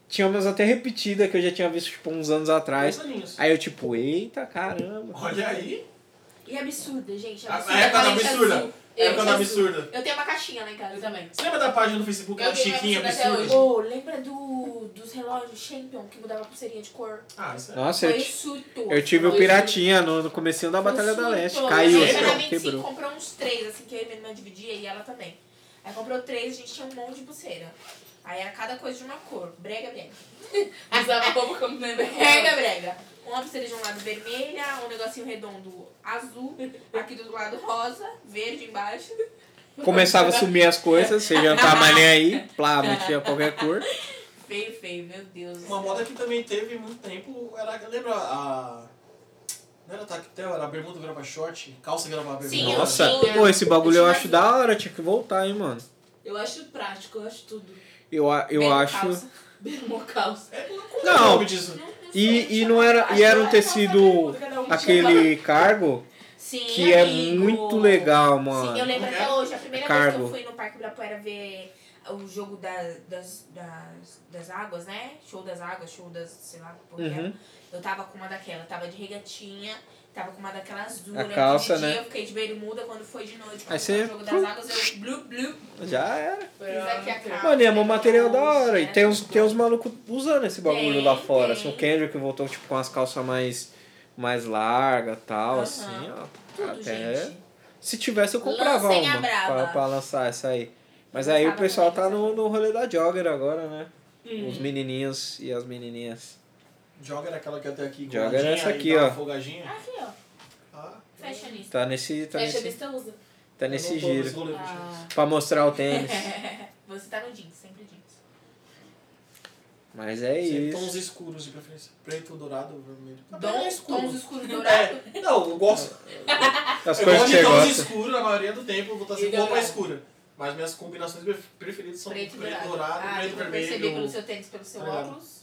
S1: Tinha umas até repetidas que eu já tinha visto, tipo, uns anos atrás.
S2: Dois aninhos.
S1: Aí eu, tipo, eita caramba.
S2: Olha aí.
S5: E absurda, gente.
S2: A,
S5: Absurda. assim.
S2: a época da
S4: é
S5: Valente
S2: absurda.
S4: assim.
S5: azul.
S2: A época da
S5: Eu tinha-
S2: absurda.
S5: Eu tenho uma caixinha lá em casa.
S4: Eu também.
S2: Você lembra da página do Facebook
S4: Eu
S2: da
S4: tenho
S2: Chiquinha
S4: absurda até
S2: Absurda?
S5: Ô, lembra do, dos relógios Champion que mudava a pulseirinha de cor?
S2: Ah, isso é.
S1: Nossa, eu,
S5: Foi
S1: ti-
S5: surto.
S1: eu tive o
S5: Foi
S1: Piratinha no, no comecinho da
S5: surto.
S1: Batalha da
S5: Foi um
S1: Leste.
S5: surto.
S1: Caiu,
S5: A
S1: assim,
S5: gente era
S1: ó,
S5: 25,
S1: quebrou.
S5: comprou uns três, assim, que eu e minha irmã dividia e ela também. Aí comprou três, a gente tinha um monte de pulseira. Aí era cada coisa de uma cor. Brega, brega.
S4: Usava pouco campo né?
S5: Brega, brega. Uma pulseira de um lado vermelha, um negocinho redondo azul, aqui do lado rosa, verde embaixo.
S1: Começava a sumir as coisas, você já não tava mais nem aí, plá, metia qualquer cor.
S5: Feio, feio, meu Deus.
S2: Uma moda que também teve muito tempo era. Lembra a. Não era tactel, era bermuda grava short, calça grava bermuda.
S5: Sim, eu
S1: Nossa,
S5: tinha.
S1: pô, esse bagulho eu
S5: Eu tinha
S1: acho da hora, tinha que voltar, hein, mano.
S4: Eu acho prático, eu acho tudo.
S1: Eu, a- eu
S5: Bem
S1: acho.
S5: calça.
S4: Bermou calça.
S2: Como é o
S1: Não.
S2: nome disso?
S1: E, e não era. E era um tecido
S4: um
S1: aquele cargo
S5: Sim,
S1: que é
S5: amigo.
S1: muito legal,
S5: Sim, eu
S1: mano.
S5: lembro até hoje. A primeira
S1: é? Cargo.
S5: vez que eu fui no Parque Ibirapuera ver o jogo da- das, das, das águas, né? Show das águas, show das, sei lá, porque
S1: Uhum.
S5: Eu tava com uma daquela, eu tava de regatinha, tava com uma daquela azul.
S1: A
S5: né?
S1: calça,
S5: de dia,
S1: né?
S5: Eu fiquei de bermuda quando foi de noite, quando
S1: Aí
S5: foi
S1: você-
S5: o jogo das águas, eu blu blu.
S1: Uhum. Já era.
S5: Fiz aqui a cara.
S1: Mano, e é um material da hora. E tem uns, tem uns malucos usando esse bagulho lá fora. Assim, o Kendrick voltou tipo, com as calças mais, mais largas e tal,
S5: Aham.
S1: assim, ó.
S5: Tudo,
S1: Até.
S5: gente.
S1: Se tivesse, eu comprava
S5: Lancem a
S1: uma
S5: braba.
S1: pra, pra lançar essa aí. Mas
S5: Eu
S1: aí o
S5: gostava
S1: pessoal
S5: também
S1: tá
S5: dessa
S1: no, no rolê da Jogger agora, né?
S5: Uhum.
S1: Os menininhos e as menininhas.
S2: Joga era aquela que até aqui.
S1: Jogger
S2: goladinha,
S1: é essa
S2: aí
S1: aqui,
S2: dá uma
S1: ó.
S2: Folgadinha.
S5: Aqui, ó.
S2: Ah,
S5: Fashionista.
S1: Tá nesse, tá nesse,
S4: Fashionista usa.
S1: tá
S2: eu
S1: nesse
S2: não tô
S1: giro.
S2: nesse rolê, bicho.
S4: Ah,
S1: Pra mostrar o tênis.
S5: Você tá no jeans, sempre jeans.
S1: Mas é
S2: Sempre Tons
S1: isso.
S2: escuros de preferência. Preto, dourado, vermelho. Ah,
S5: Dom,
S2: é
S5: tons escuros dourados.
S2: É, não, eu gosto.
S1: As coisas
S2: eu gosto
S1: que você
S2: de tons
S1: gosta.
S2: escuros na maioria do tempo, eu vou estar
S4: E
S2: sem roupa
S4: dourado.
S2: escura. Mas minhas combinações pref- preferidas são
S5: Preto
S2: preto,
S5: e dourado.
S2: dourado,
S5: Ah,
S2: preto
S5: eu
S2: e
S5: percebi pelo
S2: vermelho.
S5: seu tênis, pelo seu
S2: Tá ligado?
S5: óculos.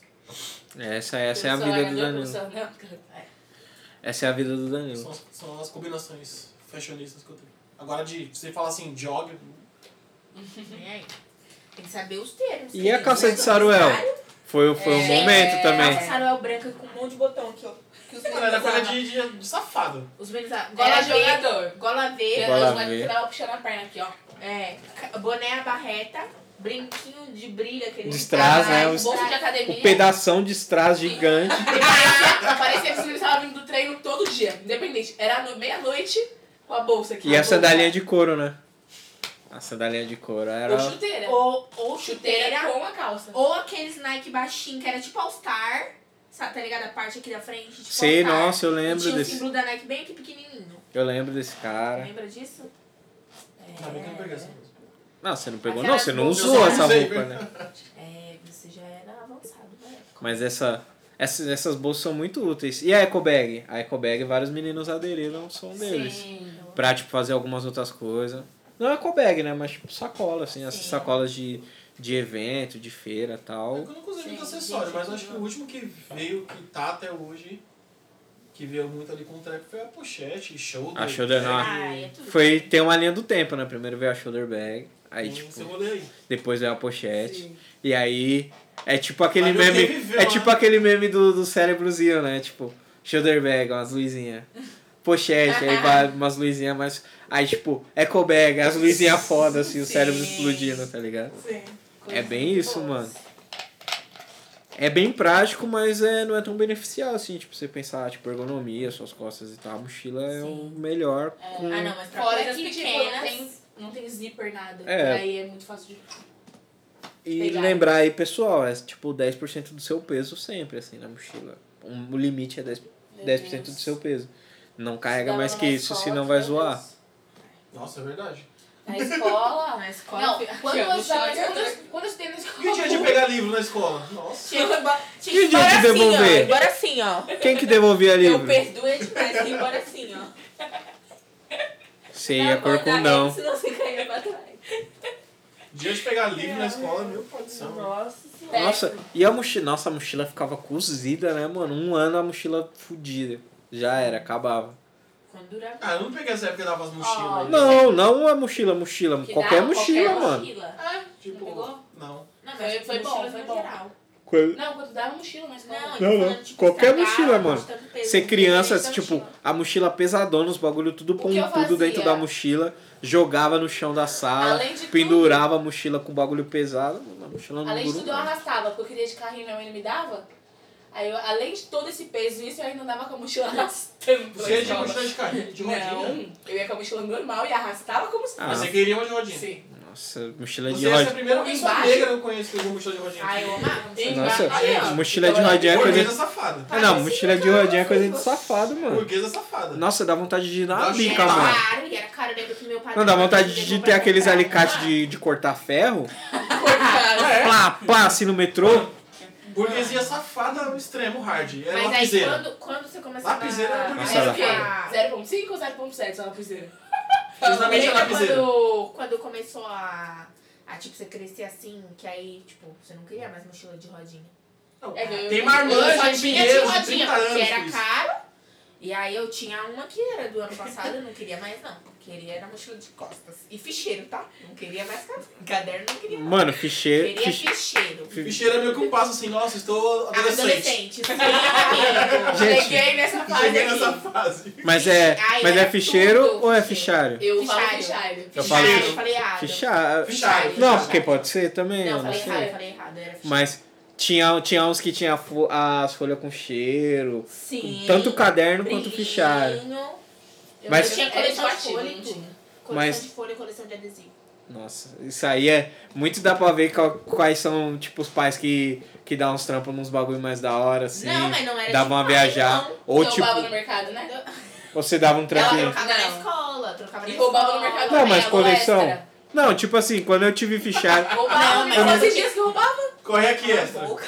S1: Essa, essa é a
S4: Pelo
S1: vida do
S4: seu anel, pelo
S1: Danilo.
S4: seu anel, cara.
S1: Essa é a vida do Danilo.
S2: São, as- são as combinações fashionistas que eu tenho. Agora de você falar assim, jog,
S5: E É, aí? Tem que saber os termos.
S1: E
S5: querido.
S1: a calça de saruel? Foi, foi um
S5: É,
S1: momento também.
S5: Calça saruel branca com um monte de botão que, eu, que os
S2: a
S5: meninos
S2: galera coisa
S5: usavam.
S2: de, de, de safado.
S5: Os meninos usavam.
S4: Gola
S5: Gola
S4: de
S5: V.
S4: jogador.
S5: Gola V.
S1: Gola
S4: é Ela
S1: V.
S4: ela puxando a perna aqui, ó.
S5: É, ca- boné à barreta. Brinquinho de brilha que eles
S1: De strass, né?
S5: usavam,
S1: Os-
S4: Bolsa de
S5: bolsa
S4: academia.
S1: O pedação de strass gigante.
S4: Parecia, parecia que os meninos estavam vindo do treino todo dia, independente. Era no- meia-noite com a bolsa aqui.
S1: E a sandalinha de couro, né? A sandalinha de couro era.
S4: Ou chuteira.
S5: de- Ou, ou
S4: chuteira
S5: chuteira.
S4: com a calça.
S5: Ou aqueles Nike baixinho que era tipo All Star. Sabe, tá ligado? A parte aqui da frente. Tipo
S1: Sei,
S5: All Star.
S1: nossa, eu
S5: E
S1: lembro
S5: tinha o
S1: desse.
S5: símbolo da Nike bem aqui pequenininho.
S1: Eu lembro desse cara.
S5: Lembra disso?
S2: Ainda bem que eu não peguei essa coisa.
S1: Não, você não pegou,
S5: Aquela
S1: não, você não
S5: blusa-
S2: Eu
S1: usou
S2: só
S1: essa
S2: usei,
S1: roupa, né?
S5: É, você já era avançado né? na época.
S1: Mas essa, essas, essas bolsas são muito úteis. E a Eco Bag? A Eco Bag, vários meninos aderiram ao som deles.
S4: Sim.
S1: Pra, tipo, fazer algumas outras coisas. Não é Eco Bag, né? Mas, tipo, sacola, assim. Essas
S5: Sim.
S1: sacolas de, de evento, de feira e
S2: É Eu
S1: tal.
S2: nunca usei muito
S5: Sim,
S2: acessório,
S5: gente,
S2: mas acho que o último que veio, que tá até hoje, que veio muito ali com o trap, foi a pochete, shoulder.
S1: A shoulder, não.
S2: bag,
S5: Ai, é tudo.
S1: Ah, Foi ter uma linha do tempo, né? Primeiro veio a shoulder bag. Aí,
S2: tem Esse
S1: tipo,
S2: rolê aí.
S1: depois veio a pochete.
S4: Sim.
S1: E aí, é tipo aquele
S2: Mas não
S1: meme...
S2: reviveu,
S1: É
S2: né?
S1: tipo aquele meme do, do cérebrozinho, né? Tipo, shoulder bag, umas luzinhas. Pochete, aí vai umas luzinhas mais... Aí, tipo, eco bag, as luzinhas foda, assim, o cérebro
S5: Sim.
S1: explodindo, tá ligado?
S4: Sim.
S1: É bem isso, mano. É bem prático, mas é, não é tão beneficial, assim, tipo, você pensar, tipo, ergonomia, suas costas e tal. A mochila é o melhor com...
S5: Ah, não, mas pra
S4: Fora
S5: coisas
S4: que, tipo,
S5: pequenas.
S4: não tem, é, não tem zíper, nada.
S1: É.
S4: E aí é muito fácil de...
S1: E
S4: Pegar.
S1: lembrar aí, pessoal, é tipo 10% do seu peso sempre, assim, na mochila. Um- o limite é 10%, 10 do seu peso. Não carrega
S4: Dava
S1: mais
S4: numa
S1: que isso,
S4: escola,
S1: senão vai
S4: meu
S1: zoar.
S4: Deus.
S2: Nossa, é verdade.
S4: Na escola...
S5: Na escola.
S4: Não,
S5: fica-
S4: quando
S5: Tinha
S4: eu
S5: mochila
S4: usava,
S5: de
S4: quando
S5: outra-
S4: eu, quando eu estudei na escola...
S2: E o dia de pegar livro na escola? Nossa.
S5: Tinha que
S1: E o
S5: tinha
S1: dia de
S5: que embora assim, ó.
S1: devolver?
S5: Embora assim, ó.
S1: Quem que devolvia
S5: Eu
S1: livro?
S5: perdoe demais, ia embora assim, ó.
S1: Sei, é
S5: Não, vou dar ele,
S1: corcundão.
S5: Senão você caía pra trás.
S2: Dia de pegar livro na escola, meu pai do céu.
S5: Nossa senhora.
S1: Nossa, e a mochila? Nossa, a mochila ficava cozida, né, mano? Um ano a mochila fudida. Já era, acabava.
S5: Quando durava.
S2: Ah, eu não peguei essa época que dava as
S4: Ó,
S2: mochilas. aí.
S1: Não, não a mochila, mochila.
S4: Que
S1: Qualquer
S4: dava
S1: mochila,
S4: qualquer
S1: mano.
S4: mochila.
S2: É, tipo,
S4: pegou?
S2: não.
S5: Não,
S4: Foi-
S5: mas
S4: foi
S5: foi
S4: bom,
S5: bom,
S4: foi
S5: foi
S4: bom.
S5: geral.
S1: Coisa-
S4: Não, quando dava mochila na escola.
S5: Não,
S1: Não,
S5: eu tô
S1: não.
S5: falando, tipo,
S1: Qualquer
S5: estragar,
S1: mochila, mano.
S5: mostra do peso,
S1: Ser criança,
S5: dependente da
S1: tipo,
S5: mochila.
S1: a mochila pesadona, os bagulho tudo
S4: então, que eu
S1: pontudo dentro
S4: fazia?
S1: da mochila, jogava no chão da sala,
S4: Além de
S1: pendurava a mochila com bagulho pesado, a mochila não
S4: Além de
S1: gruda.
S4: tudo, eu arrastava, porque eu queria de carrinho e minha mãe não me dava. Aí, eu, além de todo esse peso, isso eu ainda andava com a mochila arrastando. pela
S2: Você ia de
S4: escola.
S2: mochila de carrinho, de rodinha.
S4: Não, eu ia com a mochila normal e arrastava como se assim.
S1: Ah,
S2: Mas Você queria uma de rodinha.
S4: Sim.
S1: Nossa, mochila de
S2: Você é a
S1: rodinha.
S2: primeira pessoa
S4: Embaixo.
S2: negra que eu conheço que usou mochila de rodinha.
S5: Ai, Ah, eu amava.
S4: Tem
S1: Nossa,
S4: embaixo. Aí, ó.
S1: mochila de
S4: Então,
S1: rodinha é coisa
S2: Burguesa
S1: de...
S2: safada.
S1: Ah, não, mochila de rodinha é coisa de safado, mano.
S2: Burguesa safada.
S1: Nossa, dá vontade de dar uma
S2: Nossa,
S1: bica,
S2: é
S1: mano.
S5: Claro, e era caro, eu lembro que meu pai...
S1: Não, dá vontade de ter aqueles
S5: comprar
S1: alicates
S5: uma.
S1: de, de cortar ferro.
S2: é.
S4: Cortado.
S1: Plá, plá, assim no metrô.
S2: Burguesia safada ao extremo hard. É
S5: Mas aí,
S2: lapiseira.
S5: quando, quando você começa
S2: Lapiseira
S5: a...
S2: era por
S1: isso
S5: Aí
S1: ela
S5: o quê?
S4: Ah, 0.5 ou 0.7 só na piseira?
S2: Justamente a
S5: Lembra
S2: lapiseira.
S5: Quando, quando começou a, a, tipo, você crescer assim, que aí, tipo, você não queria mais mochila de rodinha.
S2: Não,
S4: É, eu-
S2: Tem
S5: Eu só
S2: marmanjo em
S5: tinha de
S2: Pinheiros de
S5: rodinha,
S2: 30
S5: porque
S2: anos.
S5: era
S2: Cris.
S5: caro. E aí eu tinha uma que era do ano passado, eu não queria mais não. Queria era mochila de costas. E ficheiro, tá? Não queria mais ca- caderno, não queria mais.
S1: Mano, ficheiro.
S5: Queria
S1: fich-
S5: ficheiro.
S2: O bicheiro é meio que um passo assim, nossa, estou adolescente.
S5: Ah, Adolescente. sim, amigo.
S1: Gente,
S5: Cheguei nessa fase
S2: Cheguei
S5: aqui.
S2: nessa fase.
S1: Mas é,
S5: Ai,
S1: mas é
S5: era
S1: ficheiro
S5: tudo
S1: ou é fichário?
S5: ficheiro.
S4: Eu falo
S5: Fichário.
S4: fichário.
S1: Eu
S5: Fichado,
S1: falei-
S5: eu falei errado.
S1: Fichar.
S2: Fichário.
S1: Não, porque pode ser também,
S5: Não,
S1: eu
S5: eu
S1: não
S5: falei errado, eu
S1: sei.
S5: falei errado. Era fichado.
S1: Mas tinha, tinha uns que tinha fo- as folhas com cheiro.
S5: Sim.
S1: Tanto o caderno quanto o
S5: Brilhinho.
S1: fichário.
S5: Eu
S1: Mas-
S5: tinha coleção de folha e tudo. Coleção
S1: Mas-
S5: de folha e coleção de adesivo.
S1: Nossa, isso aí é. Muito dá pra ver qual- quais são, tipo, os pais que, que dá uns trampos nos bagulho mais da hora, assim.
S5: Não, mas não era
S1: dava uma viajar. Ou tipo,
S4: roubava no mercado, né?
S1: você dava um
S5: Ela
S1: trampinho.
S5: trocava na
S4: Não.
S5: escola, trocava
S4: E
S5: na
S4: roubava no
S5: escola.
S4: mercado.
S1: Não, mas
S4: né?
S1: coleção.
S4: Extra.
S1: Não, tipo assim, quando eu tive fichário.
S4: Roubava no mercado. Esses dias que eu roubava.
S2: Corre aqui, extra.
S5: Boca.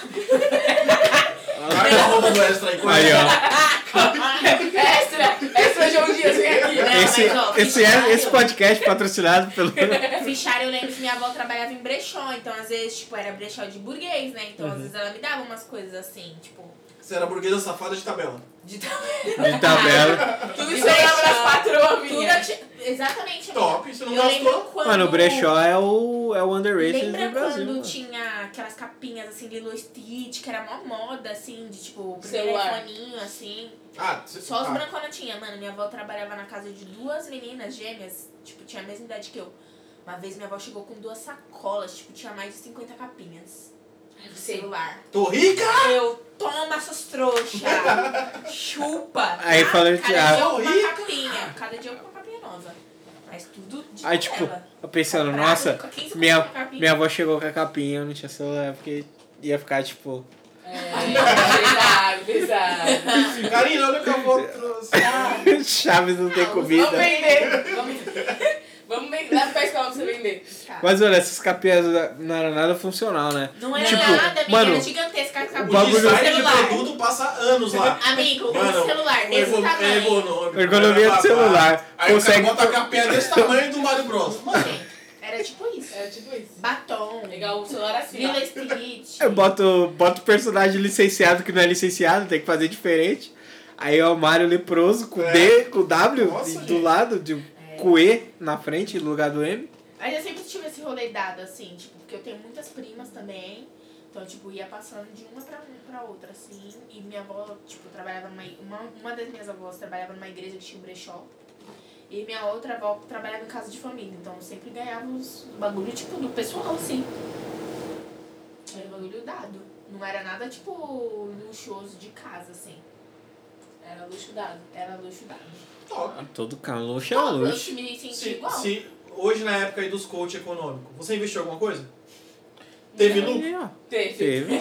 S2: Vai na roupa do extra aí, corre.
S1: Aí, ó.
S4: Extra! Extra João Dias, vem aqui.
S5: Não,
S1: esse,
S5: mas, ó,
S1: esse, é,
S5: fichário-
S1: esse podcast patrocinado pelo.
S5: Fichário, eu lembro que minha avó trabalhava em brechó, então às vezes, tipo, era brechó de burguês, né? Então
S1: Uhum.
S5: às vezes ela me dava umas coisas assim, tipo,
S2: Você era burguesa safada de tabela.
S5: de
S1: de tabela.
S4: Tudo isso aí é das patroas
S5: Tudo
S4: minha.
S5: ati- Exatamente. amiga.
S2: Top, você não
S5: eu lembro
S2: gastou?
S5: quando...
S1: Mano, o brechó é o, é o underrated
S5: Lembra
S1: do Brasil.
S5: quando
S1: mano.
S5: tinha aquelas capinhas assim de Lilo Stitch, que era mó moda, assim, de tipo, o primeiro
S4: Celular.
S5: iPhoninho, assim.
S2: Ah, você
S5: Só os
S2: ah,
S5: brancona tinha, mano. Minha avó trabalhava na casa de duas meninas gêmeas, tipo, tinha a mesma idade que eu. Uma vez minha avó chegou com duas sacolas, tipo, tinha mais de 50 capinhas.
S4: Ai,
S5: do
S4: você-
S5: celular.
S2: Tô rica?
S5: Eu, toma essas trouxas! chupa!
S1: Aí assim,
S5: tá?
S1: falando que-
S5: Cada dia
S2: ah,
S5: eu com uma
S2: ih.
S5: capinha. Cada dia eu com uma capinha nova. Mas tudo de
S1: Aí, tipo,
S5: tela.
S1: eu pensando,
S5: Comprado,
S1: nossa,
S5: com 15
S1: minha,
S5: com capinha.
S1: minha avó chegou com a capinha, eu não tinha celular, porque ia ficar tipo.
S4: É, pesado, pesado.
S2: Karina, olha o que eu vou trouxe.
S5: Ah,
S1: Chaves não tem comida.
S4: Vamos vender. Vamos- Vamos vender. Leva pra escola pra você vender.
S1: Mas olha, essas capinhas não era nada funcional, né?
S5: Não era
S1: Tipo,
S5: nada, amigo,
S1: mano,
S5: era gigantesca a
S2: O é
S5: capinha.
S1: bagulho-
S2: design de
S5: celular.
S2: produto passa anos lá.
S5: Amigo,
S2: Mano,
S5: um celular desse
S2: Ergo-
S5: tamanho.
S2: ergonômico,
S1: É Ergonomia do
S2: babá.
S1: celular.
S2: Aí
S1: Consegue-
S2: o cara bota a capinha desse tamanho do Mario Bros. Mano,
S5: Era tipo isso.
S4: É tipo isso.
S5: Batom.
S4: Legal, o celular assim. ó.
S5: Lila Street.
S2: É
S1: Eu boto, boto personagem licenciado que não é licenciado, tem que fazer diferente. Aí é o Mário Leproso com
S2: É.
S1: D, com W
S2: Nossa,
S1: do
S2: gente.
S1: lado, de, com E na frente no lugar do M.
S5: Mas eu sempre tive esse rolê dado, assim, tipo, porque eu tenho muitas primas também. Então, tipo, ia passando de uma pra, um- pra outra, assim. E minha avó, tipo, trabalhava numa. Uma, uma das minhas avós trabalhava numa igreja que tinha um brechó. E minha outra avó trabalhava em casa de família. Então eu sempre ganhava os bagulho, tipo, do pessoal, assim. Era um bagulho dado. Não era nada, tipo, luxuoso de casa, assim.
S4: Era luxo dado.
S5: Era luxo dado.
S2: top.
S1: Todo calor é uma
S5: Eu
S1: luz.
S5: me senti
S2: Se,
S5: igual.
S2: se hoje na época aí dos coach econômico, você investiu alguma coisa? Teve lucro?
S1: Aí, ó,
S4: Teve.
S1: Teve.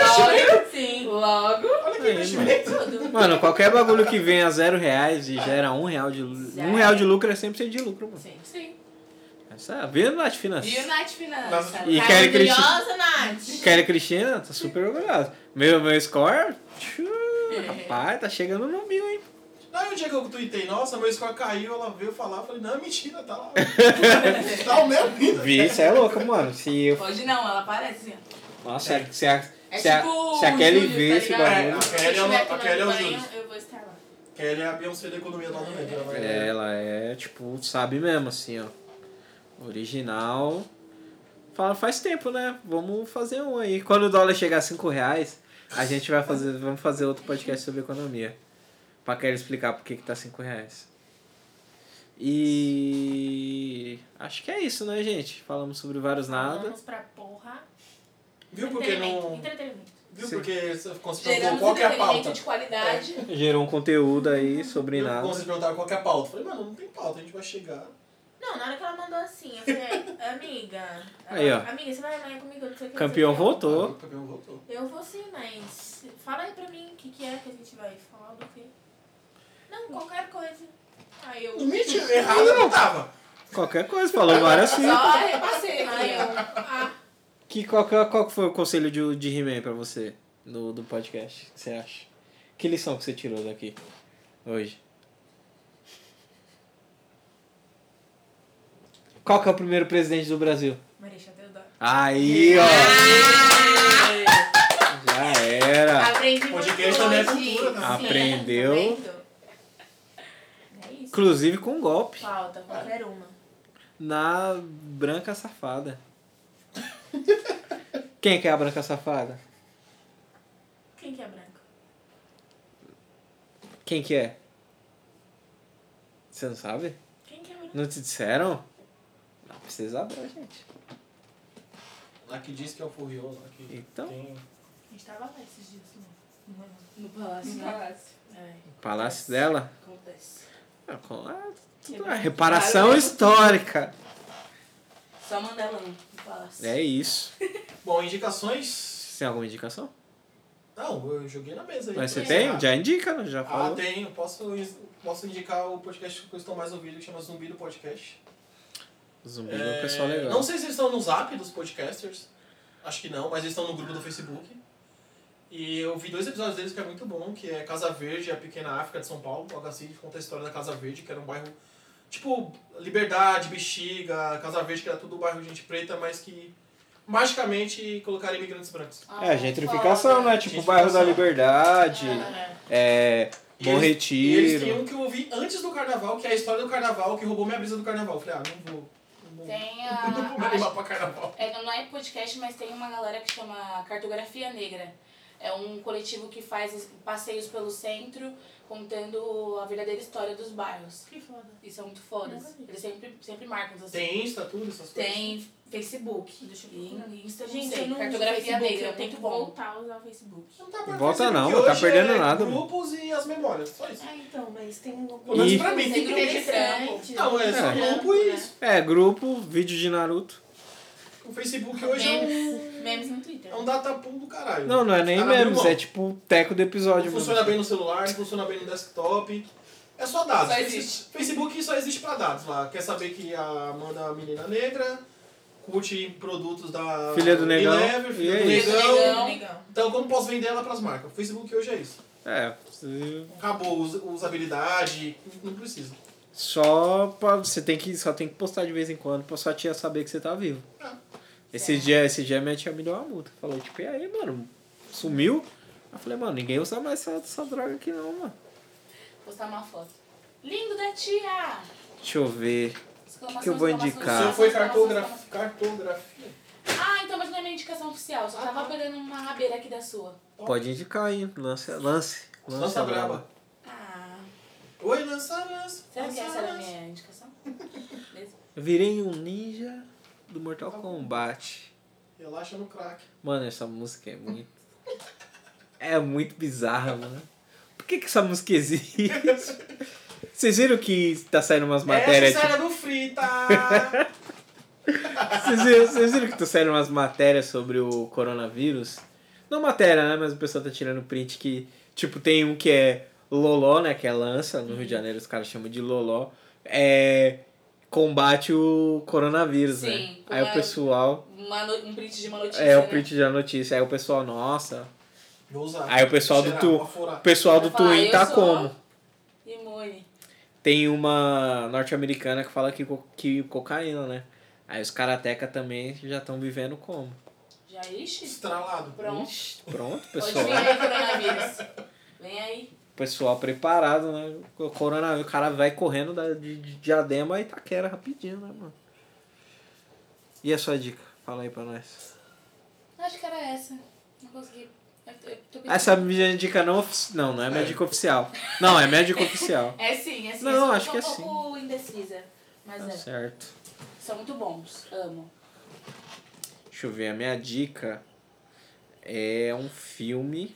S4: Logo.
S5: Sim.
S4: Logo.
S2: Olha que
S1: Aí,
S2: investimento.
S1: Mano, qualquer bagulho que venha a zero reais e gera um real de lucro. Um real de lucro é 100% de lucro, mano.
S5: Sim.
S4: Sim.
S1: Essa é vendo nas
S4: E o
S1: finanças.
S4: Night Finanças.
S1: E
S5: Tá
S1: Kelly Cristi-
S5: orgulhosa, Nath?
S1: Kelly Cristina, tá super orgulhosa. Meu, meu score. tchu, Rapaz, tá chegando no mil, hein?
S2: Aí um dia que eu tuitei, nossa, meu score caiu, ela veio falar, eu falei, não, mentira, tá lá. tá o meu ainda.
S1: Vi, isso é louco, mano. Se eu
S4: Pode não, ela aparece assim, ó.
S1: Nossa, se a,
S4: É
S1: se a,
S4: tipo
S1: se a
S4: o
S1: Kelly
S4: Júlio,
S1: vê
S4: tá
S1: esse
S4: ligado?
S2: É,
S1: bagulho.
S2: a
S5: Se
S2: Kelly é,
S5: tiver
S2: o- a
S5: tomando
S2: Kelly é o
S5: banho,
S2: Júlio.
S5: Eu vou estar lá.
S2: Kelly é a Beyoncé da economia lá no meio. Ela vai-
S1: É, Ela é, tipo, sabe mesmo, assim, ó. Original. Fala, faz tempo, né? Vamos fazer um aí. Quando o dólar chegar a 5 reais, a gente vai fazer. Vamos fazer outro podcast sobre economia. Pra querer explicar por que, que tá 5 reais. E acho que é isso, né, gente? Falamos sobre vários nada.
S5: Vamos pra porra.
S2: Viu porque não.
S5: então. Entretenimento.
S2: Viu
S1: Sim.
S2: porque você considerou
S1: Então,
S4: Geramos
S2: qual que é a pauta?
S4: entretenimento de qualidade.
S1: Gerou um conteúdo aí sobre
S2: Eu
S1: nada.
S2: Vocês perguntaram qual que é a pauta. Eu falei, mano, não tem pauta, a gente vai chegar.
S5: Não, na hora que ela mandou assim, eu falei, amiga.
S1: Aí, ó.
S5: Amiga, você vai amanhã comigo? Não sei o que, não sei o
S1: Campeão
S5: que.
S1: voltou.
S2: Ah, o campeão voltou.
S5: Eu vou sim, mas fala aí pra mim o que, que é que a gente vai falar do quê? Não, qualquer coisa. Aí eu.
S2: Não mentira, errado eu não tava.
S1: Qualquer coisa, falou várias sim.
S4: Só repassei.
S5: Aí
S4: aqui,
S5: eu.
S4: ó.
S5: Ah,
S1: Que, qual, que- qual que foi o conselho de, de He-Man pra você no, do podcast? O que você acha? Que lição que você tirou daqui hoje? Qual que é o primeiro presidente do Brasil?
S5: Marisha Deodoro.
S1: Aí, ó! Já era!
S5: Aprendi
S2: Podcast
S5: muito
S2: também é
S5: hoje.
S2: cultura, né?
S5: Sim,
S1: Tá. Aprendeu.
S5: tá vendo? É isso.
S1: Inclusive com um golpe
S5: Falta qualquer uma.
S1: na Branca Safada. Quem que é a Branca Safada?
S5: Quem que é branco?
S1: Quem que é? Você não sabe?
S5: Quem que é branco?
S1: Não te disseram? Não precisa abrir, gente.
S2: Aqui diz que é o Furrioso. Aqui
S1: Então.
S2: tem-
S5: A gente tava lá esses dias, né? não.
S1: É.
S4: No palácio. né?
S1: O palácio dela?
S4: Acontece.
S1: Ah, com- ah, tudo é reparação histórica.
S4: Só Mandela no palácio.
S1: É isso.
S2: Bom, indicações.
S1: Você tem alguma indicação?
S2: Não, eu joguei na mesa aí.
S1: Mas você
S2: Pra
S1: tem?
S2: encerrar.
S1: Já indica, né? já
S2: Ah,
S1: falou.
S2: tenho. Posso, posso indicar o podcast que eu estou mais ouvindo, que chama Zumbi do Podcast.
S1: Zumbi é um pessoal legal.
S2: Não sei se eles estão no zap dos podcasters. Acho que não, mas eles estão no grupo do Facebook. E eu vi dois episódios deles que é muito bom, que é Casa Verde, a pequena África de São Paulo. O Agacide conta a história da Casa Verde, que era um bairro, tipo, Liberdade, Bexiga, Casa Verde, que era tudo um bairro de gente preta, mas que magicamente colocaram imigrantes brancos.
S4: Ah,
S1: É, gentrificação,
S2: Ah,
S1: né? Tipo, bairro da
S2: Gentrificação.
S1: Liberdade, é,
S2: E
S1: Bom
S2: eles- E eles têm
S1: Retiro.
S2: um que eu ouvi antes do carnaval, que é a história do carnaval, que roubou minha brisa do carnaval. Eu Falei, ah, não vou.
S1: né?
S2: Não vou,
S4: Tem
S2: não vou me levar
S4: a.
S2: pra carnaval.
S4: É, não é podcast, mas tem uma galera que chama Cartografia Negra. É um coletivo que faz passeios pelo centro contando a verdadeira história dos bairros.
S5: Que foda.
S4: Isso é muito foda.
S5: Nunca vi.
S4: Eles sempre, sempre marcam essas
S2: Tem Insta, tudo, essas coisas.
S4: Tem Facebook.
S5: Deixa eu procurar.
S4: E Insta, não
S5: Gente,
S4: sei.
S5: eu não uso
S4: Cartografia
S5: Facebook,
S4: negra, é
S5: eu tenho
S4: muito
S5: que
S4: bom.
S5: voltar a usar o Facebook.
S2: Não tá pra
S1: Volta
S2: fazer,
S1: não,
S2: porque
S1: não tá
S2: hoje
S1: perdendo
S2: é
S1: nada, mano.
S2: grupos e as memórias, só isso.
S5: Ah, então, mas tem um...
S2: Pelo menos
S1: E-
S2: pra mim.
S4: Tem grupo de trampo.
S2: Não, é só
S1: É.
S2: grupo e isso.
S1: É, grupo, vídeo de Naruto.
S2: O Facebook hoje é um,
S5: Memes no Twitter.
S2: é um data pool do caralho.
S1: Não, não é nem
S2: Os caras
S1: memes,
S2: abriu mão.
S1: é tipo teco do episódio.
S2: Não
S1: mesmo.
S2: funciona bem no celular, não funciona bem no desktop. É só dados.
S4: Só existe.
S2: Facebook só existe pra dados lá. Quer saber que a Amanda é uma menina negra, curte produtos da
S1: Filha do negão,
S2: Unilever, filha
S1: e
S2: do
S1: é isso.
S2: negão.
S4: Negão.
S2: Então como posso vender ela pras marcas? O Facebook hoje é isso.
S1: É, você-
S2: Acabou us- usabilidade, não precisa.
S1: só pra, você tem que só tem que postar de vez em quando pra sua tia saber que você tá vivo.
S2: Ah.
S1: Esse dia, esse dia minha tia me deu uma multa. Falou, tipo, e aí, mano? Sumiu? Eu falei, mano, ninguém usa mais essa, essa droga aqui não, mano.
S4: Postar uma foto. Lindo da tia!
S1: Deixa eu ver.
S4: Exclamação,
S1: Que eu vou
S4: exclamação,
S1: indicar?
S2: O
S1: Tá.
S2: seu
S4: exclamação,
S2: foi
S4: exclamação,
S2: cartogra- cartografia.
S4: exclamação. Ah, então, mas não é minha indicação oficial. Só
S2: Ah,
S4: tava
S2: tá.
S4: pegando uma rabeira aqui da sua.
S1: Pode indicar aí, lance, lance. Lance
S2: Lança
S1: a
S2: braba.
S4: Ah.
S2: Oi, lança, lança.
S4: Será que
S2: lança,
S4: essa era a
S2: lança.
S4: minha indicação? Beleza.
S1: Virei um ninja do Mortal Kombat.
S2: Relaxa no crack.
S1: Mano, essa música é muito. É muito bizarra, mano. Por que, que essa música existe? Vocês viram que tá saindo umas matérias.
S2: É, Essa
S1: tipo-
S2: era do Frita!
S1: Vocês viram, vocês viram que tá saindo umas matérias sobre o coronavírus? Não matéria, né? Mas o pessoal tá tirando print que. Tipo, tem um que é Loló, né? Que é lança. No Rio de Janeiro os caras chamam de Loló. É. Combate o coronavírus, né?
S4: Sim,
S1: Aí o
S4: uma-
S1: pessoal.
S4: Uma no- Um print de uma notícia.
S1: É o
S4: né?
S1: print da notícia. Aí o pessoal, nossa.
S2: Vou usar.
S1: Aí o pessoal do
S2: Cheirar,
S1: tu-
S2: pra
S1: O
S2: furar.
S1: pessoal do
S4: Vai falar,
S1: Twin
S4: eu
S1: tá
S4: sou-
S1: como?
S4: Imune.
S1: Tem uma norte-americana que fala que, co- que cocaína, né? Aí os karateca também já estão vivendo como?
S4: Já ixi?
S2: Estralado.
S4: Pronto.
S1: Ixi, pronto,
S4: Pode
S1: pessoal.
S4: vir aí, coronavírus. Vem aí.
S1: Pessoal preparado, né? O coronavírus, o cara vai correndo da, de, de diadema e taquera rapidinho, né, mano? E a sua dica? Fala aí pra nós.
S4: Acho que era essa. Não consegui. Eu- eu tô pensando-
S1: Essa é minha dica não ofici- Não, não é minha dica oficial. Não, é minha dica oficial.
S4: É sim, é sim.
S1: Não,
S4: eu sou
S1: acho que é
S4: um pouco indecisa. Mas
S1: Tá
S4: é.
S1: certo.
S4: São muito bons. Amo.
S1: Deixa eu ver, a minha dica é um filme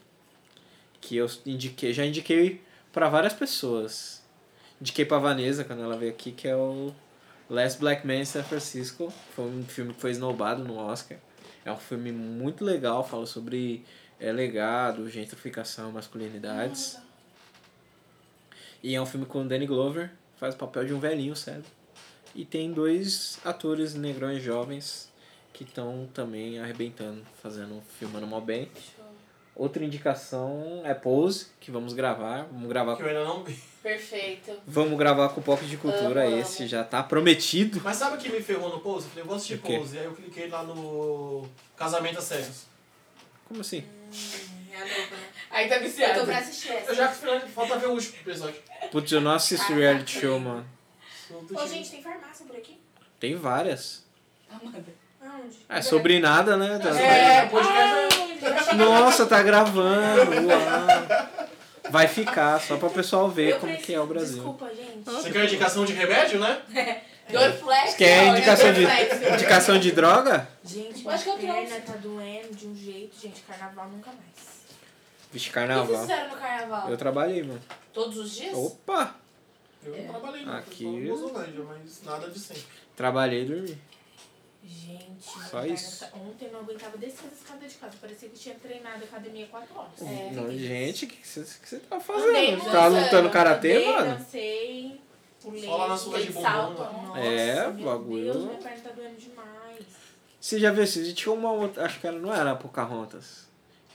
S1: que eu indiquei, já indiquei pra várias pessoas. Indiquei pra Vanessa quando ela veio aqui, que é o Last Black Man in San Francisco. Foi um filme que foi esnobado no Oscar. É um filme muito legal, fala sobre é, legado, gentrificação, masculinidades. E é um filme com o Danny Glover, faz o papel de um velhinho cego. E tem dois atores negrões jovens que estão também arrebentando, fazendo, filmando mó bem.
S4: Show.
S1: Outra indicação é Pose, que vamos gravar. Vamos gravar,
S2: Que eu ainda não vi.
S4: Perfeito.
S1: vamos gravar com o Pocket de Cultura,
S4: Amo,
S1: esse
S4: amo.
S1: já tá prometido.
S2: Mas sabe o que me ferrou no Pose? Eu falei, eu vou assistir
S1: O quê?
S2: Pose. Aí eu cliquei lá no Casamento a Cegas.
S1: Como assim?
S5: É louco, né?
S4: Aí tá
S5: Eu tô
S4: viciado.
S5: pra assistir
S2: Eu
S5: essa.
S2: já falta ver o último episódio.
S1: Putz, eu não assisto reality show, mano.
S2: Não tô
S5: Ô,
S2: te-
S5: gente, tem farmácia por aqui?
S1: Tem várias.
S4: Amanda.
S5: Aonde?
S1: É sobre nada, né? da-
S2: É,
S4: É.
S2: podcast
S1: Nossa, tá gravando. uau. Vai ficar, só pra o pessoal ver
S5: Eu
S1: como
S5: preciso-
S1: que é o Brasil.
S5: Desculpa, gente.
S2: é- Você quer indicação de remédio, né?
S4: Dorflex.
S1: Quer
S4: não, é
S1: indicação de,
S4: Dorflex.
S1: indicação de droga?
S5: Gente,
S4: Eu acho que eu
S5: minha perna
S4: trouxe.
S5: tá doendo de um jeito, gente. Carnaval nunca mais.
S1: Vixe,
S4: O que vocês
S1: carnaval.
S4: fizeram no carnaval?
S1: Eu trabalhei, mano.
S4: Todos os dias?
S1: Opa!
S2: Eu não trabalhei não,
S1: Aqui-
S2: eu sou em Bozolândia, mas nada de sempre.
S1: Trabalhei e dormi.
S5: Gente,
S1: Só
S5: minha perna
S1: isso?
S5: tá- ontem eu não aguentava descer as escadas de casa. Parecia que eu tinha treinado academia 4 horas.
S4: É,
S1: Não, gente, o que você tá
S4: Andei
S1: fazendo? Você tá
S4: dançando,
S1: lutando karatê,
S5: Andei,
S1: mano?
S5: dancei, pulei,
S2: Só lá na sua
S5: dei
S2: de bumbum,
S5: salto.
S2: né?
S5: Nossa,
S1: É,
S5: meu
S1: bagulho.
S5: Deus, minha perna tá doendo demais.
S1: Você já viu esse? Tinha uma outra. Acho que ela não era a Pocahontas.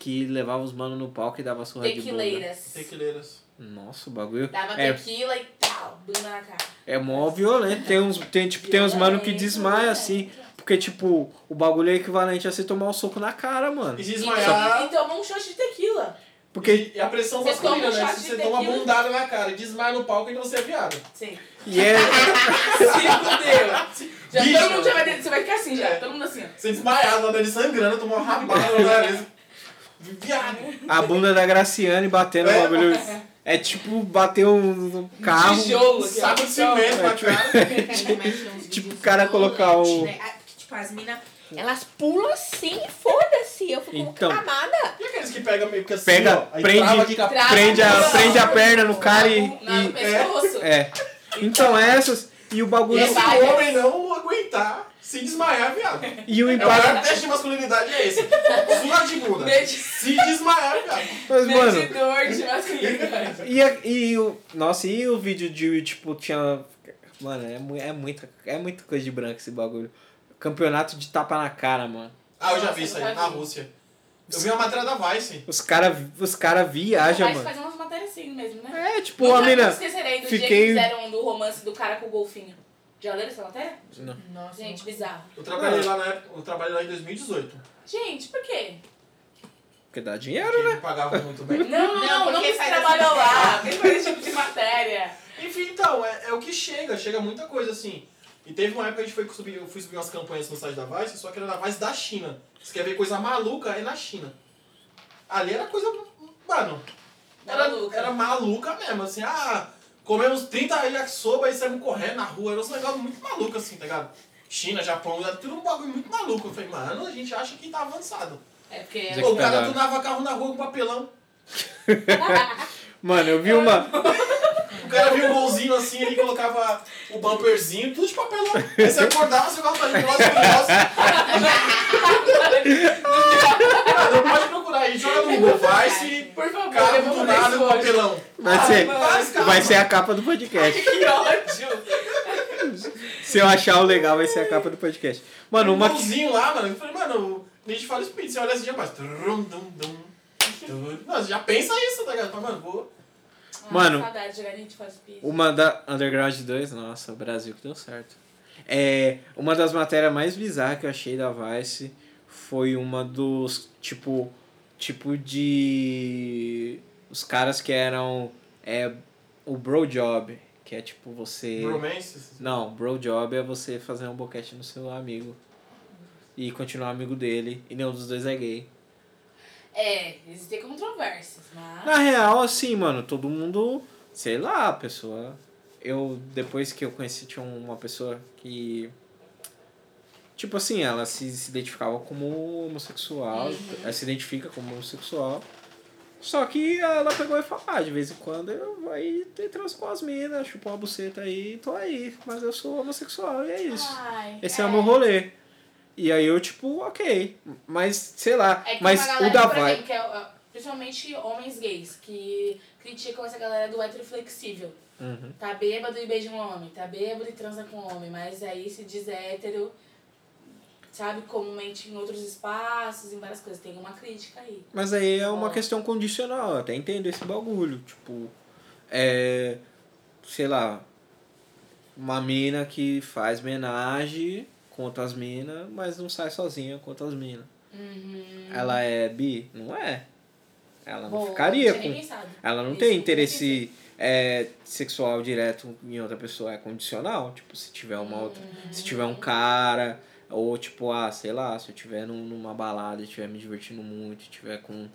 S1: que levava os manos no palco e dava surra de bunda.
S4: Tequileiras.
S2: Tequileiras.
S1: Nossa, o bagulho.
S4: né? Dava
S1: né? É,
S4: tequila e tal, bunda na cara.
S1: é mó violento. Tem uns, tem, tipo, tem uns mano que desmaia assim. Porque, tipo, o bagulho é equivalente a você tomar um soco na cara, mano.
S2: E se
S4: E,
S2: desmaiar.
S4: e tomou um shot de tequila.
S1: Porque.
S2: E a pressão
S4: Você
S2: masculina,
S4: toma um
S2: né?
S4: chá
S2: Se
S4: de
S2: você toma uma
S4: tequila.
S2: bundada na cara e desmaia no palco, então você é viado.
S4: Sim.
S1: E é.
S4: Se fudeu. Já
S2: Bicho.
S4: todo mundo já vai dentro. Você vai ficar assim já. Todo mundo assim, ó.
S2: Você desmaiado, lá dentro sangrando, tomou uma rabada na nariz. Viado.
S1: A bunda da Graciane batendo no
S2: É.
S1: bagulho. É tipo bater um, um carro.
S4: Tijolo. aqui, ó.
S2: Saco de cimento na cara.
S1: Tipo, o cara colocar um, o-
S5: Tipo, as minas, elas pulam assim e foda-se. Eu fico
S1: Então.
S5: amada.
S2: E é aqueles que pegam meio que assim,
S1: Pega,
S2: ó, aí
S1: prende-
S2: trava aqui com a
S4: Trava.
S1: Prende a,
S4: Não.
S1: prende a perna no cara e.
S4: Na- Tá No
S1: e-
S4: pescoço.
S1: é. Então essas. E o bagulho.
S2: E se
S4: Vai.
S2: o é homem não aguentar, se desmaiar, viado.
S1: E o
S2: É o maior
S1: impacto.
S2: teste de masculinidade é esse. Sua de bunda.
S4: Medi-
S2: Se desmaiar, viado.
S1: Mas, mano.
S4: Medidor de masculinidade.
S1: E, a- e o. Nossa, e o vídeo de, tipo, tinha. Mano, é, mu- é, muita, é muita coisa de branco esse bagulho. Campeonato de tapa na cara, mano.
S2: Ah, eu já vi
S4: Nossa,
S2: isso
S4: eu
S2: aí,
S4: já
S2: na
S4: vi.
S2: Rússia. Eu vi uma matéria da Vice.
S1: Os caras os cara viajam,
S4: Mas
S1: mano.
S4: fazer umas matérias assim mesmo, né?
S1: É, tipo, a mina.
S4: esquecerei do dia
S1: fiquei-
S4: que fizeram do romance do cara com o golfinho. Já leram essa matéria?
S5: Nossa,
S4: Gente,
S5: gente.
S4: bizarro.
S2: Eu
S1: Ah.
S2: trabalhei lá na época, eu trabalhei lá em 2018.
S4: Gente, por quê?
S1: Porque dá dinheiro,
S2: Porque não pagava muito bem.
S4: Não, não, não,
S5: porque
S4: não que você
S5: faz
S4: trabalha
S5: essa
S4: lá. Porque faz esse tipo de matéria.
S2: Enfim, então, é, é o que chega, chega muita coisa assim. E teve uma época que a gente foi subir, eu fui subir umas campanhas no site da Vice, só que era da Vice da China. Você quer ver coisa maluca? É na China. Ali era coisa. Mano. Era
S4: Maluca.
S2: maluca, era maluca mesmo, assim, ah, comemos 30 yakisoba e saímos correndo na rua. Era um negócio muito maluco, assim, tá ligado? China, Japão, era tudo um bagulho muito maluco. Eu falei, mano, a gente acha que tá avançado.
S4: É porque
S1: Dizer
S2: Pô,
S1: que
S2: o cara
S1: pegaram.
S2: tunava carro na rua com papelão.
S1: Mano, eu vi uma.
S2: O cara viu um golzinho assim, ele colocava o bumperzinho, tudo de papelão. Aí você acordava, você gostava de negócio Mano, não pode procurar aí, joga no
S5: É
S2: Google, vai se
S4: Por favor, eu
S2: carro do
S4: vou fazer
S2: nada
S4: isso
S2: com
S4: hoje.
S2: papelão.
S1: Vai ser,
S2: mas, cara.
S1: vai ser a capa do podcast.
S4: Que ódio.
S1: Se eu achar o legal, vai ser a capa do podcast. Mano,
S2: Um
S1: uma.
S2: golzinho lá, mano. Eu falei, mano, a gente fala speed, você olha assim já faz. Trum, dum, dum, dum. Mano, você já pensa isso, tá ligado? Fala, Mano, vou.
S1: Mano.
S4: Ah, saudade de jogar Need for Speed.
S1: Uma da Underground 2, nossa, Brasil que deu certo. É, uma das matérias mais bizarras que eu achei da Vice foi uma dos tipo tipo de os caras que eram é o bro job, que é tipo você
S2: Bromance.
S1: Não, bro job é você fazer um boquete no seu amigo e continuar amigo dele e nenhum dos dois é gay.
S4: É, existem controvérsias, mas...
S1: Na real, assim, mano, todo mundo, sei lá, a pessoa. Eu, depois que eu conheci, tinha uma pessoa que. Tipo assim, ela se, se identificava como homossexual,
S4: Uhum.
S1: ela se identifica como homossexual. Só que ela pegou e falou: ah, de vez em quando eu vou aí ter trans com as minas, chupar uma buceta aí, tô aí, mas eu sou homossexual e é isso.
S4: Ai,
S1: Esse é, o meu rolê. E aí eu, tipo, ok. Mas, sei lá.
S4: É que
S1: mas
S4: tem uma
S1: o
S4: galera,
S1: da
S4: por
S1: vai.
S4: exemplo, que é, ó, principalmente homens gays, que criticam essa galera do hétero flexível.
S1: Uhum.
S4: Tá bêbado e beija um homem, tá bêbado e transa com um homem, mas aí se diz hétero, sabe, comumente em outros espaços, em várias coisas. Tem uma crítica aí.
S1: Mas aí é uma
S4: Ó.
S1: questão condicional, eu até entendo esse bagulho. Tipo, é. Sei lá. Uma mina que faz homenagem contra as minas, mas não sai sozinha contra as minas. Ela é bi? Não é. Ela não
S4: Uhum. Boa,
S1: ficaria
S4: tinha nem
S1: com.
S4: pensado.
S1: Ela não
S4: Isso
S1: tem
S4: eu
S1: interesse é, sexual direto em outra pessoa, é condicional. Tipo, se tiver uma outra. Se tiver um cara, ou tipo, ah, sei lá, se eu tiver num- numa balada, e estiver me divertindo muito, e tiver com,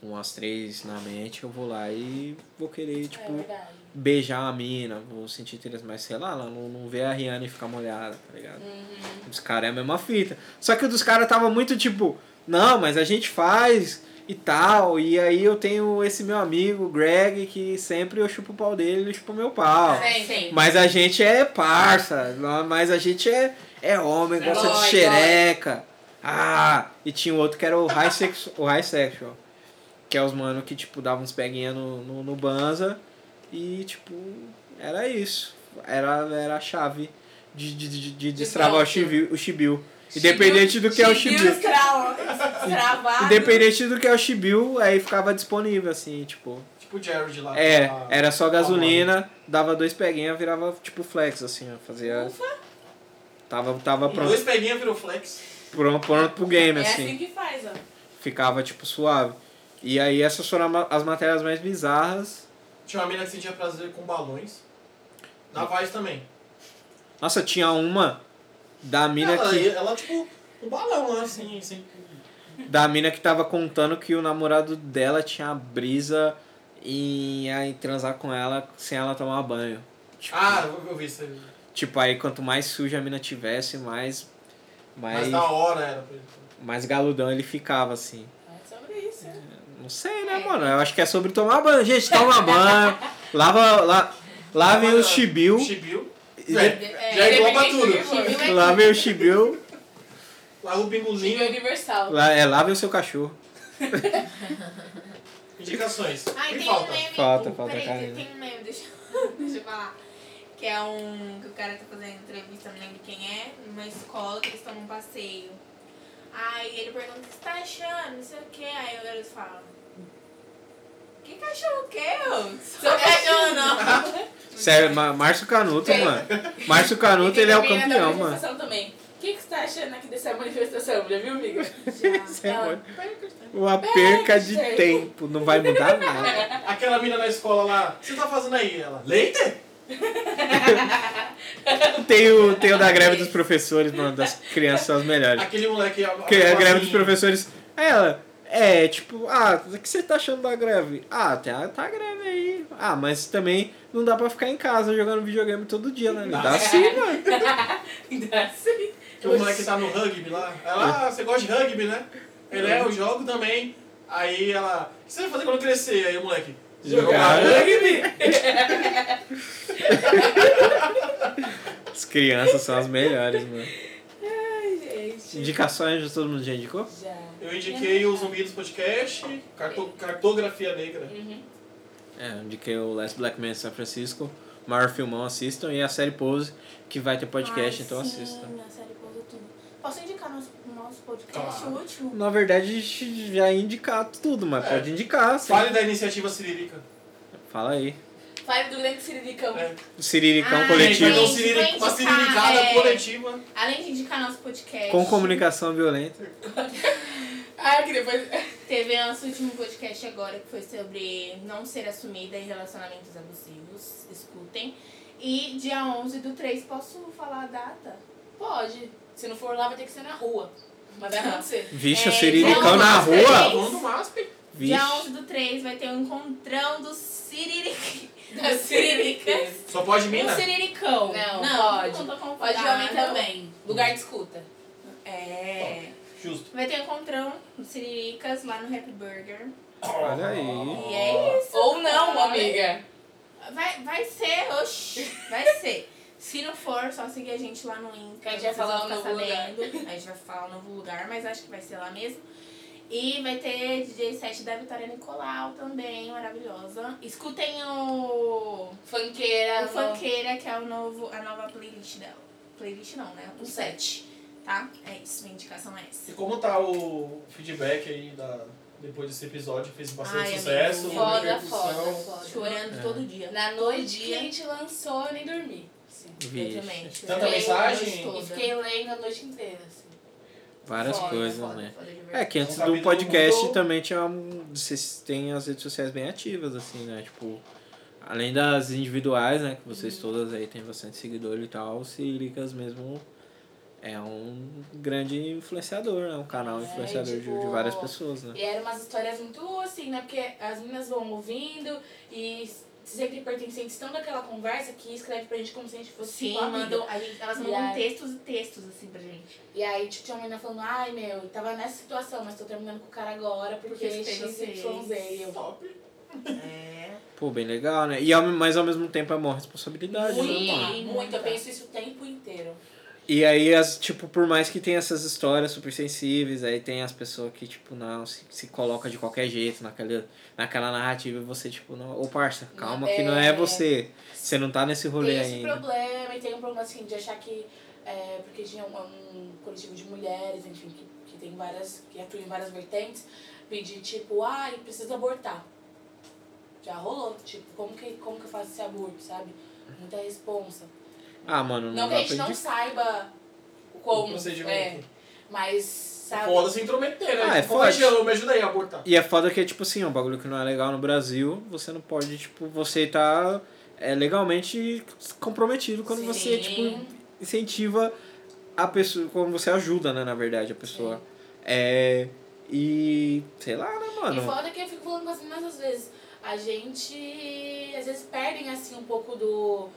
S1: com as três na mente, eu vou lá e vou querer,
S4: É
S1: tipo,
S4: verdade.
S1: beijar a mina, vou sentir interesse, mas sei lá, ela não, não vê a Rihanna e ficar molhada, tá ligado? Os caras é a mesma fita. Só que o dos caras tava muito tipo, não, mas a gente faz e tal, e aí eu tenho esse meu amigo, Greg, que sempre eu chupo o pau dele, ele chupa o meu
S5: é.
S1: pau.
S4: Sim, sim.
S1: Mas a gente é parça, nó- mas a gente é, é homem, gosta de
S4: Dói,
S1: xereca. Ah, e tinha um outro que era o high, sexu o high sexual. Que é os mano que, tipo, davam uns peguinha no, no, no Banza. E, tipo, era isso. Era, era a chave de, de, de, de destravar o
S4: bronca.
S1: chibio, o chibio. Independente do que é o
S5: Chibiu
S1: Shibiu.
S5: estra- Estravado.
S1: Independente do que é o Shibiu, aí ficava disponível, assim, tipo.
S2: Tipo o Jared lá.
S1: É,
S2: lá-
S1: era só gasolina, dava dois peguinhas, virava tipo flex, assim, ó, fazia. Tava, tava
S2: Com
S1: pronto,
S2: Dois peguinhos virou flex.
S1: pronto, pronto pro game,
S4: É
S1: assim.
S4: assim que faz, ó.
S1: Ficava, tipo, suave. E aí essas foram ma- as matérias mais bizarras.
S2: Tinha uma mina que sentia prazer com balões. Na Vaz também.
S1: Nossa, tinha uma da mina
S2: ela,
S1: que.
S2: ela, tipo, um balão lá, assim, assim.
S1: Da mina que tava contando que o namorado dela tinha brisa em, em transar com ela sem ela tomar banho. Tipo,
S2: Ah, eu, eu vi isso aí.
S1: tipo, aí quanto mais suja a mina tivesse, mais.
S2: Mas
S1: Mais,
S2: da hora era pra ele.
S1: mais galudão ele ficava, assim.
S4: É sobre isso. né?
S1: Não sei, né, mano? Eu acho que é sobre tomar banho. Gente, toma banho. Lava. La, lavem os chibiu.
S2: Chibiu.
S1: e-
S2: É, já engloba tudo.
S4: Chibiu
S1: Lavem o chibiu.
S2: Lá o pinguzinho.
S4: é universal.
S1: La, é, lavem o seu cachorro.
S2: Indicações.
S5: Ai,
S2: Quem
S5: tem
S2: falta?
S5: um meme.
S1: Falta, falta,
S5: Peraí,
S1: Karina.
S5: tem um meme, deixa, deixa eu falar. Que é um. que o cara tá fazendo entrevista, não lembro quem é, numa escola que eles estão num passeio. Aí ele pergunta o que você tá achando, não sei o que. Aí o garoto fala. tá Que cachorro que eu? Seu cachorro não.
S1: Sério, Ma- Márcio Canuto,
S4: Tem.
S1: mano. Márcio Canuto, ele é o campeão,
S4: da
S1: mano.
S4: manifestação também. O que, que você tá achando aqui dessa manifestação? Já viu, amiga?
S1: Isso é
S4: Ela,
S1: bom. Uma perca de
S4: Gente.
S1: tempo. Não vai mudar nada.
S2: Aquela mina na escola lá. O que você tá fazendo aí? Ela. Leite?
S1: Tem o, tem o da greve dos professores, mano. Das crianças são as melhores.
S2: Aquele moleque. a-
S1: Porque a
S2: vozinha.
S1: é greve dos professores. Aí ela. É, tipo, ah, o que você tá achando da greve? Ah, tá, tá a greve aí. Ah, mas também não dá pra ficar em casa jogando videogame todo dia, né? Dá,
S2: Dá.
S1: sim, mano.
S4: Ainda assim.
S2: Que o moleque tá no rugby lá. Ela, ah, você gosta de rugby, né? Ele é, eu jogo também. Aí ela, o que você vai fazer quando crescer? Aí o moleque,
S1: Jogar
S2: jogar rugby.
S1: As crianças são as melhores, mano.
S4: Ai, gente.
S1: Indicações de todo mundo já indicou?
S4: Já.
S2: Eu indiquei o Zumbi dos Podcast, carto- Cartografia Negra.
S4: Uhum.
S1: É, eu indiquei o Last Black Man San Francisco, maior filmão, assistam, e a série Pose, que vai ter podcast, então assistam.
S5: Ah, Sim, a série pousou tudo. Posso indicar nosso, nosso podcast
S2: Claro.
S5: o último?
S1: Na verdade, a gente já ia indicar tudo, mas
S2: É.
S1: pode indicar. sim.
S2: Fale da iniciativa cirílica.
S1: Fala aí.
S4: Fale do grande Siriricão.
S2: É.
S1: O Siriricão
S5: Ah,
S2: Gente, vai
S1: Coletivo
S2: dar um
S5: Gente,
S2: ciriri-
S5: vou
S2: uma
S5: indicar,
S2: ciriricada
S5: é.
S2: coletiva.
S5: Além de indicar nosso podcast,
S1: com comunicação violenta.
S4: Ah, que depois...
S5: Teve nosso último podcast agora que foi sobre não ser assumida em relacionamentos abusivos. Escutem. E dia 11 do 3, posso falar a data?
S4: Pode. Se não for lá, vai ter que ser na rua. Mas vai acontecer.
S1: Vixe,
S5: É,
S1: o Siriricão
S5: então,
S1: na
S5: mas Boa.
S2: Tá
S1: rua?
S5: aí-
S2: falando do MASP.
S1: Vixe.
S5: Dia 11 do 3 vai ter um encontrão dos Siriric...
S4: Da
S5: dos Siriricas.
S2: Só pode né?
S5: Um
S2: mina?
S5: Siricão.
S4: Não, pode.
S5: não tô convidada.
S4: Pode de homem também. Lugar de escuta.
S5: É.
S2: Justo.
S5: Vai ter um encontrão dos Siriricas lá no Happy Burger.
S1: Olha aí.
S5: E é isso.
S4: Ou não,
S5: cara.
S4: amiga.
S5: Vai, vai ser, oxi, vai ser. Se não for, só seguir a gente lá no Inca.
S4: A gente vai
S5: vocês
S4: falar
S5: vão
S4: um
S5: ficar
S4: novo lugar.
S5: sabendo. A gente vai falar um novo lugar, mas acho que vai ser lá mesmo. E vai ter DJ 7 da Vitória Nicolau também, maravilhosa. Escutem o,
S4: Funkeira.
S5: o
S4: no-
S5: Funkeira, que é o novo, a nova playlist dela. Playlist não, né? Um set. Tá? É isso, minha indicação é
S2: E
S5: essa.
S2: como tá o feedback aí da, depois desse episódio? Fez bastante
S5: Ai, amigo,
S2: sucesso.
S5: foda,
S2: repercussão.
S4: foda,
S5: Chorando
S1: É.
S5: todo dia.
S4: Na
S5: Todo
S4: noite que
S5: dia.
S4: a gente lançou, eu nem dormi. Assim.
S5: Eu também.
S1: Vixe.
S5: chorando
S2: Tanta mensagem?
S5: a noite toda.
S4: E fiquei lendo a noite inteira, assim.
S1: Várias
S4: Foda,
S1: coisas,
S5: Foda,
S1: né?
S5: foda de verdade.
S1: É que antes
S2: Então,
S1: do
S2: capítulo
S1: podcast
S2: mudou.
S1: também tinha. um- Vocês têm as redes sociais bem ativas, assim, né? Tipo, além das individuais, né? Que
S5: Uhum.
S1: vocês todas aí têm bastante seguidor e tal, o Siricas mesmo é um grande influenciador, né? Um canal
S4: É,
S1: influenciador de- de,
S4: tipo,
S1: várias pessoas, né?
S4: E eram umas histórias muito assim, né? Porque as meninas vão ouvindo e sempre pertencentes estão daquela conversa que escreve pra gente como se a gente fosse
S5: Sim,
S4: tipo, amiga.
S5: mandam, a gente, elas
S4: E
S5: mandam
S4: aí-
S5: textos e textos assim pra gente.
S4: E aí, tipo, tinha uma menina falando, ai meu, eu tava nessa situação, mas tô terminando com o cara agora porque,
S5: Porque
S4: X,
S5: XYZ.
S4: Y, Z. E eu,
S2: Top.
S5: É.
S1: Pô, bem legal, né? E ao, mas ao mesmo tempo é uma responsabilidade, né, mano?
S4: muito, muito,
S5: Muita.
S4: eu penso isso o tempo inteiro.
S1: E aí, as, tipo, por mais que tenha essas histórias super sensíveis, aí tem as pessoas que, tipo, não, se, se coloca de qualquer jeito naquela, naquela narrativa e você, tipo, não, ô parça, calma que não é
S4: É.
S1: você. Você não tá nesse rolê
S4: tem esse
S1: ainda.
S4: problema e tem um problema assim de achar que é, porque tinha um, um coletivo de mulheres, enfim, que, que tem várias, que atua em várias vertentes, pedir tipo, ai, precisa abortar. Já rolou, tipo, como que, como que eu faço esse aborto, sabe? Muita responsa.
S1: Ah, mano,
S4: Não
S1: não,
S4: que
S1: dá
S4: a
S1: pra
S4: gente não
S1: indicar.
S4: saiba como.
S2: O
S4: é,
S2: procedimento.
S4: mas sabe.
S2: Foda se intrometer, né?
S1: Ah, é
S2: Como que
S1: forte.
S2: eu- Me ajuda aí a abortar.
S1: E é foda que é tipo assim, é um bagulho que não é legal no Brasil, você não pode, tipo, você tá é, legalmente comprometido quando você,
S4: Sim.
S1: tipo, incentiva a pessoa, quando você ajuda, né, na verdade, a pessoa. É. E. sei lá, né,
S4: E
S1: mano?
S4: foda que eu fico falando com as meninas às vezes. A gente às vezes perdem assim um pouco do.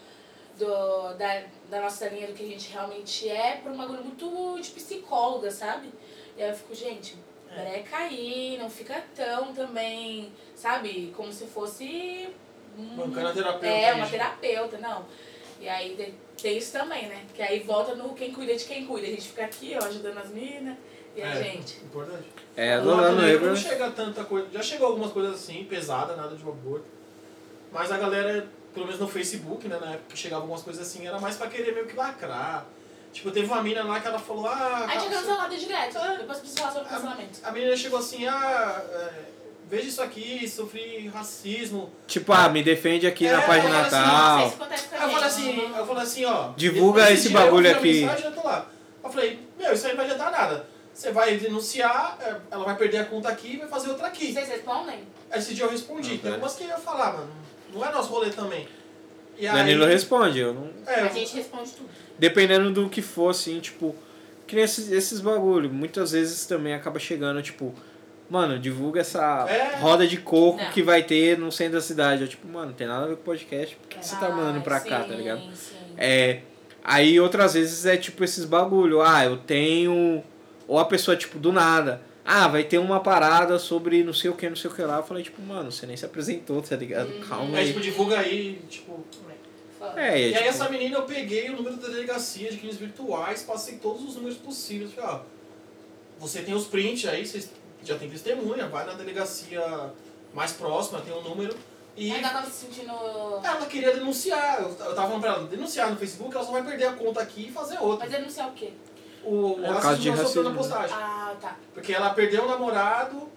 S4: do da, da nossa linha do que a gente realmente é pra um bagulho muito de psicóloga, sabe? E aí eu fico, gente,
S2: É.
S4: breca aí, não fica tão também, sabe, como se fosse. um-
S2: Bancando a terapeuta.
S4: É, uma
S2: gente.
S4: terapeuta, não. E aí de- tem isso também, né? Que aí volta no quem cuida de quem cuida. A gente fica aqui, ó, ajudando as minas e a
S2: É.
S4: gente.
S2: Importante.
S1: É,
S2: No
S1: do
S2: lado
S1: lado
S2: negro
S1: negro.
S2: não chega tanta coisa. Já chegou algumas coisas assim, pesada, nada de aborto. Mas a galera, pelo menos no Facebook, né, na época que chegava algumas coisas assim, era mais pra querer meio que lacrar. Tipo, teve uma mina lá que ela falou, ah.
S4: Aí chega
S2: tá-
S4: cancelada direto. Depois preciso falar sobre cancelamento.
S2: A menina chegou assim, ah, é, veja isso aqui, sofri racismo.
S1: Tipo, ah, me defende aqui
S2: É,
S1: na página
S2: assim,
S1: tal.
S5: isso acontece com a
S2: Aí eu
S5: gente.
S2: falei assim, eu falei assim, ó.
S1: Divulga esse
S2: dia eu
S1: bagulho
S2: vi a
S1: aqui.
S2: Mensagem, eu, tô lá. eu falei, meu, isso aí não vai adiantar nada. Você vai denunciar, é, ela vai perder a conta aqui e vai fazer outra aqui.
S4: Vocês respondem?
S2: Esse dia eu respondi.
S1: Ah,
S2: Tem
S1: tá.
S2: algumas que eu ia falar, mano. Não é nosso rolê também. E aí,
S1: Danilo responde, eu não.
S2: é,
S5: A
S2: eu-
S5: gente responde tudo.
S1: Dependendo do que for, assim, tipo. Que nem esses, esses bagulho. Muitas vezes também acaba chegando, tipo. Mano, divulga essa
S2: É.
S1: roda de coco
S5: Não.
S1: que vai ter no centro da cidade. Eu, tipo, mano, não tem nada a ver com podcast. Por que, que você tá mandando pra cá, tá ligado?
S4: Ah, Sim, sim.
S1: É. Aí outras vezes é tipo esses bagulho. Ah, eu tenho. Ou a pessoa, tipo, do nada. Ah, vai ter uma parada sobre não sei o que, não sei o que lá. Eu falei, tipo, mano, você nem se apresentou, tá ligado? Calma
S2: é,
S1: aí.
S2: tipo, divulga aí, tipo.
S4: Foda.
S1: É,
S2: E aí
S1: tipo,
S2: essa menina eu peguei o número da delegacia de crimes virtuais, passei todos os números possíveis. Falei, ó, você tem os prints aí, vocês já tem testemunha, vai na delegacia mais próxima, tem um número. E
S4: Ainda tava se sentindo.
S2: ela queria denunciar. Eu eu tava falando pra ela, denunciar no Facebook, ela só vai perder a conta aqui e fazer outra.
S4: Mas denunciar o quê?
S2: O, o
S1: É o caso de
S2: racismo não sofreu
S1: racismo,
S2: na
S1: né?
S2: postagem.
S4: Ah, tá.
S2: Porque ela perdeu o namorado.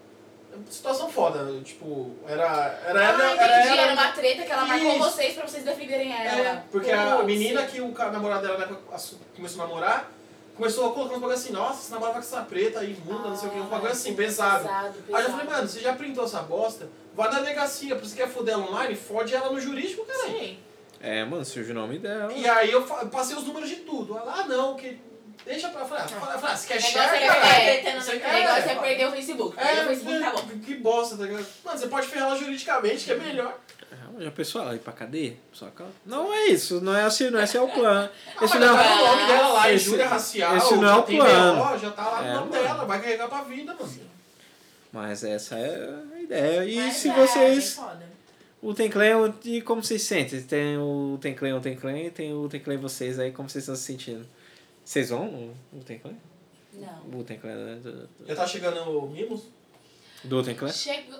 S2: Situação foda. Tipo, era. Era
S4: ah,
S2: ela.
S4: entendi.
S2: era
S4: Era,
S2: ela-
S4: uma treta que ela marcou
S2: Isso.
S4: vocês pra vocês defenderem ela.
S2: é, porque a
S4: Putz.
S2: menina que o ca- namorado dela né, assu- começou a namorar, começou a colocar uns bagulho assim, nossa, esse namorado vai com essa preta aí, imunda, não sei o que, um bagulho assim, pesado.
S4: Ah, é Pesado,
S2: Aí eu já
S4: pesado.
S2: falei, mano, você já printou essa bosta? Vai na delegacia, porque você quer foder ela online, fode ela no jurídico, caralho.
S4: Sim. é
S1: É, mano, surge o nome dela. né?
S2: E aí eu fa- passei os números de tudo. Ela, ah não, que. Deixa pra falar. Ah, fala, você quer
S4: Negócio
S2: share,
S4: é-
S2: caralho?
S4: é,
S5: tentando
S2: Você
S4: O
S2: quer-
S4: negócio é perder o Facebook. Perder o Facebook tá bom.
S2: é, que- que bosta, tá ligado? Mano, você pode ferrar ela juridicamente, que é melhor.
S1: Ah, mas a pessoa ela ir pra cadeia? Só que ela- Não é isso, não é assim, não é esse é o plano. Esse
S2: Ah,
S1: não
S2: mas
S1: é
S2: tá no nome dela lá,
S1: Esse-
S2: injúria racial.
S1: esse não é
S2: já
S1: o
S2: tem
S1: plano.
S2: BO, já tá lá no
S1: É,
S2: nome
S1: mano.
S2: dela, vai carregar pra vida, mano.
S1: Mas essa é a ideia. E
S5: Mas
S1: se
S5: é,
S1: vocês.
S5: é foda.
S1: O Tenclan, e como vocês se sentem? Tem o Tenclan, o Tenclan e tem o Tenclan vocês aí, como vocês estão se sentindo? Vocês vão no no Tenclan?
S4: Não.
S1: O Tenclan né? do,
S2: Já tá chegando o Mimos?
S1: do Tenclan?
S4: Chegou.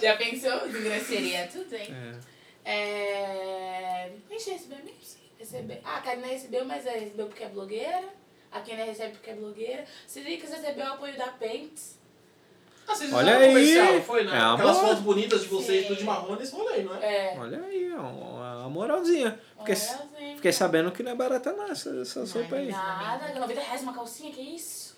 S4: Já pensou? Desgraceria, tudo bem.
S1: É.
S4: É... A gente recebeu mesmo? Recebeu. Ah, a Karina recebeu, mas ela recebeu porque é blogueira. A Karina recebe porque é blogueira. Siricas recebeu o apoio da Pentes.
S2: Ah, vocês
S1: Olha
S2: fizeram um
S1: aí.
S2: comercial, foi, né?
S1: É uma
S2: Aquelas
S1: boa.
S2: fotos bonitas de vocês,
S4: Sim.
S2: tudo de marrom, nesse rolê, não é?
S4: É.
S1: Olha aí, ó, uma moralzinha. Porque-
S4: Olhazinho.
S1: Fiquei sabendo que não é barata não, essa, essa sopa aí.
S4: Nada, 90 reais uma calcinha, que isso?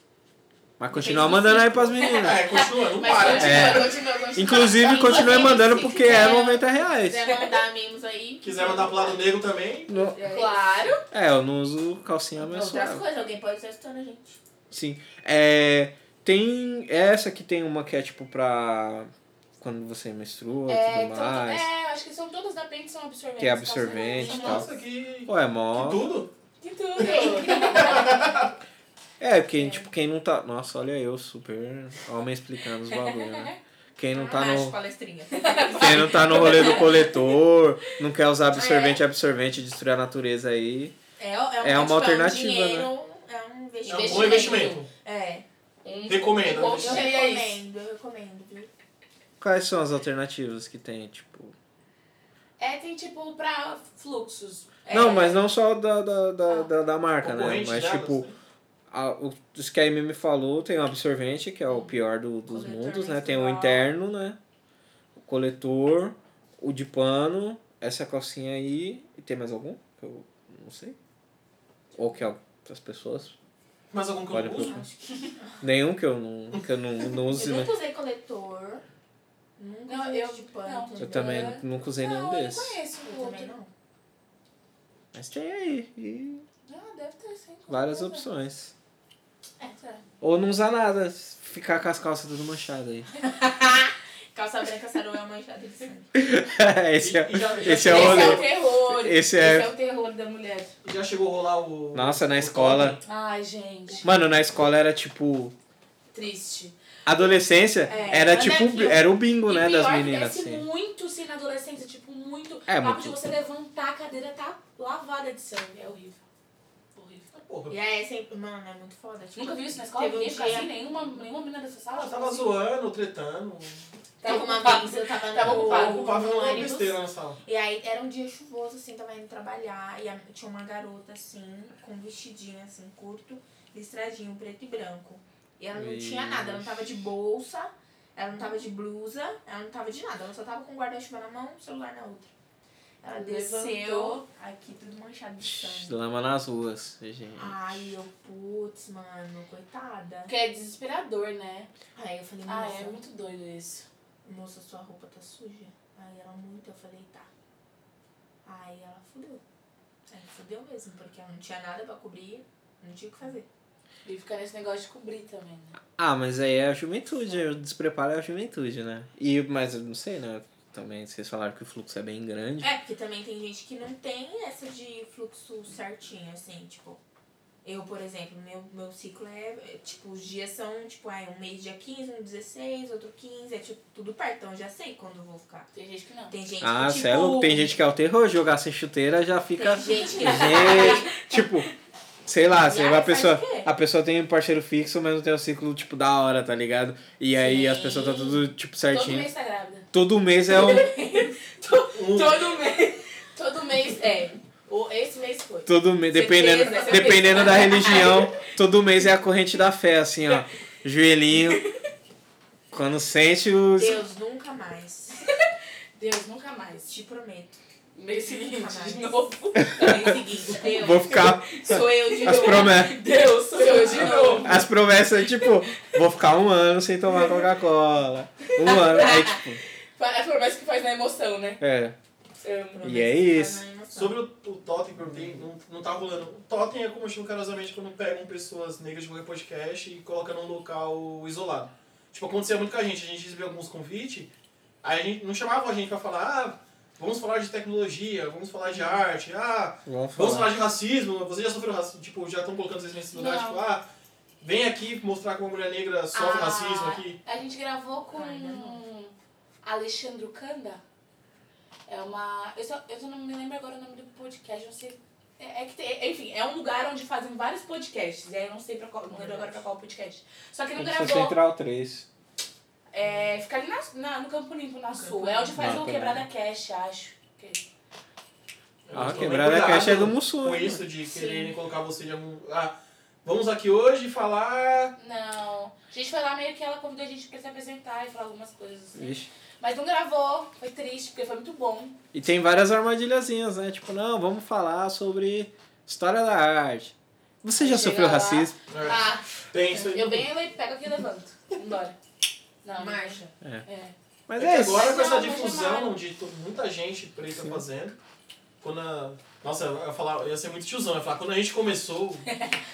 S1: Mas continua mandando aí pras meninas.
S2: É, continua, não
S4: Mas
S2: para.
S4: continua,
S1: É.
S4: continua, continua.
S1: Inclusive, continue mandando porque é 90 reais.
S5: Quiser mandar mimos aí.
S2: Quiser mandar pro lado negro também,
S1: No-
S4: Claro.
S1: É, eu não uso calcinha
S5: Outras
S1: mensual.
S5: coisas, alguém pode estar escutando a gente.
S1: Sim. É, tem essa que tem uma que é tipo pra quando você menstrua e
S4: É,
S1: tudo
S4: são to-
S1: mais.
S4: é, acho que são todas da Pentes são absorventes.
S1: Que é absorvente
S4: calcinha.
S1: e tal.
S2: nossa, que...
S1: Pô, é
S2: que
S1: mó.
S2: tudo.
S4: Que tudo.
S1: É, porque, tipo, quem não tá. Nossa, olha eu, super homem explicando os bagulho, né? Quem não tá
S5: Macho,
S1: no.
S5: palestrinha.
S1: Quem não tá no rolê do coletor, não quer usar absorvente, absorvente, destruir a natureza aí.
S5: É, é, um,
S1: É uma
S5: tipo,
S1: alternativa,
S5: É um dinheiro, é um
S2: É um
S5: investimento.
S2: bom investimento.
S5: É.
S4: Um-
S2: Recomendo,
S4: um bom
S2: né?
S5: Eu
S4: seria isso.
S5: recomendo, eu recomendo, viu?
S1: Quais são as alternativas que tem, tipo.
S4: É, tem tipo pra fluxos. É,
S1: Não, mas não só da, da, da,
S4: Ah.
S1: da, da marca, né?
S2: Concorrente
S1: Mas
S2: delas,
S1: tipo,
S2: né?
S1: a, o, os que a Amy me falou, tem o absorvente, que é o pior do, dos
S5: Coletor
S1: mundos, né? Tem o
S5: menstrual.
S1: interno, né? O coletor, o de pano, essa calcinha aí. E tem mais algum? Que eu não sei. Ou que as pessoas.
S2: Mas algum que eu
S1: Olha
S2: não
S1: pro-
S2: uso?
S1: Nenhum que eu não, que eu não, não use,
S5: Eu
S1: né?
S5: nunca usei coletor. Nunca
S4: Não,
S5: usei
S4: eu-
S5: de pano.
S4: não.
S1: Eu também
S4: Agora-
S1: nunca usei nenhum
S4: não, eu não
S1: desses.
S4: conheço
S5: Eu
S4: o outro.
S5: também não.
S1: Mas tem aí. E
S4: Ah, deve ter sim. com
S1: várias
S4: certeza.
S1: opções.
S4: É, será?
S1: Ou não usar nada, ficar com as calças tudo manchadas aí.
S5: Calça branca sarou é manchada de sangue.
S1: esse é,
S2: E- e já- já
S1: esse é o
S2: tem-
S4: Esse é o
S1: rolê.
S4: terror.
S1: Esse é-
S4: o terror da mulher.
S2: E Já chegou a rolar o.
S1: Nossa, na
S2: o
S1: escola.
S2: top?
S4: Ai, gente.
S1: Mano, na escola era tipo.
S4: Triste.
S1: Adolescência
S4: É,
S1: era
S4: mas
S1: tipo.
S4: é aquilo.
S1: Era o bingo,
S4: e
S1: né?
S4: pior
S1: Das
S4: que
S1: meninas,
S4: desce
S1: assim.
S4: muito sim na adolescência, tipo, muito.
S1: É,
S4: É, papo
S1: muito.
S4: de você levantar a cadeira tá lavada de sangue. É horrível. Horrível.
S2: Porra.
S5: E aí, sempre... Mano, é muito foda. Tipo,
S4: Nunca viu isso na escola?
S5: Teve um
S4: Nunca
S5: dia-
S4: assim, nenhuma, nenhuma menina dessa sala?
S2: Ela tava zoando, tretando.
S5: Teve uma
S4: ocupada.
S5: vez, eu tava,
S4: Tava um
S5: no,
S4: ocupado,
S5: no
S2: Ocupava
S4: é
S2: uma
S5: ônibus.
S2: besteira na sala.
S5: E aí era um dia chuvoso, assim, tava indo trabalhar. E a- tinha uma garota, assim, com um vestidinho, assim, curto, listradinho, preto e branco. E ela não tinha nada, ela não tava de bolsa, ela não tava de blusa, ela não tava de nada. Ela só tava com o guarda-chuva na mão, o celular na outra. Ela
S4: Levantou.
S5: desceu, aqui tudo manchado de sangue.
S1: Lama nas ruas, gente.
S5: Ai, eu, putz, mano, coitada.
S4: Porque é desesperador, né?
S5: Aí eu falei,
S4: Ah,
S5: moça,
S4: é muito doido isso.
S5: moça, sua roupa tá suja. Aí ela muito, eu falei, tá. Aí ela fudeu. Aí fudeu mesmo, porque ela não tinha nada pra cobrir, não tinha o que fazer.
S4: E ficar nesse negócio de cobrir também, né?
S1: Ah, mas aí é a juventude, o despreparo é a juventude, né? E, mas eu não sei, né? Também vocês falaram que o fluxo é bem grande.
S5: É, porque também tem gente que não tem essa de fluxo certinho, assim, tipo. Eu, por exemplo, meu, meu ciclo é, é, tipo, os dias são, tipo, ai, um mês dia 15, um 16, outro 15, é tipo, tudo perto, então eu já sei quando eu vou ficar.
S4: Tem gente que não.
S5: Tem gente
S1: ah,
S5: que, tipo,
S1: cê é louco. Tem gente que é o terror, jogar sem chuteira já fica.
S5: tem gente que
S1: Gente, tipo, sei lá,
S5: E
S1: sei
S5: aí,
S1: lá, a
S5: faz o
S1: pessoa,
S5: quê?
S1: a pessoa tem um parceiro fixo, mas não tem um ciclo, tipo, da hora, tá ligado? E aí as
S5: Sim.
S1: pessoas tá tudo, tipo,
S4: Todo
S1: certinho.
S4: mês tá grávida.
S1: Todo mês, é um. Hum.
S2: Um-
S4: Todo mês. Todo mês é. Ou esse mês foi.
S1: Todo mês,
S4: Certeza,
S1: dependendo,
S4: certeza.
S1: dependendo da religião, todo mês é a corrente da fé, assim, ó. Joelhinho. Quando sente os.
S5: Deus, nunca mais.
S4: Deus, nunca mais.
S5: Te prometo.
S4: Mês seguinte,
S5: Nunca mais.
S4: de novo.
S5: É o seguinte, Deus,
S1: Vou ficar.
S5: sou eu de
S1: As
S5: novo.
S1: promessas.
S4: Deus, sou eu de novo.
S1: As promessas, tipo, vou ficar um ano sem tomar Coca-Cola. Um ano. Aí, tipo,
S4: É a promessa que faz na emoção, né?
S1: é.
S4: Amo.
S1: E é isso.
S2: Sobre o, o totem que eu vi,
S1: Uhum.
S2: não, não tá rolando. O totem é como eu chamo carinhosamente quando pegam pessoas negras de qualquer podcast e colocam num local isolado. Tipo, acontecia muito com a gente. A gente recebia alguns convites, aí a gente não chamava a gente pra falar, ah, vamos falar de tecnologia, vamos falar de arte, ah,
S1: Vamos
S2: vamos
S1: falar.
S2: falar de racismo, você já sofreu racismo, tipo, já estão colocando vocês nesse lugar,
S4: Não.
S2: tipo, ah, vem aqui mostrar como uma mulher negra sofre
S4: Ah,
S2: racismo aqui.
S4: A gente gravou com
S5: Ai, não,
S4: Alexandre Kanda. É uma. Eu, só, eu só não me lembro agora o nome do podcast, eu não sei. É, é que tem, enfim, é um lugar onde fazem vários podcasts. E aí eu não sei pra qual, não lembro agora pra qual podcast. Só que não
S1: Sou
S4: gravou.
S1: Central 3.
S4: É, fica ali na, na- no Campo Limpo, na Sul. É onde faz
S1: Não,
S4: o
S1: tá
S4: Quebrada Cash, acho. Que-
S1: Ah,
S2: Tomem
S1: quebrada a
S2: cuidado
S1: caixa é do Mussum.
S2: Com
S1: né?
S2: isso de
S4: Sim.
S2: quererem colocar você de algum... Ah, vamos aqui hoje falar
S4: Não. A gente foi lá meio que ela convidou a gente pra se apresentar e falar algumas coisas assim.
S1: Vixe.
S4: Mas não gravou, foi triste, porque foi muito bom.
S1: E tem várias armadilhazinhas, né? Tipo, não, vamos falar sobre história da arte. Você já
S4: Chega
S1: sofreu
S4: lá.
S1: racismo?
S2: Ah,
S4: Ah,
S2: tem isso aí.
S4: eu venho, eu pego aqui e levanto. Embora. Não,
S5: Marcha.
S4: É.
S1: Mas
S2: É
S1: é
S2: que
S1: isso.
S2: agora com essa
S4: Não, mas
S2: difusão
S4: chamaram.
S2: de to- muita gente preta
S1: Sim.
S2: fazendo, quando a... Nossa, eu ia, falar, eu ia ser muito tiozão, eu ia falar, quando a gente começou...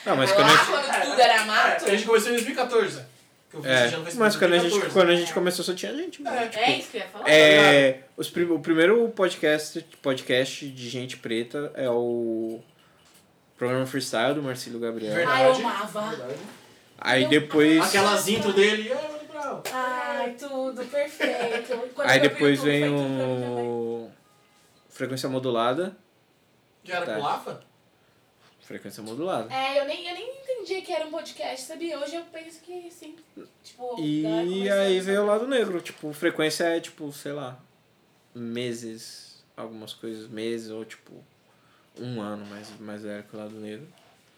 S1: Não, mas quando a
S4: Lá
S1: gente,
S4: quando tudo era mato.
S2: É, a gente começou em 2014, que eu fiz esse ano, vai
S1: é,
S2: ser
S1: mas quando a gente,
S2: 2014.
S1: quando a gente começou só tinha gente. mano.
S2: É,
S5: É isso que eu ia falar?
S1: É, os prim- o primeiro podcast, podcast de gente preta é o programa Freestyle do Marcílio Gabriel.
S2: É Verdade.
S4: Ai, eu amava.
S2: verdade.
S1: Aí
S4: Eu-
S1: depois.
S2: Aquelas intro dele, ah, Mano Brown.
S5: Ah,
S4: Ai, tudo perfeito. Quando
S1: Aí
S4: eu vi
S1: depois
S4: tudo,
S1: vem um-
S4: foi tudo pra mim também.
S1: o. Frequência modulada.
S2: Já era
S1: Tá.
S2: com Lafa?
S1: Frequência modulada.
S4: É, eu nem, eu nem entendia que era um podcast, sabia? Hoje eu penso que sim. Tipo, da-
S1: E
S4: começou-
S1: é, aí veio o lado negro, tipo, frequência é tipo, sei lá, meses algumas coisas meses ou tipo um ano mais, mais velho que o lado negro.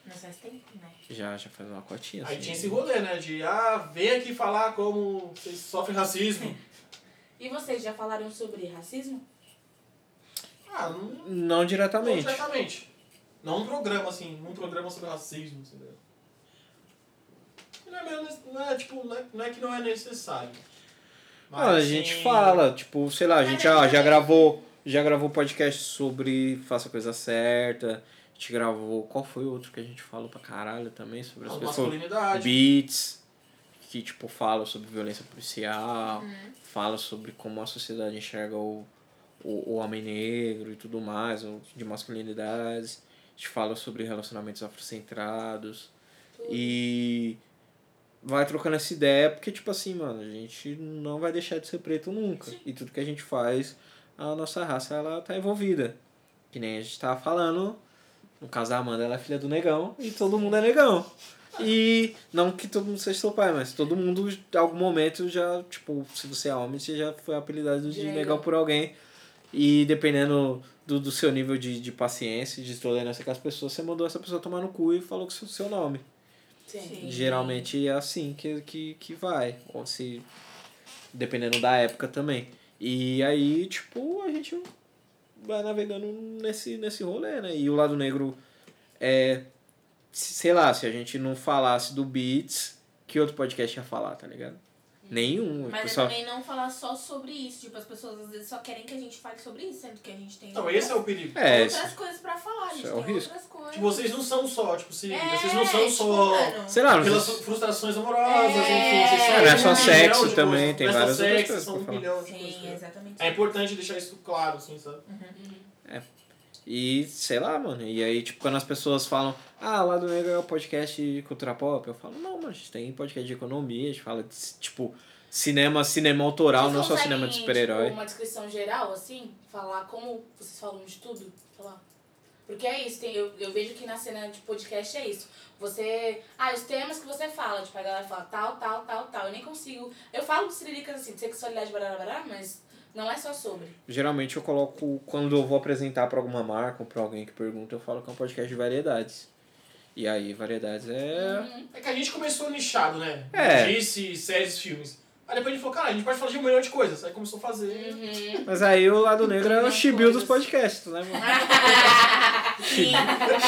S5: Mas faz tempo, né?
S1: Já, já faz uma cotinha.
S2: Aí
S1: assim.
S2: tinha esse rolê, né? De, ah, vem aqui falar como vocês sofrem racismo.
S4: E vocês já falaram sobre racismo?
S2: Ah, não
S1: Não diretamente.
S2: Não, diretamente. Não um programa, assim, um programa sobre racismo, entendeu? Não é, mesmo, não é, tipo, não é, não é que não é necessário. Mas, é
S1: Ah, a gente
S2: assim,
S1: fala, tipo, sei lá, a gente ah, já gravou, já gravou podcast sobre faça a coisa certa. A gente gravou, qual foi o outro que a gente falou pra caralho também sobre as
S2: A
S1: pessoas
S2: masculinidade.
S1: beats que tipo fala sobre violência policial, fala sobre como a sociedade enxerga o, o, o homem negro e tudo mais, o- de masculinidades, a gente fala sobre relacionamentos afrocentrados e vai trocando essa ideia porque tipo assim, mano, a gente não vai deixar de ser preto nunca. E tudo que a gente faz, a nossa raça ela tá envolvida. Que nem a gente tava falando, no caso da Amanda, ela é filha do negão e todo mundo é negão. E não que todo mundo seja seu pai, mas todo mundo, em algum momento, já, tipo, se você é homem, você já foi apelidado de
S4: De negão.
S1: negão por alguém. E dependendo do, do seu nível de, de paciência, de tolerância com as pessoas, você mandou essa pessoa tomar no cu e falou que o seu nome.
S4: Sim.
S1: Geralmente é assim que, que, que vai. Ou se. Dependendo da época também. E aí, tipo, a gente vai navegando nesse, nesse rolê, né? E o lado negro é. se- Sei lá, se a gente não falasse do Beats, que outro podcast ia falar, tá ligado? Nenhum. o
S5: Mas
S1: pessoal-
S5: é também não falar só sobre isso. Tipo, as pessoas às vezes só querem que a gente fale sobre isso, sendo que a gente tem
S2: Então,
S5: outras,
S2: esse é o perigo.
S1: É,
S5: outras coisas pra falar. A gente
S1: isso é
S5: tem
S1: o risco.
S5: outras coisas.
S2: Tipo, vocês não são só, tipo, se
S5: É,
S2: vocês não são
S5: tipo,
S2: só
S5: mano,
S1: sei lá, não sei
S2: pelas
S1: se-
S2: frustrações amorosas, enfim, vocês
S5: É,
S2: são
S5: não é só
S2: um
S5: sexo
S2: milhão de coisas.
S1: também, tem
S2: Não é só
S1: várias outras
S2: sexo,
S1: coisas
S2: são
S1: pra
S2: um
S1: falar.
S2: milhão de coisas,
S5: Sim,
S2: né?
S5: exatamente.
S2: É importante deixar isso claro, assim, sabe?
S1: E sei lá, mano. E aí, tipo, quando as pessoas falam, ah, Lado Negro é o podcast de cultura pop, eu falo, não, mas a gente tem podcast de economia, a gente fala de, tipo, cinema, cinema autoral,
S4: Vocês
S1: não só
S4: conseguem,
S1: cinema de super-herói.
S4: Tipo, uma descrição geral, assim, falar como vocês falam de tudo, falar. Porque é isso, tem, eu, eu vejo que na cena de podcast é isso. Você. Ah, os temas que você fala, tipo, a galera fala tal, tal, tal, tal. Eu nem consigo. Eu falo de cirílicas assim, de sexualidade, barará, barará, mas não é só sobre.
S1: Geralmente eu coloco, quando eu vou apresentar pra alguma marca ou pra alguém que pergunta, eu falo que é um podcast de variedades. E aí, variedades é.
S2: É que a gente começou nichado, né?
S1: É.
S2: Disse séries, filmes. Aí depois a gente falou, cara, a gente pode falar de um milhão de coisas. Aí começou a fazer.
S4: Uhum.
S1: Mas aí o Lado Negro é o
S4: Não,
S1: chibiu dos
S4: todas.
S1: podcasts, né, mano?
S5: Sim.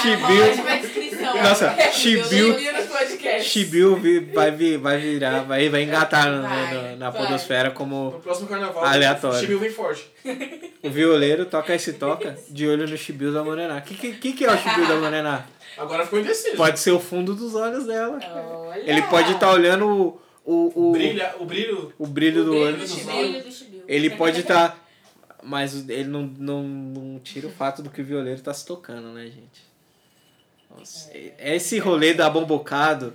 S1: Chibiu.
S5: Ótima descrição.
S1: Nossa,
S4: Eu
S1: chibiu.
S4: li nos podcasts.
S1: Chibiu vi- vai, vi- vai virar, vai, vai engatar no-
S5: Vai,
S1: no- na
S4: vai.
S1: podosfera como
S2: No próximo carnaval,
S1: Aleatório.
S2: o Chibiu vem forte.
S1: O violeiro toca esse toca de olho no chibio da Morená. O que, que, que que é o chibio da Morená?
S2: Agora ficou indeciso.
S1: Pode ser o fundo dos olhos dela.
S4: Olha.
S1: Ele pode estar olhando o, o, o,
S2: Brilha, o brilho.
S1: o brilho do
S4: brilho
S1: olho.
S2: dos
S5: Brilho do Chibiu.
S1: Ele pode estar. mas ele não, não, não tira o fato do que o violeiro tá se tocando, né, gente? Nossa, e- Esse rolê da bombocado.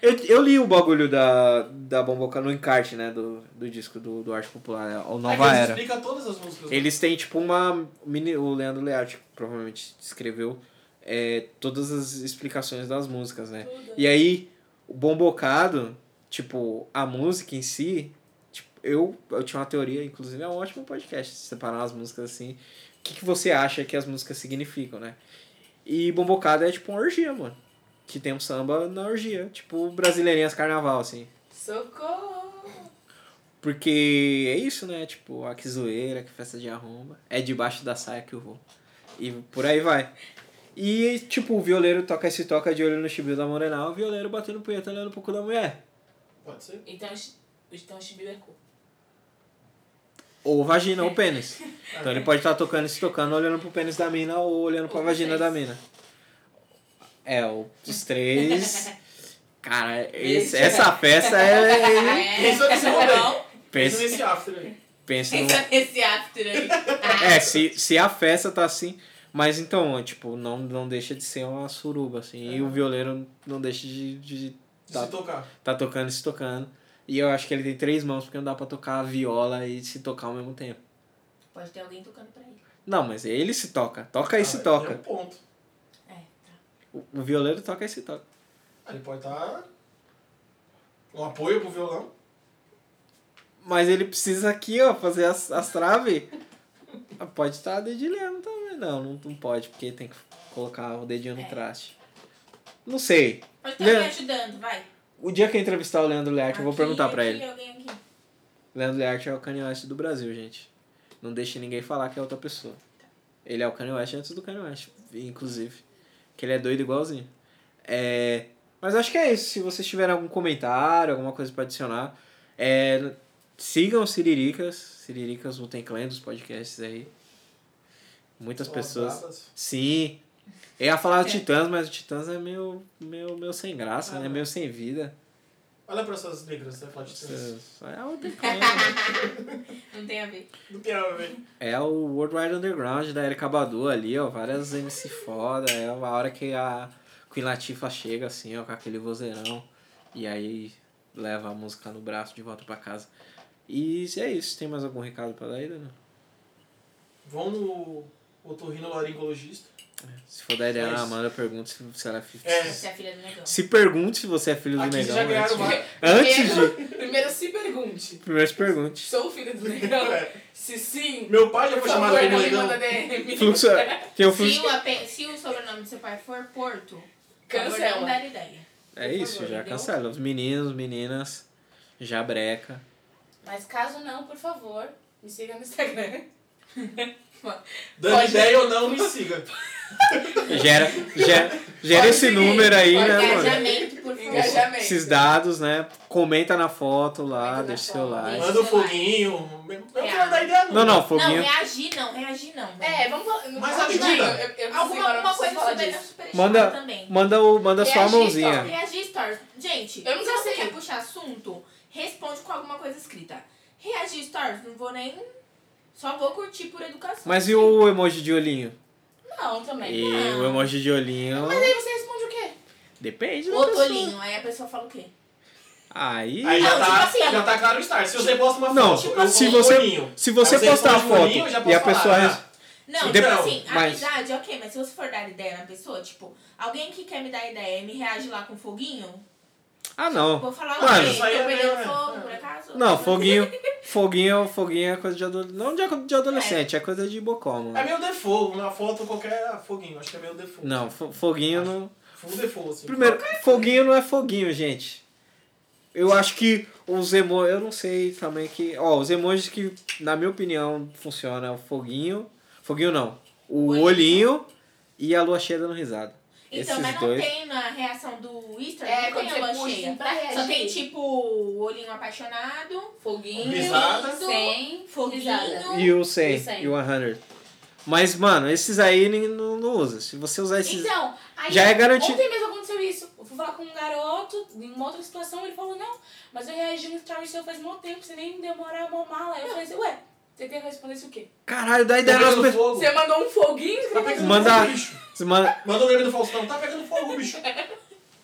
S1: Eu, eu li o bagulho da, da bombocado no encarte, né? Do, do disco do, do Arte Popular, né, o
S2: é que
S1: Nova
S2: eles
S1: Era.
S2: explica todas as músicas. né?
S1: Eles têm tipo uma. Mini, o Leandro Learte provavelmente escreveu é, todas as explicações das músicas, né? E aí, o Bom Bocado, tipo, a música em si, tipo, eu, eu tinha uma teoria, inclusive é um ótimo podcast, separar as músicas assim. O que, que você acha que as músicas significam, né? E Bom Bocado é tipo uma orgia, mano. Que tem um samba na orgia, tipo brasileirinhas carnaval, assim.
S4: Socorro!
S1: Porque é isso, né? Tipo, a que zoeira, que festa de arromba. É debaixo da saia que eu vou. E por aí vai. E, tipo, o violeiro toca esse toca de olho no chibio da Morenal, o violeiro batendo punheta olhando pro cu da mulher.
S2: Pode ser.
S4: Então, chi- então Chibiu é cu.
S1: Ou vagina, ou pênis. Então ele pode estar tocando e se tocando, olhando pro pênis da mina ou olhando pra
S4: Ou
S1: vagina
S4: três.
S1: da mina. É, o- os três. Cara, esse-
S4: Ixi.
S1: essa festa é.
S2: Pensa nesse rolê. Pensa
S1: Pensa,
S2: nesse after né? aí.
S1: pensa no,
S5: Pensa nesse after aí.
S1: É, se, se a festa tá assim. Mas então, tipo, não, não deixa de ser uma suruba, assim. E o violeiro não deixa de, de
S2: De
S1: Tá.
S2: se tocar.
S1: tá tocando e se tocando. E eu acho que ele tem três mãos, porque não dá pra tocar a viola e se tocar ao mesmo tempo.
S5: Pode ter alguém tocando pra ele.
S1: Não, mas ele se toca. Toca e se
S2: Ah, É
S1: toca.
S2: um ponto.
S5: É, tá.
S1: O, o violeiro toca e se toca.
S2: Ah, Ele pode estar. Um apoio pro violão.
S1: Mas ele precisa aqui, ó, fazer as, as traves. Ah, Pode estar dedilhando também. Não, não, não pode, porque tem que colocar o dedinho no traste. Não sei.
S5: Pode estar
S1: Leandro.
S5: me ajudando, vai.
S1: O dia que eu entrevistar o Leandro Learte, eu vou
S5: Aqui,
S1: perguntar pra
S5: aqui,
S1: ele.
S5: alguém aqui.
S1: Leandro Learte é o Kanye West do Brasil, gente. Não deixe ninguém falar que é outra pessoa. Ele é o Kanye West antes do Kanye West, inclusive. Que ele é doido igualzinho. É... Mas acho que é isso. Se vocês tiverem algum comentário, alguma coisa pra adicionar, é... sigam o Siriricas. Siriricas não tem clã dos podcasts aí. Muitas pessoas. Sim. Eu ia falar do Titãs, mas o Titãs é meio, meio, meio sem graça,
S2: Ah,
S1: né?
S2: não.
S1: Meio sem vida.
S2: Olha pra essas negras, você fala de trans.
S1: É outra coisa.
S5: Não tem a ver.
S2: Não tem nada a ver.
S1: É o World Wide Underground né? da Erika Badu ali, ó. Várias MC foda. É a hora que a Queen Latifa chega, assim, ó, com aquele vozeirão. E aí leva a música no braço de volta pra casa. E é isso. Tem mais algum recado pra né? dar aí, Daniel?
S2: Vão no otorrinolaringologista.
S1: Se for da
S2: É
S1: Eliana,
S2: isso.
S1: Amanda, pergunta se, se ela é filha.
S2: É.
S5: Você é filha do negão.
S1: Se pergunte se você é filho do
S2: Aqui vocês
S1: negão.
S2: já ganharam
S1: antes,
S2: mais.
S1: de- antes de.
S4: Primeiro, primeiro se pergunte.
S1: Primeiro se pergunte.
S4: Sou filho do negão?
S2: É.
S4: Se sim,
S2: Meu pai já
S4: por
S2: foi
S4: favor,
S2: chamado de
S4: não me
S2: negão.
S4: manda DM.
S1: Fluxo. Tem o
S5: Se
S1: fluxo.
S5: o, ape- se o sobrenome do seu pai for Porto, por favor, Não
S4: Cancela.
S5: dar ideia.
S1: É
S4: Por
S1: isso,
S4: favor,
S1: já
S4: entendeu?
S1: cancela. Os meninos, meninas, já breca.
S4: Mas caso não, por favor, me siga no Instagram.
S2: Dando
S4: Pode.
S2: ideia ou não, me siga.
S1: Gera, gera, gera
S4: Pode
S1: esse
S4: seguir,
S1: número aí,
S4: pode
S1: né, mano?
S5: Engajamento, por favor.
S4: Engajamento.
S1: Esses dados, né? Comenta na foto lá,
S4: Comenta na
S1: deixa o seu
S4: foto.
S1: like.
S2: Manda um foguinho. Não quero dar ideia, não.
S1: Não, não,
S5: Não,
S1: foguinho.
S5: reagir não, reagir não.
S4: É, vamos falar.
S2: Mas
S4: rapidinho,
S2: ajuda.
S4: Eu, eu preciso
S5: Alguma
S4: agora,
S5: alguma
S4: eu preciso
S5: coisa
S4: falar
S5: super,
S4: disso.
S5: super
S1: Manda-
S5: também.
S1: Manda, o, manda só a
S4: Reagir,
S1: mãozinha.
S5: Reagir stories. Gente,
S4: Eu não
S5: se você
S4: sei.
S5: quer puxar assunto, responde com alguma coisa escrita. Reagir stories, não vou nem. Só vou curtir por educação.
S1: Mas e o emoji de olhinho?
S4: Não, também.
S1: E o emoji de olhinho.
S4: Mas aí você responde o quê?
S1: Depende, né?
S5: O tolinho, aí a pessoa fala o quê?
S1: Aí.
S2: Aí já,
S5: Não,
S2: tá,
S5: tipo assim.
S2: já tá claro o start. Se
S4: tipo
S2: você posta uma
S1: Não,
S2: foto, eu um
S1: se
S2: vou
S1: você-
S2: bolinho.
S1: Se você
S2: Aí
S1: postar a
S2: responde
S1: foto
S2: bolinho, eu já
S1: e a
S2: posso
S1: pessoa.
S2: falar,
S1: res-
S2: ah,
S5: Não,
S1: Dep-
S5: tipo assim,
S1: mas-
S5: amizade, ok, mas se você for dar ideia na pessoa, tipo, alguém que quer me dar ideia e me reage lá com foguinho,
S1: Ah, não.
S5: vou falar
S1: Mano.
S5: o quê?
S2: Isso aí
S5: Tô
S2: é
S5: pegando
S2: meio-
S5: fogo,
S2: é.
S5: por acaso?
S1: Não, foguinho. Foguinho, foguinho é coisa de adolescente. Não de de adolescente, é coisa de bocó,
S2: É
S1: mano.
S2: meio default. Uma foto qualquer foguinho. Acho que é meio default.
S1: Não, fo- foguinho não.
S2: Full default, assim.
S1: Primeiro, foguinho não é foguinho, gente. Eu acho que os emojis. Eu não sei também que. Ó, os emojis que, na minha opinião, funciona é o foguinho. Foguinho não. O
S5: Olhinho.
S1: olhinho e a lua cheia dando risada.
S5: Então, mas
S1: Esses
S5: não
S1: dois.
S5: tem na reação do Easter,
S4: É,
S5: não
S4: quando
S5: tem
S4: você
S5: a lua
S4: puxa É,
S5: cheia.
S4: pra reagir.
S5: Só tem tipo o olhinho apaixonado,
S4: Foguinho,
S2: Risada.
S4: sem,
S5: foguinho.
S4: risada.
S1: E o 100
S4: E o 100.
S1: e o 100. Mas, mano, esses aí nem- não, não usa. Se você usar esses.
S4: Então, aí
S1: Já é garantido.
S4: ontem mesmo aconteceu isso. Eu fui falar com um garoto, em uma outra situação, ele falou, não, mas eu reagi no story seu faz muito tempo, você nem demorava mó mala. Eu falei assim, ué, você tem que responder isso o quê?
S1: Caralho, dá ideia nas
S2: Tá Pegando
S1: pessoas.
S2: fogo.
S4: Você mandou um foguinho?
S2: Tá pegando
S1: Manda-
S2: fogo, bicho.
S1: Mano,
S2: Manda o meme do Faustão. Tá pegando fogo, bicho.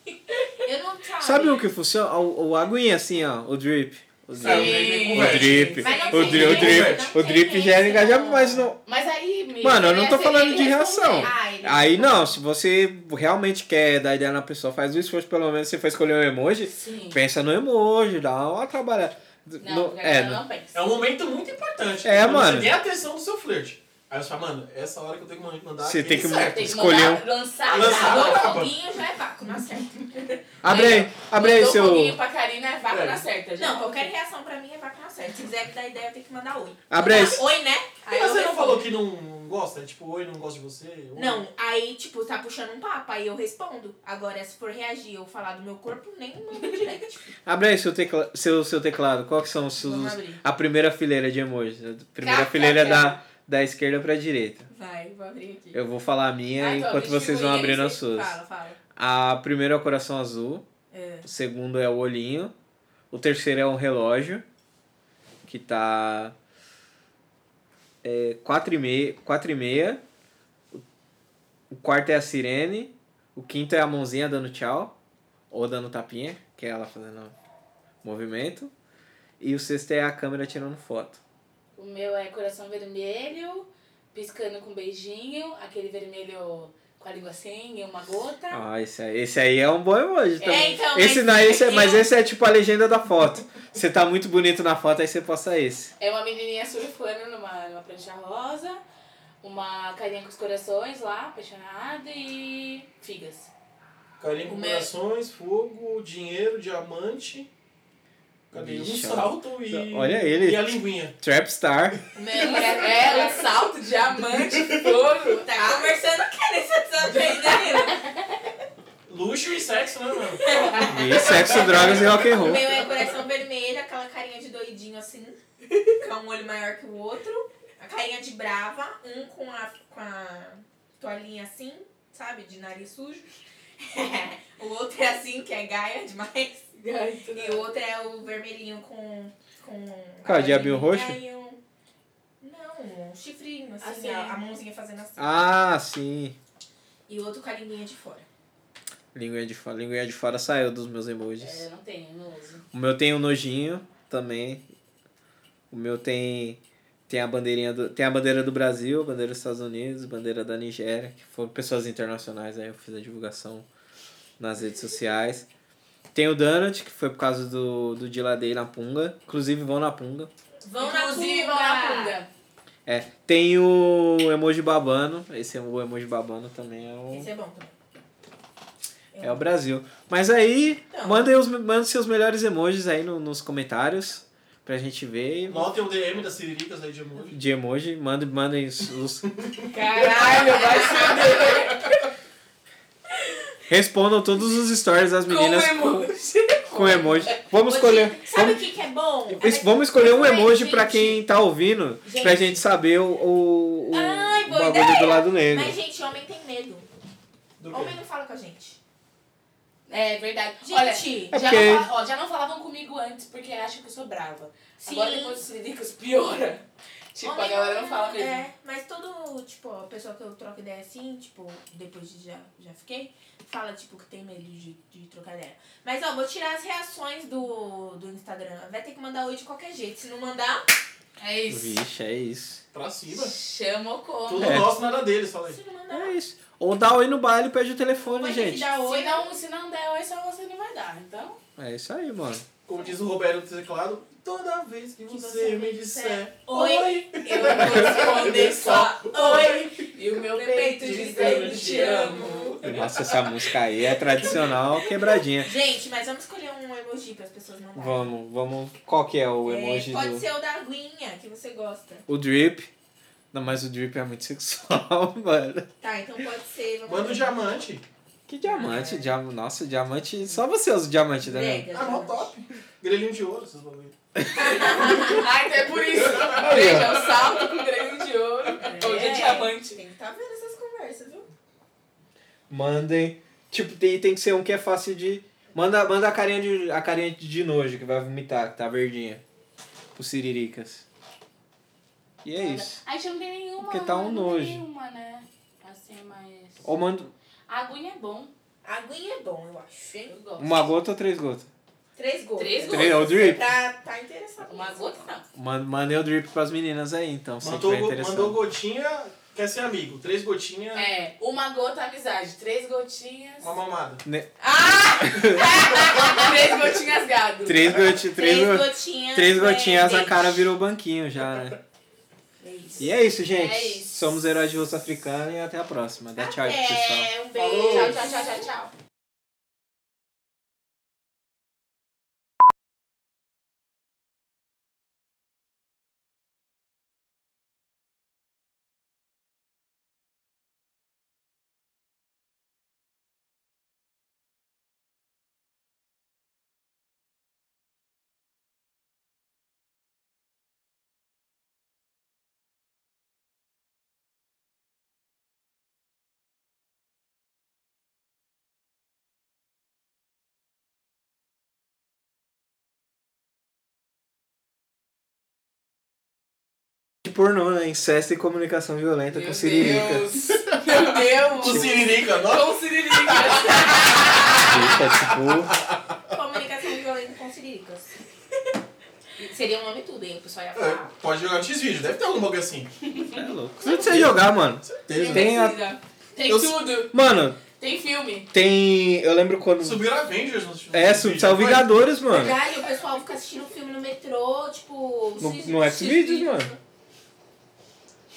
S5: Eu não sabe.
S1: sabe o que funciona? O, o aguinha assim, ó. O drip. O
S2: É, o
S1: drip.
S2: meme
S4: Sim.
S2: com
S1: O
S2: verde.
S1: drip.
S5: Mas não
S1: O
S5: tem
S1: drip, o
S5: reação,
S1: drip,
S5: não
S1: o
S5: tem
S1: drip gera
S5: reação.
S1: engajamento, mas não.
S4: Mas aí, amigo,
S1: Mano, eu não
S4: ele
S1: tô
S4: ia-
S1: falando
S4: ele
S1: de
S4: ia
S1: reação.
S4: responder.
S5: Ah, ele...
S1: Aí não, se você realmente quer dar ideia na pessoa, faz o esforço, pelo menos se for escolher um emoji,
S4: Sim.
S1: pensa no emoji, dá uma trabalhada.
S4: assim. Não,
S1: No-
S4: porque
S1: é,
S4: ela
S1: no-
S4: não pensa.
S2: É um momento muito importante.
S1: É,
S2: Quando
S1: mano.
S2: Você tem a atenção do seu flerte. Aí você fala, mano, é essa hora que eu tenho que mandar.
S1: Você tem que
S2: aquele certo.
S4: Tem que
S1: Escolheu.
S4: mandar, lançar,
S2: Lançar.
S4: mandou-
S5: Agora
S2: acaba.
S5: foguinho já é vácuo, não acerta.
S1: Abre aí, abre aí
S4: mandou
S1: seu.
S4: foguinho pra Karina, é vaca
S2: É.
S4: na certa. já.
S5: Não, qualquer reação pra mim é vácuo, não acerta. Se quiser me dar ideia, eu tenho que mandar oi.
S1: Abre aí.
S5: Oi, né?
S2: E
S5: eu
S2: você não
S5: respondo.
S2: falou que não gosta? É Tipo, oi, não gosto de você? Oi.
S5: Não, aí, tipo, tá puxando um papo, aí eu respondo. Agora, se for reagir ou falar do meu corpo, nem manda direct.
S1: Abre aí seu, tecla, seu, seu teclado. Qual que são os seus.
S5: Vamos abrir.
S1: A primeira fileira de emojis. A primeira
S4: Cá, cá,
S1: fileira
S4: cá.
S1: da, da esquerda pra direita.
S5: Vai, vou abrir aqui.
S1: Eu vou falar a minha
S4: Ah, então,
S1: enquanto
S4: distribui
S1: vocês vão
S4: aí,
S1: abrindo as
S4: vocês
S1: suas.
S5: Fala, fala.
S1: A primeira é o coração azul. O segundo é o olhinho. O terceiro é um relógio. Que tá. É, 4 e meia. quatro e meia. O, o quarto é a sirene. O quinto é a mãozinha dando tchau. Ou dando tapinha, que é ela fazendo movimento. E o sexto é a câmera tirando foto.
S4: O meu é coração vermelho, piscando com beijinho, aquele vermelho com a língua sem e uma gota.
S1: Ah, esse aí, esse aí é um bom emoji também.
S4: então,
S1: esse,
S4: mas
S1: não, esse é, mas
S4: eu-
S1: esse é tipo a legenda da foto. Você tá muito bonito na foto, aí você posta esse.
S4: É uma menininha surfando numa, numa prancha rosa, uma carinha com os corações lá, apaixonada e figas.
S2: Carinho com
S5: Né?
S2: corações, fogo, dinheiro, diamante. Cadê? Um
S1: Vixe, ó.
S2: salto e.
S1: Olha ele.
S2: E a linguinha.
S1: Trapstar.
S5: Meu,
S4: É, um salto, diamante,
S1: é-
S4: fogo.
S5: Tá conversando o que nesse episódio aí, né? Danilo?
S2: Luxo e sexo, né, mano?
S1: E sexo, drogas e rock and
S5: O
S1: roll.
S5: meu é coração vermelho, aquela carinha de doidinho assim, com um olho maior que o outro. A carinha de brava, um com a, com a toalhinha assim, sabe, de nariz sujo. o outro é assim, que é gaia demais. E o outro é o vermelhinho com. com
S1: Cara, diabinho roxo?
S5: Gaio. Não, um chifrinho, assim,
S4: Assim.
S5: A, a mãozinha fazendo assim.
S1: Ah, sim.
S5: E o outro com a linguinha de fora.
S1: Linguinha de fora, linguinha de fora saiu dos meus emojis.
S4: É, não tenho, não uso.
S1: O meu tem o nojinho também. O meu tem tem a bandeirinha do, tem a bandeira do Brasil, a bandeira dos Estados Unidos, a bandeira da Nigéria, que foram pessoas internacionais, aí eu fiz a divulgação nas redes sociais. Tem o Donut, que foi por causa do, do Diladei na Punga. Inclusive, vão na Punga.
S5: Vão
S4: Inclusive,
S5: na
S4: vão
S5: punga!
S4: na punga.
S1: É, tem o emoji babano. Esse é o emoji babano também é o,
S5: Esse é bom também.
S1: é o Brasil. Mas aí,
S5: Então.
S1: mandem, os, mandem seus melhores emojis aí no- nos comentários pra gente ver. E
S2: Notem o DM das Siriricas aí de emoji.
S1: de emoji, mandem, mandem os, os-
S4: Caralho, vai ser
S1: Respondam todos os stories das meninas
S4: como emoji.
S1: com, emoji. Vamos escolher.
S5: um Sabe
S1: Vamos,
S5: o que, que é bom?
S1: es- vamos escolher um
S5: Ai,
S1: emoji pra
S5: gente.
S1: quem tá ouvindo, pra gente saber o, o, o,
S5: Ai,
S1: o
S5: boa
S1: bagulho do lado negro.
S5: Mas, gente, homem tem medo.
S2: Do
S5: Homem
S2: quê?
S5: não fala com a gente.
S4: É verdade. Olha,
S5: Gente,
S1: É
S4: já,
S1: porque-
S4: não, fala- ó, já não falavam comigo antes porque acham que eu sou brava.
S5: Sim.
S4: Agora depois dos Siriricas piora. Tipo, a
S5: homem
S4: galera não fala mesmo.
S5: É, mas todo, tipo, a pessoa que eu troco ideia assim, tipo, depois de já, já fiquei, fala, tipo, que tem medo de, de trocar ideia. Mas, ó, vou tirar as reações do, do Instagram. Vai ter que mandar oi de qualquer jeito. Se não mandar,
S4: É isso.
S1: Vixe, é isso.
S2: Pra cima.
S4: Chama o como.
S2: Tudo
S1: É.
S2: nosso, nada deles, fala aí.
S5: se não mandar,
S1: É isso. Ou dá oi no baile e pede o telefone,
S5: vai ter que
S1: gente.
S5: dar oi.
S4: Se não, se não der oi, só você não vai dar. Então,
S1: É isso aí, mano.
S2: Como diz o Roberto no teclado, toda vez que você
S5: você
S2: me
S5: me
S2: disser
S5: oi,
S4: eu vou responder só oi. E o meu peito dizendo te amo.
S1: Nossa, essa música aí é tradicional quebradinha.
S5: Gente, mas vamos escolher um emoji para as pessoas mandarem.
S1: Vamos, vamos. Qual que é o
S5: É,
S1: emoji
S5: pode
S1: do.
S5: ser o da aguinha que você gosta.
S1: O drip. Não, mas o drip é muito sexual, mano.
S5: Tá, então pode ser. vamos-
S2: Manda o diamante.
S1: Que
S5: É.
S1: diamante, dia... nossa, diamante. Só você usa o diamante, né?
S5: Brega,
S2: Ah, mó
S5: é diamante.
S2: top. Grelhinho de ouro, vocês vão ver.
S4: Ai, então é por isso. Veja, o salto com grande de ouro. Ou de
S5: É.
S4: diamante.
S5: Tem que tá vendo essas conversas, viu?
S1: Mandem. Tipo, tem, tem que ser um que é fácil de. Manda, manda a carinha de. a carinha de nojo que vai vomitar, que tá verdinha. Os siriricas. E é isso.
S4: A gente não tem nenhuma.
S1: Porque tá um
S4: não tem
S1: nojo.
S4: Nenhuma, né? Assim, mas.
S1: Ou manda
S4: A aguinha é bom.
S5: Aguinha é bom, eu acho, hein?
S4: Eu gosto.
S1: uma gota ou três gotas?
S5: Três gols.
S4: Três gols.
S1: Três, é o drip.
S5: Tá, tá interessado.
S4: Uma gota não.
S1: Man- Mandei o drip pras meninas aí, então, se
S2: Mandou,
S1: tiver
S2: go-
S1: interessado.
S2: mandou gotinha, quer ser amigo. Três gotinhas,
S4: É, uma gota amizade. Três gotinhas.
S2: uma mamada.
S4: Ah! três gotinhas gado.
S1: Três, goti, três,
S5: Três
S1: go-
S5: gotinhas.
S1: três gotinhas,
S5: é,
S1: a cara virou banquinho já, né?
S5: É isso.
S1: E é isso, gente.
S4: É isso.
S1: Somos Heróis de Rosto Africano e até a próxima. Dá tchau, aí pro pessoal.
S5: É, um
S2: Falou.
S5: beijo.
S4: Tchau, tchau, tchau, tchau, tchau.
S1: De pornô, né? Incesto e comunicação violenta com Siririca.
S4: Meu
S2: O
S4: Deus.
S2: Siririca, assim, nossa.
S4: Com Siririca.
S1: Eita, tipo,
S5: Comunicação violenta com cirílicas. Seria um nome tudo, hein? O pessoal ia falar.
S2: É, Pode jogar no X-Vídeo, deve ter algum bug assim.
S1: é louco. Não precisa jogar, mano.
S2: Certeza.
S1: Tem a-
S4: Tem
S2: Eu-
S4: tudo.
S1: Mano,
S4: Tem filme.
S1: tem. Eu lembro quando.
S2: Subiram Avengers nos filmes.
S1: É, sub... saiu Vingadores, mano.
S5: Caralho, o pessoal fica assistindo filme no metrô, tipo.
S1: No,
S5: se-
S1: no
S5: se-
S1: Xvideos, mano.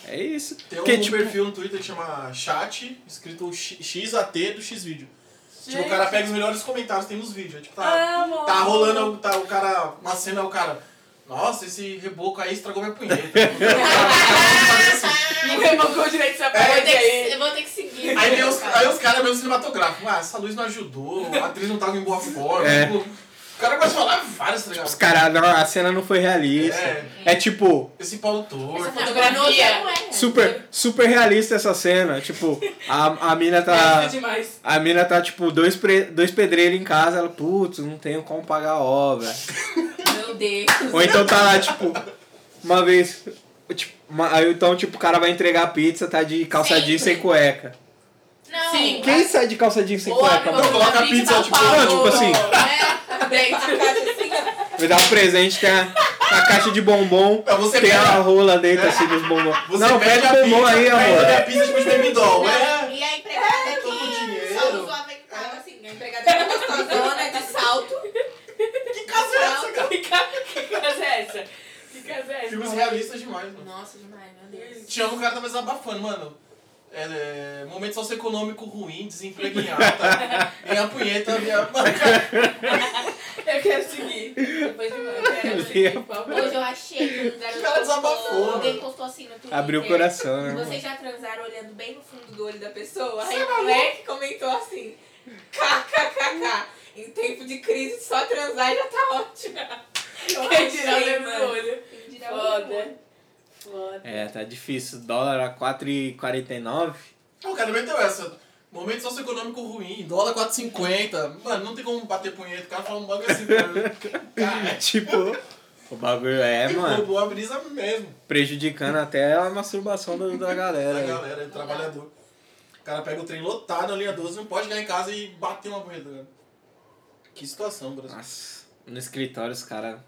S1: É isso.
S2: Tem um
S1: Porque, tipo,
S2: perfil no Twitter que chama chat, escrito X- XAT do X-Vídeo. Tipo,
S4: Gente.
S2: o cara pega os melhores comentários, tem nos vídeos. É, Tipo,
S5: Ah,
S2: tá,
S4: Amo.
S2: tá rolando, tá, o cara, uma cena, o cara... Nossa, esse reboco aí estragou minha punheta. O cara- o cara faz assim.
S4: Não rebocou direito
S1: É,
S4: essa
S5: Eu vou
S4: parede
S5: ter que,
S4: aí.
S5: eu vou ter que seguir.
S2: Aí, tem os, aí os caras mesmo cinematográficos. Ah, essa luz não ajudou, a atriz não tava em boa forma.
S1: É. Tipo,
S2: Tipo, o cara vai falar várias, tá ligado?
S1: os caras, não, a cena não foi realista.
S2: É.
S1: É, tipo,
S2: Esse pau torto.
S5: Essa
S4: fotografia.
S5: fotografia não é.
S1: super, super realista essa cena. Tipo, a, a mina
S4: É
S1: tá.
S4: isso demais.
S1: A mina tá, tipo, dois, pre- dois pedreiros em casa, ela, putz, não tenho como pagar a obra.
S5: Meu Deus.
S1: Ou então tá lá, tipo, uma vez. Tipo, uma- aí então, tipo, o cara vai entregar a pizza, tá de calça jeans sem cueca.
S5: Não.
S4: Sim.
S1: Quem sai de calça jeans sem
S4: Ou
S1: cueca,
S4: abre
S1: mano?
S2: Não,
S4: uma
S2: coloca a pizza,
S4: dá um
S2: tipo,
S4: pau.
S1: não, tipo assim.
S4: né?
S5: É, dentro da casa assim.
S1: Me dá um presente, tem a, a caixa de bombom,
S2: Não, você
S1: tem
S2: pega-
S1: a rola dentro assim dos bombons.
S2: Você
S1: não, pega o bombom aí,
S2: Pede a
S1: amor.
S2: pizza depois de midol.
S5: Não,
S2: É.
S5: E a empregada
S2: tô com
S5: que
S2: dinheiro.
S5: só usou a
S4: né?
S5: tava assim, a empregada era gostosona, de salto. Que casal.
S4: Que ca- que casa é essa? Que casa é
S2: Filmes
S4: essa?
S2: realistas demais, mano.
S5: Nossa, demais, meu Deus.
S2: Tinha um cara que tava desabafando, mano. É, é, momento socioeconômico ruim, desemprego em alta. Minha punheta, minha. Mano, cara,
S4: Eu quero seguir. Depois de eu quero seguir, por favor.
S5: Hoje eu achei que um garoto
S2: Ela desabafou,
S5: postou, Alguém
S2: mano.
S5: postou assim no Twitter.
S1: Abriu o coração, né? mano?
S5: Vocês já transaram olhando bem no fundo do olho da pessoa? Aí o moleque comentou assim: kkkk, em tempo de crise só transar já tá ótimo. Eu
S4: Quem dirá o
S5: achei,
S4: dedo no
S5: mano.
S4: olho?
S5: Quem dirá o dedo no
S4: Foda.
S5: olho?
S4: Foda.
S1: É, tá difícil. Dólar a 4,49.
S2: o cara meteu essa. Momento socioeconômico ruim, dólar 4,50. Mano, não tem como bater punheta. O cara fala um bagulho assim, mano. Cara,
S1: Tipo, o bagulho é,
S2: é,
S1: mano,
S2: roubou a brisa mesmo.
S1: prejudicando até a masturbação do- da
S2: Essa
S1: galera. aí.
S2: galera, é trabalhador. O cara pega o trem lotado na linha 12, não pode chegar em casa e bater uma punheta. cara. Que situação, Brasil.
S1: Nossa, no escritório os caras.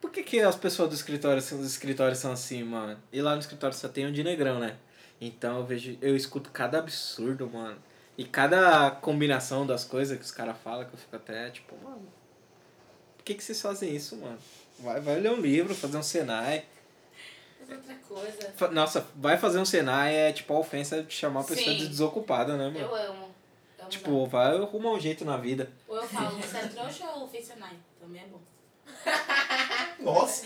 S1: Por que, que as pessoas do escritório, dos escritórios são assim, mano? E lá no escritório só tem um de negrão, né? Então eu vejo, eu escuto cada absurdo, mano. E cada combinação das coisas que os caras falam, que eu fico até tipo, mano. Por que, que vocês fazem isso, mano? Vai, vai ler um livro, fazer um Senai.
S5: Mas outra coisa.
S1: Fa- Nossa, vai fazer um Senai é tipo a ofensa de chamar a pessoa
S4: Sim.
S1: de desocupada, né, mano?
S5: Eu amo. Eu amo
S1: Tipo, vai arrumar um jeito na vida.
S4: Ou eu falo, você é trouxa ou fez Senai? Também é bom.
S2: Ah, Nossa.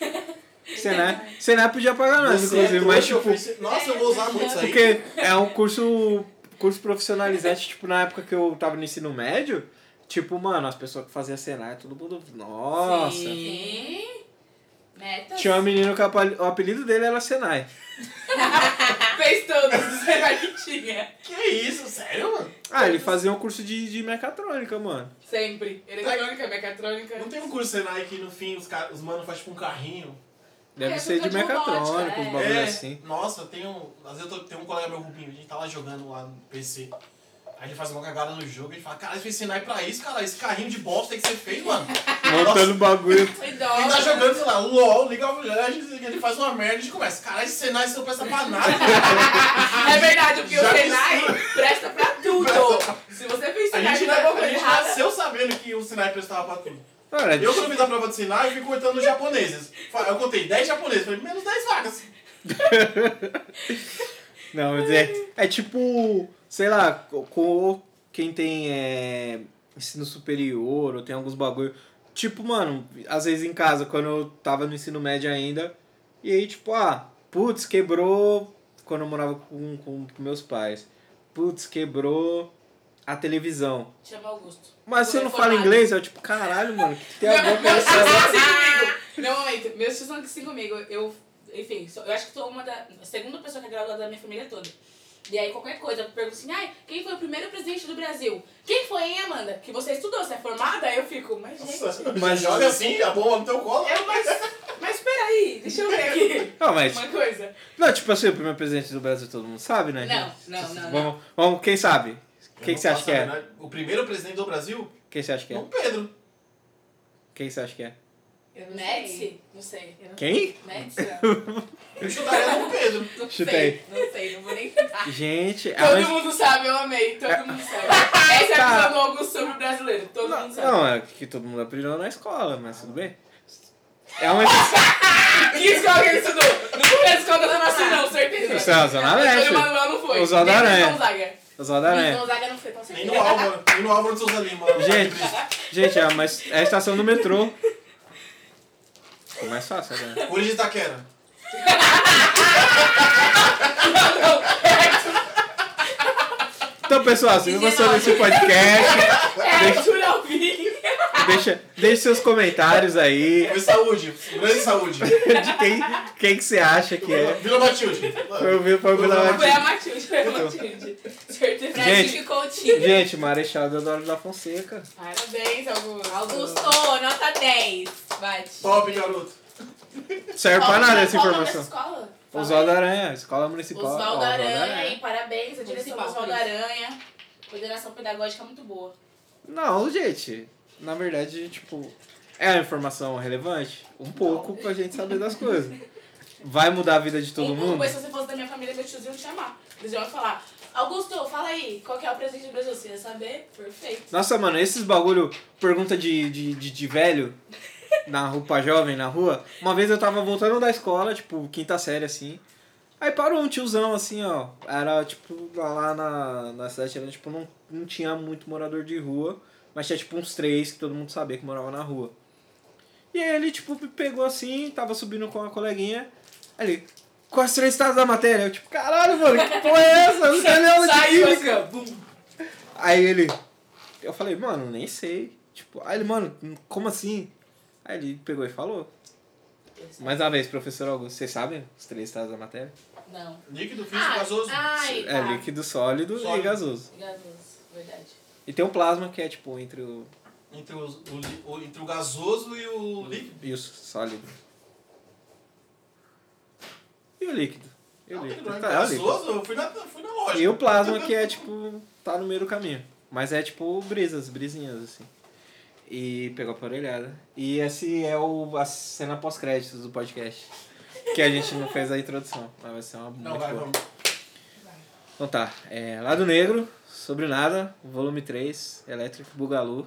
S4: É
S1: Senai, Senai podia pagar nós,
S2: Você
S1: é inclusive,
S2: é
S1: mas
S2: trouxa,
S1: tipo.
S2: ofici- Nossa, eu vou usar muito isso aí.
S1: Porque é um curso, curso profissionalizante, tipo, na época que eu tava no ensino médio, tipo, mano, as pessoas que faziam Senai, todo mundo, nossa.
S4: Sim. Metas.
S1: Tinha um menino que apa- o apelido dele era Senai.
S4: Fez todos os Senai que tinha.
S2: Que é isso, sério, mano?
S1: Ah, ele fazia um curso de, de mecatrônica, mano.
S4: Sempre. Eletrônica, mecatrônica.
S2: Não tem um curso Senai que no fim os, caras, os mano faz tipo um carrinho?
S1: Deve
S4: É,
S1: ser de
S4: de robótica,
S1: mecatrônica, uns
S4: é.
S1: bagulho assim.
S2: Nossa, tem um. Às vezes eu tô, tem um colega meu Rubinho, a gente tá lá jogando lá no PC. Aí ele faz uma cagada no jogo e ele fala, caralho, fez Senai pra isso, cara. Esse carrinho de bosta tem que ser feito, mano.
S1: Montando bagulho.
S2: Ele tá jogando, sei lá, LOL, League of Legends, ele faz uma merda e a gente começa. Caralho, esse Senai não presta pra nada.
S4: É verdade, porque
S2: Já
S4: o
S2: me
S4: Senai presta pra tudo. Se você fez
S2: então. a
S4: Senai,
S2: gente, tá-
S4: não
S5: tá
S4: é
S2: a
S4: coisa
S2: gente
S4: errada.
S2: nasceu sabendo que o Senai prestava pra tudo.
S1: Cara,
S2: Eu, quando fiz a prova de Senai, eu fui contando os japoneses. Eu contei 10 japoneses, falei, menos 10 vagas.
S1: Não, mas é, é tipo, sei lá, co- com quem tem é, ensino superior ou tem alguns bagulho. Tipo, mano, às vezes em casa, quando eu tava no ensino médio ainda, e aí, tipo, ah, putz, quebrou. Quando eu morava com, com, com meus pais, putz, quebrou a televisão.
S4: Chama Augusto.
S1: Mas
S4: Tô
S1: você não fala
S4: reformada.
S1: inglês? Eu, tipo, caralho, mano, o que tem a ver com
S4: Meus tios
S1: isso?
S4: são assim comigo. Meu momento, meus tios são assim comigo. Eu, enfim, sou- eu acho que sou uma da. a segunda pessoa que é graduada da minha família toda. E aí, qualquer coisa, eu pergunto assim: ai, quem foi o primeiro presidente do Brasil? Quem foi, hein, Amanda? Que você estudou, você é formada? Aí eu fico, mas gente.
S2: Nossa,
S1: Mas-
S2: mas joga assim, a bomba no teu colo.
S4: Eu, mas, mas peraí, deixa eu ver aqui
S1: Não, mas,
S4: uma coisa.
S1: não, tipo assim, o primeiro presidente do Brasil todo mundo sabe, né?
S4: Não,
S1: gente?
S4: não, não,
S1: Vamos, vamos, quem sabe? Quem que você acha que é?
S2: O primeiro presidente do Brasil?
S1: Quem você acha que é?
S2: Dom Pedro.
S1: Quem você acha que é?
S5: Eu não sei.
S4: Médici? Não sei.
S1: Quem?
S4: Médici?
S2: Eu chutaria Dom Pedro.
S4: Não
S1: Chuta
S4: sei.
S1: aí.
S4: Não sei. amei, não vou nem tentar.
S1: Gente, é a
S4: Todo
S1: mais-
S4: mundo sabe, eu amei, todo mundo sabe. Essa é a
S1: Cara.
S4: visão do Augusto sobre o brasileiro, todo
S1: É- Tá. Não,
S4: mundo sabe.
S1: não, é que todo mundo aprendeu na escola, mas tudo bem. É uma exceção.
S4: Que escola que ele estudou? Não foi a escola da Zona Sul, assim, não, certeza.
S1: Isso é a Zona Leste.
S4: O Manuel não foi.
S1: O Zona
S4: Nem o
S1: Aranha.
S4: Gonzaga.
S1: Oswaldo Aranha.
S5: Gonzaga não foi, com
S2: Nem
S5: certeza.
S2: no Álvaro, nem no Álvaro de Souza Lima.
S1: Gente, gente, é, mas é a estação do metrô. Ficou mais fácil agora.
S2: Por de Itaquera.
S1: Então, pessoal, se você gostou desse podcast,
S4: É, juro, eu vi.
S1: deixa, deixe seus comentários aí
S2: Foi saúde. Grande saúde.
S1: de quem, quem que você acha que é.
S2: Vila Matilde.
S1: Foi o Vila- foi o Vila
S4: Foi a
S1: Matilde.
S4: Matilde, foi a Matilde. Certeza.
S1: Então. Gente.
S5: Brasil Coutinho.
S1: Gente, Marechal Deodoro da Fonseca.
S4: Parabéns, Augusto.
S5: Augusto, nota 10. Bate.
S2: Top, garoto.
S1: Não serve pra nada essa informação.
S5: Escola?
S1: Oswaldo Aranha, Escola Municipal.
S5: Oswaldo
S1: Oswaldo
S5: Aranha, hein? Parabéns, a direção do
S4: Municipal,
S5: Oswaldo
S4: polícia.
S5: Aranha. Coordenação pedagógica muito boa.
S1: Não, gente. Na verdade, tipo, é uma informação relevante? Um pouco pra gente saber das coisas. Vai mudar a vida de
S5: Então,
S1: todo
S4: Um-
S1: mundo?
S4: Depois, se você fosse da minha família, meus tios iam te chamar. Eles iam falar, Augusto, fala aí, qual que é o presente do Brasil? Você ia saber? Perfeito.
S1: Nossa, mano, esses bagulho, pergunta de, de, de, de velho, na rua pra jovem, na rua. Uma vez eu tava voltando da escola, tipo, quinta série, assim. Aí parou um tiozão, assim, ó. Era, tipo, lá- lá na, na cidade, era, tipo, não, não tinha muito morador de rua. Mas tinha, tipo, uns três que todo mundo sabia que morava na rua. E aí ele, tipo, me pegou assim, tava subindo com uma coleguinha. Aí ele, quais três estados da matéria? Eu, tipo, caralho, mano, que porra é essa? Eu não sei nem é aula de
S4: Saiu
S1: química.
S4: assim, ó, bum.
S1: Aí ele. Eu falei, mano, nem sei. Tipo, aí ele, mano, como assim? Aí ele pegou e falou. Mais uma vez, professor Augusto, vocês sabem os três estados da matéria?
S4: Não,
S2: Líquido, físico, gasoso.
S5: Ai,
S1: É líquido, sólido, e
S2: Sólido.
S1: gasoso.
S4: garotos, verdade.
S1: E tem o plasma, que é tipo entre o.
S2: Entre, os- o, li- o- entre o gasoso e o líquido.
S1: E o sólido. E o líquido. E o
S2: Não,
S1: líquido.
S2: não é
S1: Tá, é o líquido.
S2: gasoso? Eu fui na, fui na loja.
S1: E o plasma, que é tipo. tá no meio do caminho. Mas é tipo brisas, brisinhas, assim. E pegou a orelhada. E esse é o, a cena pós-créditos do podcast. Que a gente não fez a introdução, mas vai ser uma
S2: Não,
S1: muito
S2: vai,
S1: boa.
S2: vamos.
S1: Então tá, é, Lado Negro, Sobre Nada, volume 3, Elétrico Bugalu.